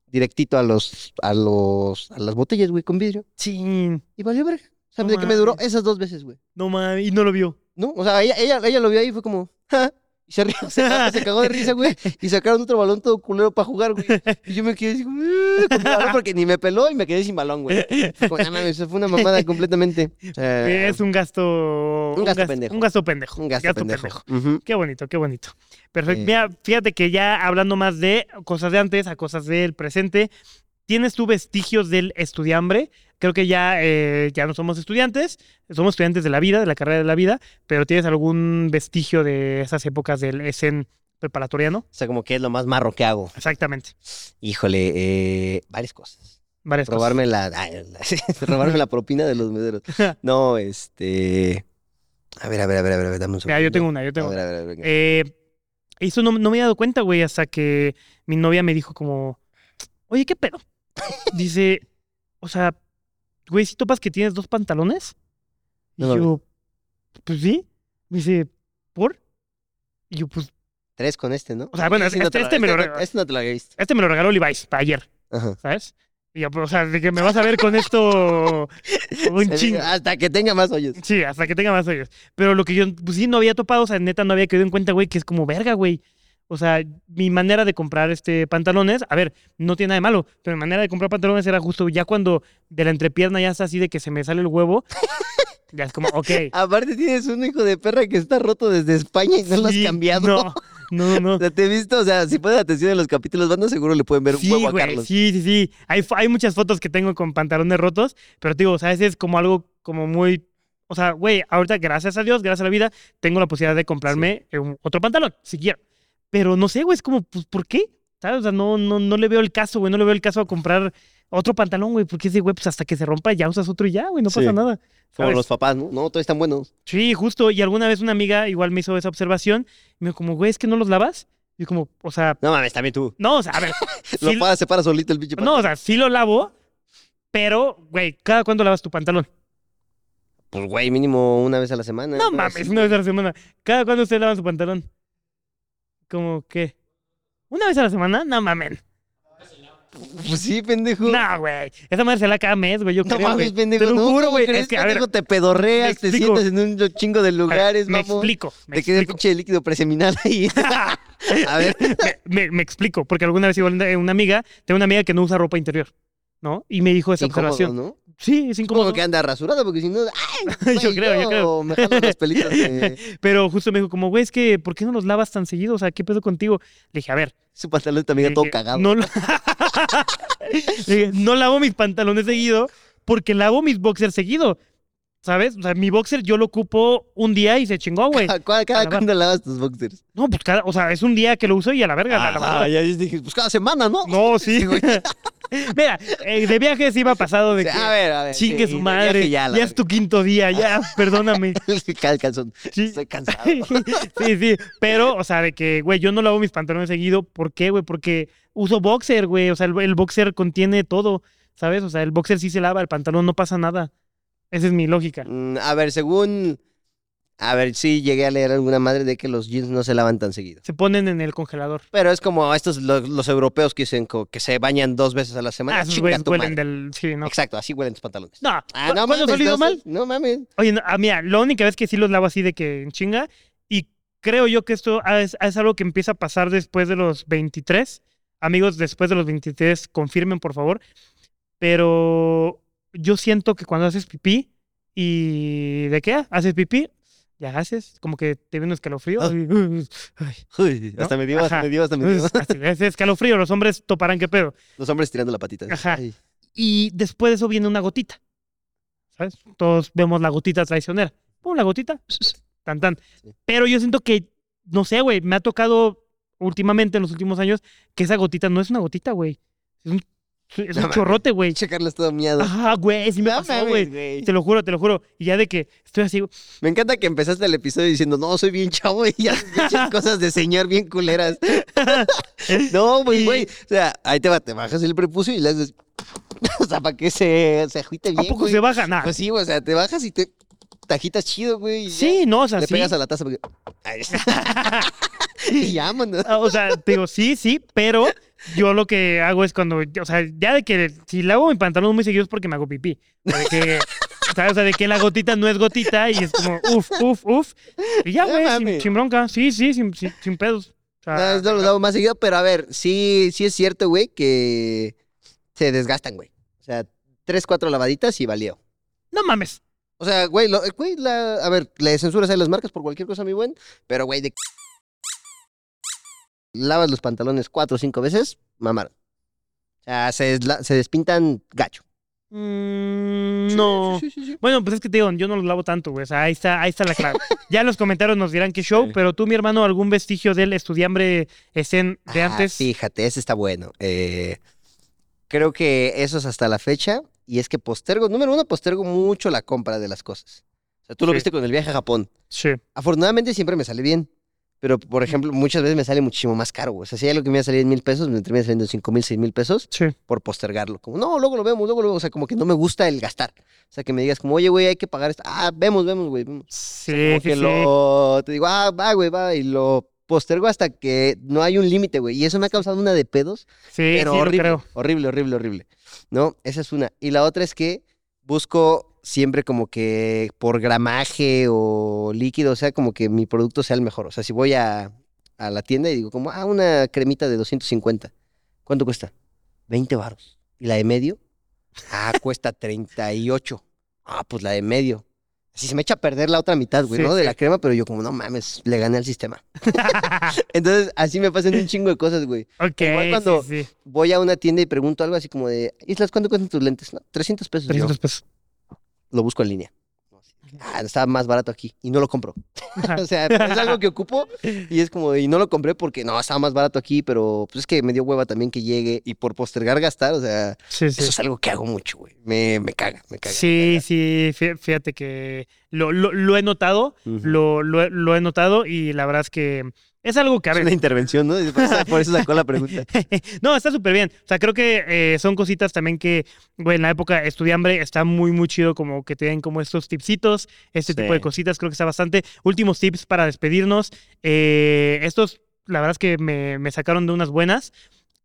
Directito a los, a los, a las botellas, güey, con vidrio.
Chin.
Y valió verga.
No
¿Sabes de qué me duró?
mames.
Esas dos veces, güey.
No mames, y no lo vio.
¿No? O sea, ella, ella, ella lo vio ahí y fue como, "Ja", Y se rió, se, cagó- se cagó de risa, güey. Y sacaron otro balón todo culero para jugar, güey. Y yo me quedé así, como, "Ah", con mi balón, porque ni me peló y me quedé sin balón, güey. Fue como, "No mames, eso fue una mamada completamente. O
<laughs>
sea,
es un gasto.
Eh, un gasto pendejo.
Un gasto pendejo.
un gasto, pendejo. Ujú.
Qué bonito, qué bonito. Perfecto.
Eh.
Mira, fíjate que ya hablando más de cosas de antes a cosas del presente, ¿tienes tú vestigios del estudiambre? Creo que ya, eh, ya no somos estudiantes, somos estudiantes de la vida, de la carrera de la vida, pero ¿tienes algún vestigio de esas épocas del ESEN preparatoriano?
O sea, como que es lo más marro que hago.
Exactamente.
Híjole, eh, varias cosas.
Varias cosas.
Robarme la, ay, la- <laughs> robarme la propina de los
<laughs>
mederos. No, este... A ver, a ver, a ver, a ver, a ver, dame un segundo.
Mira, yo tengo una, yo tengo
A
una.
ver, a ver, a ver.
Eh, eso no, no me había dado cuenta, güey, hasta que mi novia me dijo como, oye,
<laughs>
¿qué pedo? Dice, o sea, güey, si topas que tienes dos pantalones? Y
No
yo, pues sí. Me dice, ¿por? Y yo, pues,
Tres con este, ¿no?
O sea, bueno,
Ese
este-
no te
este me lo
este no-
regaló.
Este no te lo había visto.
este me lo regaló Levi's para ayer,
Ajá.
¿sabes? Y yo, pues, o sea, de que me vas a ver
<laughs>
con esto un
Se
chingo.
diga, Hasta que tenga más hoyos.
Sí, hasta que tenga más hoyos. Pero lo que yo, pues sí, no había topado, o sea, neta, no había caído en cuenta, güey, que es como verga, güey. O sea, mi manera de comprar este pantalones, a ver, no tiene nada de malo, pero mi manera de comprar pantalones era justo ya cuando de la entrepierna ya está así de que se me sale el
<laughs>
huevo. ya es como, ok.
Aparte tienes un hijo de perra que está roto desde España y no lo has
sí,
cambiado.
No, no, no.
O sea, te he visto, o sea, si ponen atención en los capítulos banda, seguro le pueden ver un
Sí,
huevo a
güey,
Carlos.
sí, sí, sí. Hay, fo- hay muchas fotos que tengo con pantalones rotos, pero te digo, o sea, ese es como algo como muy... O sea, güey, ahorita gracias a Dios, gracias a la vida, tengo la posibilidad de comprarme eh, un- otro pantalón, si quiero. Pero no sé, güey, es como, pues, ¿por qué? ¿Sabes? O sea, no, no, no le veo el caso, güey, no le veo el caso a comprar otro pantalón, güey, porque ese güey, pues hasta que se rompa ya usas otro y ya, güey, no
Sí.
pasa nada.
Como
¿sabes?
los papás, ¿no? No, todos están buenos.
Sí, justo. Y alguna vez una amiga igual me hizo esa observación, y me dijo como, güey, ¿es que no los lavas? Y yo como, o sea,
No mames, también tú.
no, o sea, a ver. sí-
Lo pagas, se para solito el pinche
no,
pato.
o sea, sí lo lavo, pero, güey, ¿cada cuándo lavas tu pantalón?
Pues güey, mínimo una vez a la semana.
No
Así.
mames, una vez a la semana. ¿Cada cuándo usted lava su pantalón? ¿Cómo qué? ¿Una vez a la semana? No mamen.
Pues sí, pendejo.
No, güey. Esa madre se la cada mes, güey. Yo
No
creo,
mames,
güey.
pendejo.
Te lo
no,
juro,
¿cómo
güey.
crees,
Es que, a ver,
pendejo? te pedorreas,
me
te
explico.
sientas en un chingo de
a ver,
lugares,
me
mamón.
explico. Me
Te queda el
explico.
pinche líquido preseminal
<laughs>
ahí. a ver.
me, me explico, porque alguna vez igual una una amiga, tengo una amiga que no usa ropa interior, ¿no? Y me dijo esa
incómodo,
observación.
¿no?
Sí, es
Como
incómodo.
que anda rasurado, porque si no. ¡ay!
<laughs> Yo
güey,
creo, yo creo.
Me jalo los pelitos
<laughs>
de
Pero justo me dijo como, güey, es que ¿por qué no los lavas tan seguido? O sea, ¿qué pedo contigo? Le dije, a ver.
su pantalón también
le
todo
dije,
cagado. <laughs>
No, lo- <laughs> Le dije, no lavo mis pantalones seguido porque lavo mis boxers seguido. ¿Sabes? O sea, mi boxer yo lo ocupo un día y se chingó,
<laughs>
güey.
¿Cu- ¿Cada,
A la barra.
cuándo lavas tus boxers?
No, pues cada, o sea, es un día que lo uso y a la verga. a la
Ah,
lavadora.
ya dije, pues cada semana, ¿no?
No, sí. <laughs> Mira, eh, de viajes iba pasado de
O
que.
sea, a ver, a ver.
Chingue
sí,
su
de
madre.
viaje
Ya,
Ya, la
es tu quinto día, ya,
<laughs>
perdóname.
verga. Cal- calzón.
Sí. <laughs>
Estoy cansado.
sí, sí. Pero, o sea, de que, güey, yo no lavo mis pantalones seguido. ¿Por qué, güey? Porque uso boxer, güey. O sea, el, el boxer contiene todo, ¿sabes? O sea, el boxer sí se lava, el pantalón no pasa nada. Esa es mi lógica.
Mm, a ver, según. A ver, sí llegué a leer alguna madre de que los jeans no se lavan tan seguido.
Se ponen en el congelador.
Pero es como estos los, los europeos que dicen co- que se bañan dos veces a la semana.
Ah, esos
Chinga
güeyes
tu
huelen
madre.
del. Sí, no.
Exacto, así huelen tus pantalones.
No,
Ah, no
¿cuándo
mames.
has olido
no,
mal?
No mames.
Oye, no, ah, mira, la única vez que sí los lavo así de que en chinga, y creo yo que esto ah, es, es algo que empieza a pasar después de los 23. Amigos, después de los 23, confirmen, por favor. Pero yo siento que cuando haces pipí y de qué ah, haces pipí, ya haces, como que te viene un escalofrío.
Ah.
Ay, ay, <laughs> ay,
Uy,
¿No?
hasta me dio, hasta
Ajá.
me dio, hasta me
ay,
dio.
así, ese escalofrío, los hombres toparán qué pedo.
Los hombres tirando la patita. así.
Ajá.
Ay.
Y después de eso viene una gotita. ¿Sabes? Todos vemos la gotita traicionera. Pum, la gotita. Tan, tan.
Sí.
Pero yo siento que, no sé, güey, me ha tocado últimamente, en los últimos años, que esa gotita no es una gotita, güey. Es un, es un
No mames.
chorrote, güey.
Pinche Carlos todo miado.
Ajá, güey, sí me
No
pasó,
mames,
güey.
güey.
Te lo juro, te lo juro. Y ya de que estoy así,
Me encanta que empezaste el episodio diciendo, no, soy bien chavo y ya
<laughs>
pinches cosas de señor bien culeras. no, pues,
Y-
güey. O sea, ahí te, va, te bajas el prepucio y le haces. <laughs> o sea, para que se, se agüite
¿a
bien.
poco
güey.
se baja? Nada.
Pues sí, güey, o sea, te bajas y te tajitas chido, güey. y ya.
sí, no, o sea,
Le
sí.
pegas a la taza porque.
<laughs>
Ay, <laughs> y ya, mano.
Ah, O sea, te digo, sí, sí, pero yo lo que hago es cuando, o sea, ya de que si lavo mi pantalón muy seguido es porque me hago pipí. O sea, de que, ¿sabes? O sea, de que la gotita no es gotita y es como, uf, uf, uf. Y ya,
No
güey, sin,
mames. Ah,
sin bronca. Sí, sí, sin, sin, sin pedos. O sea,
No, no los hago más seguido, pero a ver, sí, sí es cierto, güey, que se desgastan, güey. O sea, tres, cuatro lavaditas y valió.
no mames.
O sea, güey, lo- güey, la- a ver, le censuras a las marcas por cualquier cosa, mi buen, pero güey, de lavas los pantalones cuatro o cinco veces, mamaron. O sea, se, desla- se despintan gacho.
Mm,
Sí,
no.
sí, sí, sí, sí.
Bueno, pues es que te digo, yo no los lavo tanto, güey. O sea, ahí está, ahí está la clave. Ya en los comentarios nos dirán qué show,
Sí.
pero tú, mi hermano, algún vestigio del estudiambre estén de
Ah,
antes.
fíjate, ese está bueno. Eh, creo que eso es hasta la fecha. Y es que postergo, número uno, postergo mucho la compra de las cosas. O sea, tú lo
Sí.
viste con el viaje a Japón.
Sí.
Afortunadamente siempre me sale bien. Pero, por ejemplo, muchas veces me sale muchísimo más caro. güey. O sea, si hay algo que me iba a salir en mil pesos, me termina saliendo en cinco mil, seis mil pesos
Sí.
por postergarlo. Como, no, luego lo vemos, luego lo vemos. O sea, como que no me gusta el gastar. O sea, que me digas como, oye, güey, hay que pagar esto. Ah, vemos, vemos, güey, vemos.
Sí,
Como
sí,
que
sí.
lo. Te digo, ah, va, güey, va. Y lo postergo hasta que no hay un límite, güey. Y eso me ha causado una de pedos,
Sí,
pero
sí, lo
horrible,
creo.
horrible, horrible, horrible. ¿No? Esa es una. Y la otra es que busco siempre como que por gramaje o líquido, o sea, como que mi producto sea el mejor. O sea, si voy a, a la tienda y digo, como, ah, una cremita de 250. ¿Cuánto cuesta? 20 baros. ¿Y la de medio? Ah, cuesta 38. Ah, pues la de medio. Así se me echa a perder la otra mitad, güey,
Sí,
¿no? De
sí.
la crema, pero yo como, no mames, le gané al sistema. <laughs> Entonces, así me pasan un chingo de cosas, güey.
Ok,
Igual cuando-
sí, sí.
Voy a una tienda y pregunto algo así como de, Islas, ¿cuánto cuestan tus lentes? No, 300 pesos. Yo
300 pesos.
lo busco en línea. Ah, está más barato aquí y no lo compro. <laughs>
Ajá.
o sea, pero es algo que ocupo y es como, y no lo compré porque no, estaba más barato aquí, pero pues es que me dio hueva también que llegue y por postergar gastar, o sea,
Sí, sí.
eso es algo que hago mucho, güey. Me, me caga, me caga.
Sí, sí, fí- fíjate que lo, lo, lo he notado,
Ujú.
lo, lo, he- lo he notado y la verdad es que es algo que a
Es una
ver,
intervención, ¿no? Por eso, por eso sacó la
<laughs>
pregunta.
no, está súper bien. O sea, creo que eh, son cositas también que, güey, en la época estudiambre está muy, muy chido como que te den como estos tipsitos, este tipo de
Sí.
cositas, creo que está bastante. Últimos tips para despedirnos. Eh, estos, la verdad es que me, me sacaron de unas buenas.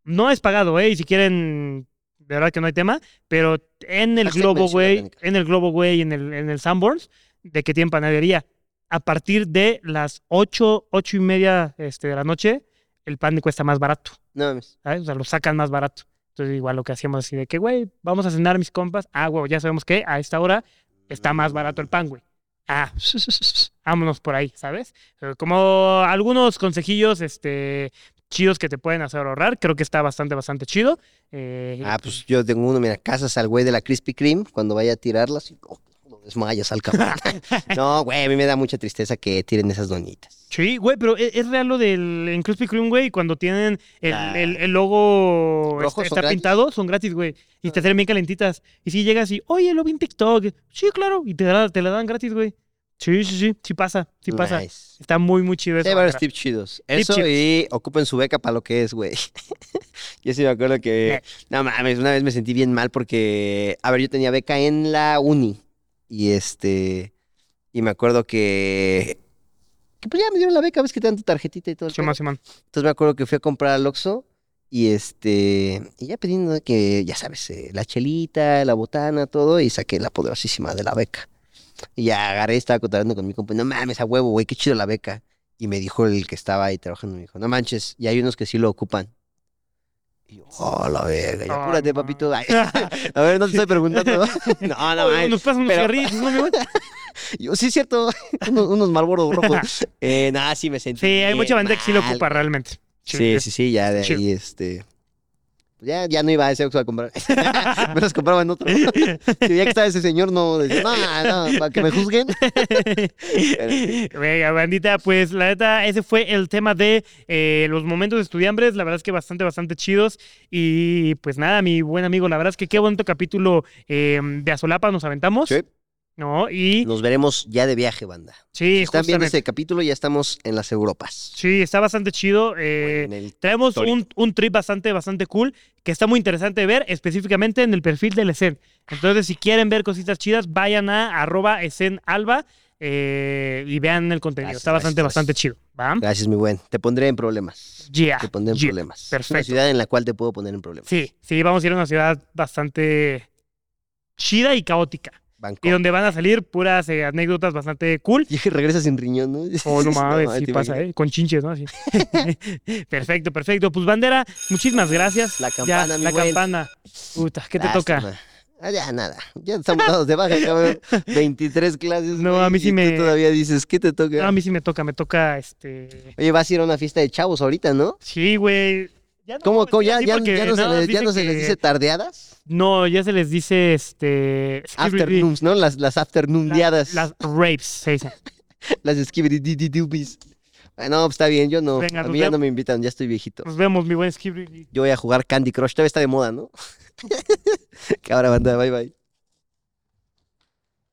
No es pagado, ¿eh? Y si quieren, de verdad que no hay tema, pero en el
Hashtag
globo,
mención
güey,
orgánica.
en el globo, güey, en el, en el Sanborns, de que tienen panadería. A partir de las 8, 8 y media este, de la noche, el pan cuesta más barato.
No mames.
¿sabes? O sea, lo sacan más barato. Entonces, igual lo que hacíamos así de que, güey, vamos a cenar mis compas. Ah, güey, ya sabemos que a esta hora está más barato el pan, güey. Ah, vámonos por ahí, ¿sabes? Eh, Como algunos consejillos, este, chidos que te pueden hacer ahorrar, creo que está bastante, bastante chido. Eh,
Ah, pues yo tengo uno, mira, casas al güey de la Krispy Kreme cuando vaya a tirarlas y oh, lo desmayas al
<laughs>
cabrón. no, güey, a mí me da mucha tristeza que tiren esas donitas.
Sí, güey, pero e- es, real lo del en Krispy Kreme, güey, cuando tienen el,
Ah.
el- el logo
Rojo,
está,
¿son
está
gratis? Ah.
pintado, son gratis, güey, y te salen bien calentitas. Y si llegas y, oye, lo vi en TikTok, sí, claro, y te la, te la dan gratis, güey. Sí, sí, sí, sí pasa, sí pasa.
Nice.
Está muy, muy chido eso.
Sí, hay varios
la
tips chidos. Eso
chidos.
y ocupen su beca para lo que es, güey. <laughs> yo sí me acuerdo
Eh.
que. No mames, una vez me sentí bien mal porque. A ver, yo tenía beca en la uni. Y este. Y me acuerdo que. Que pues ya me dieron la beca, ves que te dan tu tarjetita y todo. el
verdad. Simón,
pedo.
Simón.
Entonces me acuerdo que fui a comprar al Oxxo y este y ya pidiendo que ya sabes, eh, la chelita, la botana, todo y saqué la poderosísima de la beca. Y ya agarré, estaba contando con mi compañero, no mames, a huevo, güey, qué chido la beca. Y me dijo el que estaba ahí trabajando, me dijo, no manches, y hay unos que sí lo ocupan. Y yo, oh, la verga, y
Ah,
apúrate,
no.
papito. Ay, <laughs> a ver, no te estoy
<laughs>
preguntando. <laughs> no, no,
Oye,
mames.
Nos pasan unos
pero-
cigarrillos,
<laughs>
¿no, amigo?
Yo, sí, es cierto, <laughs> unos, unos Marlboro rojos.
<laughs>
Eh, nada, sí me sentí.
Sí, hay mucha
bien
banda que sí lo
mal,
ocupa realmente.
Sí, sí, sí, ya de
Chido.
ahí, este... pues Ya, ya no iba a ese Oxxo a comprar. <laughs> me los compraba
<laughs>
en otro. Si veía que estaba ese señor, no, decía, no, no, para que me juzguen.
<laughs> Venga, bandita, pues la neta, ese fue el tema de eh, los momentos estudiambres, la verdad es que bastante, bastante chidos. Y pues nada, mi buen amigo, la verdad es que qué bonito capítulo eh, de Azolapa nos aventamos.
Sí.
¿No? Y
Nos veremos ya de viaje, banda.
sí,
Están viendo
justamente.
este capítulo, ya estamos en las Europas.
Sí, está bastante chido. eh,
En el-
Traemos
Torito.
un, un trip bastante, bastante cool que está muy interesante de ver, específicamente en el perfil del ESEN. Entonces, si quieren ver cositas chidas, vayan a arroba ESENAlba eh, y vean el contenido.
Gracias,
está bastante,
gracias,
bastante chido. ¿Va?
Gracias, mi buen. Te pondré en problemas.
Yeah,
Te pondré en
yeah.
problemas. Es Una
Ah, perfecto.
ciudad en la cual te puedo poner en problemas.
Sí, sí, vamos a ir a una ciudad bastante chida y caótica.
Bangkok.
Y donde van a salir puras eh, anécdotas bastante cool.
<laughs> Y regresa sin riñón, <laughs> ¿no?
Oh, no mames, sí
te
pasa,
imaginas.
¿eh? Con
<laughs>
chinches, ¿no? Así. <laughs> perfecto, perfecto. Pues, bandera, muchísimas gracias.
La
Ya,
campana, mi
La
buen.
campana. Puta, ¿qué te toca?
Lástima. Ah, ya, nada. Ya estamos dados de baja,
<laughs>
cabrón. 23 clases.
No,
güey,
a mí sí
y tú
me-
todavía dices, ¿qué te toca?
No, a mí sí me toca, me toca este.
Oye, vas a ir a una fiesta de chavos ahorita, ¿no?
Sí, güey. Ya no
¿Cómo?
puedo
cómo?
decir
¿Ya,
así
ya,
porque
ya no, se
nada más
les, ya
dicen
no se les
que- pues,
dice tardeadas?
No, ya se les dice este. skibidi-
Afternoons, ¿no? Las, las afternoondeadas.
Las
Las,
rapes, se dicen.
skibidididubis. Bueno, pues está bien, yo no.
Venga,
a
nos
mí ya
vemos.
no me invitan, ya estoy viejito.
Nos vemos, mi buen Skibri.
Yo voy a jugar Candy Crush, todavía está de moda, ¿no? <laughs> que ahora, banda, bye bye.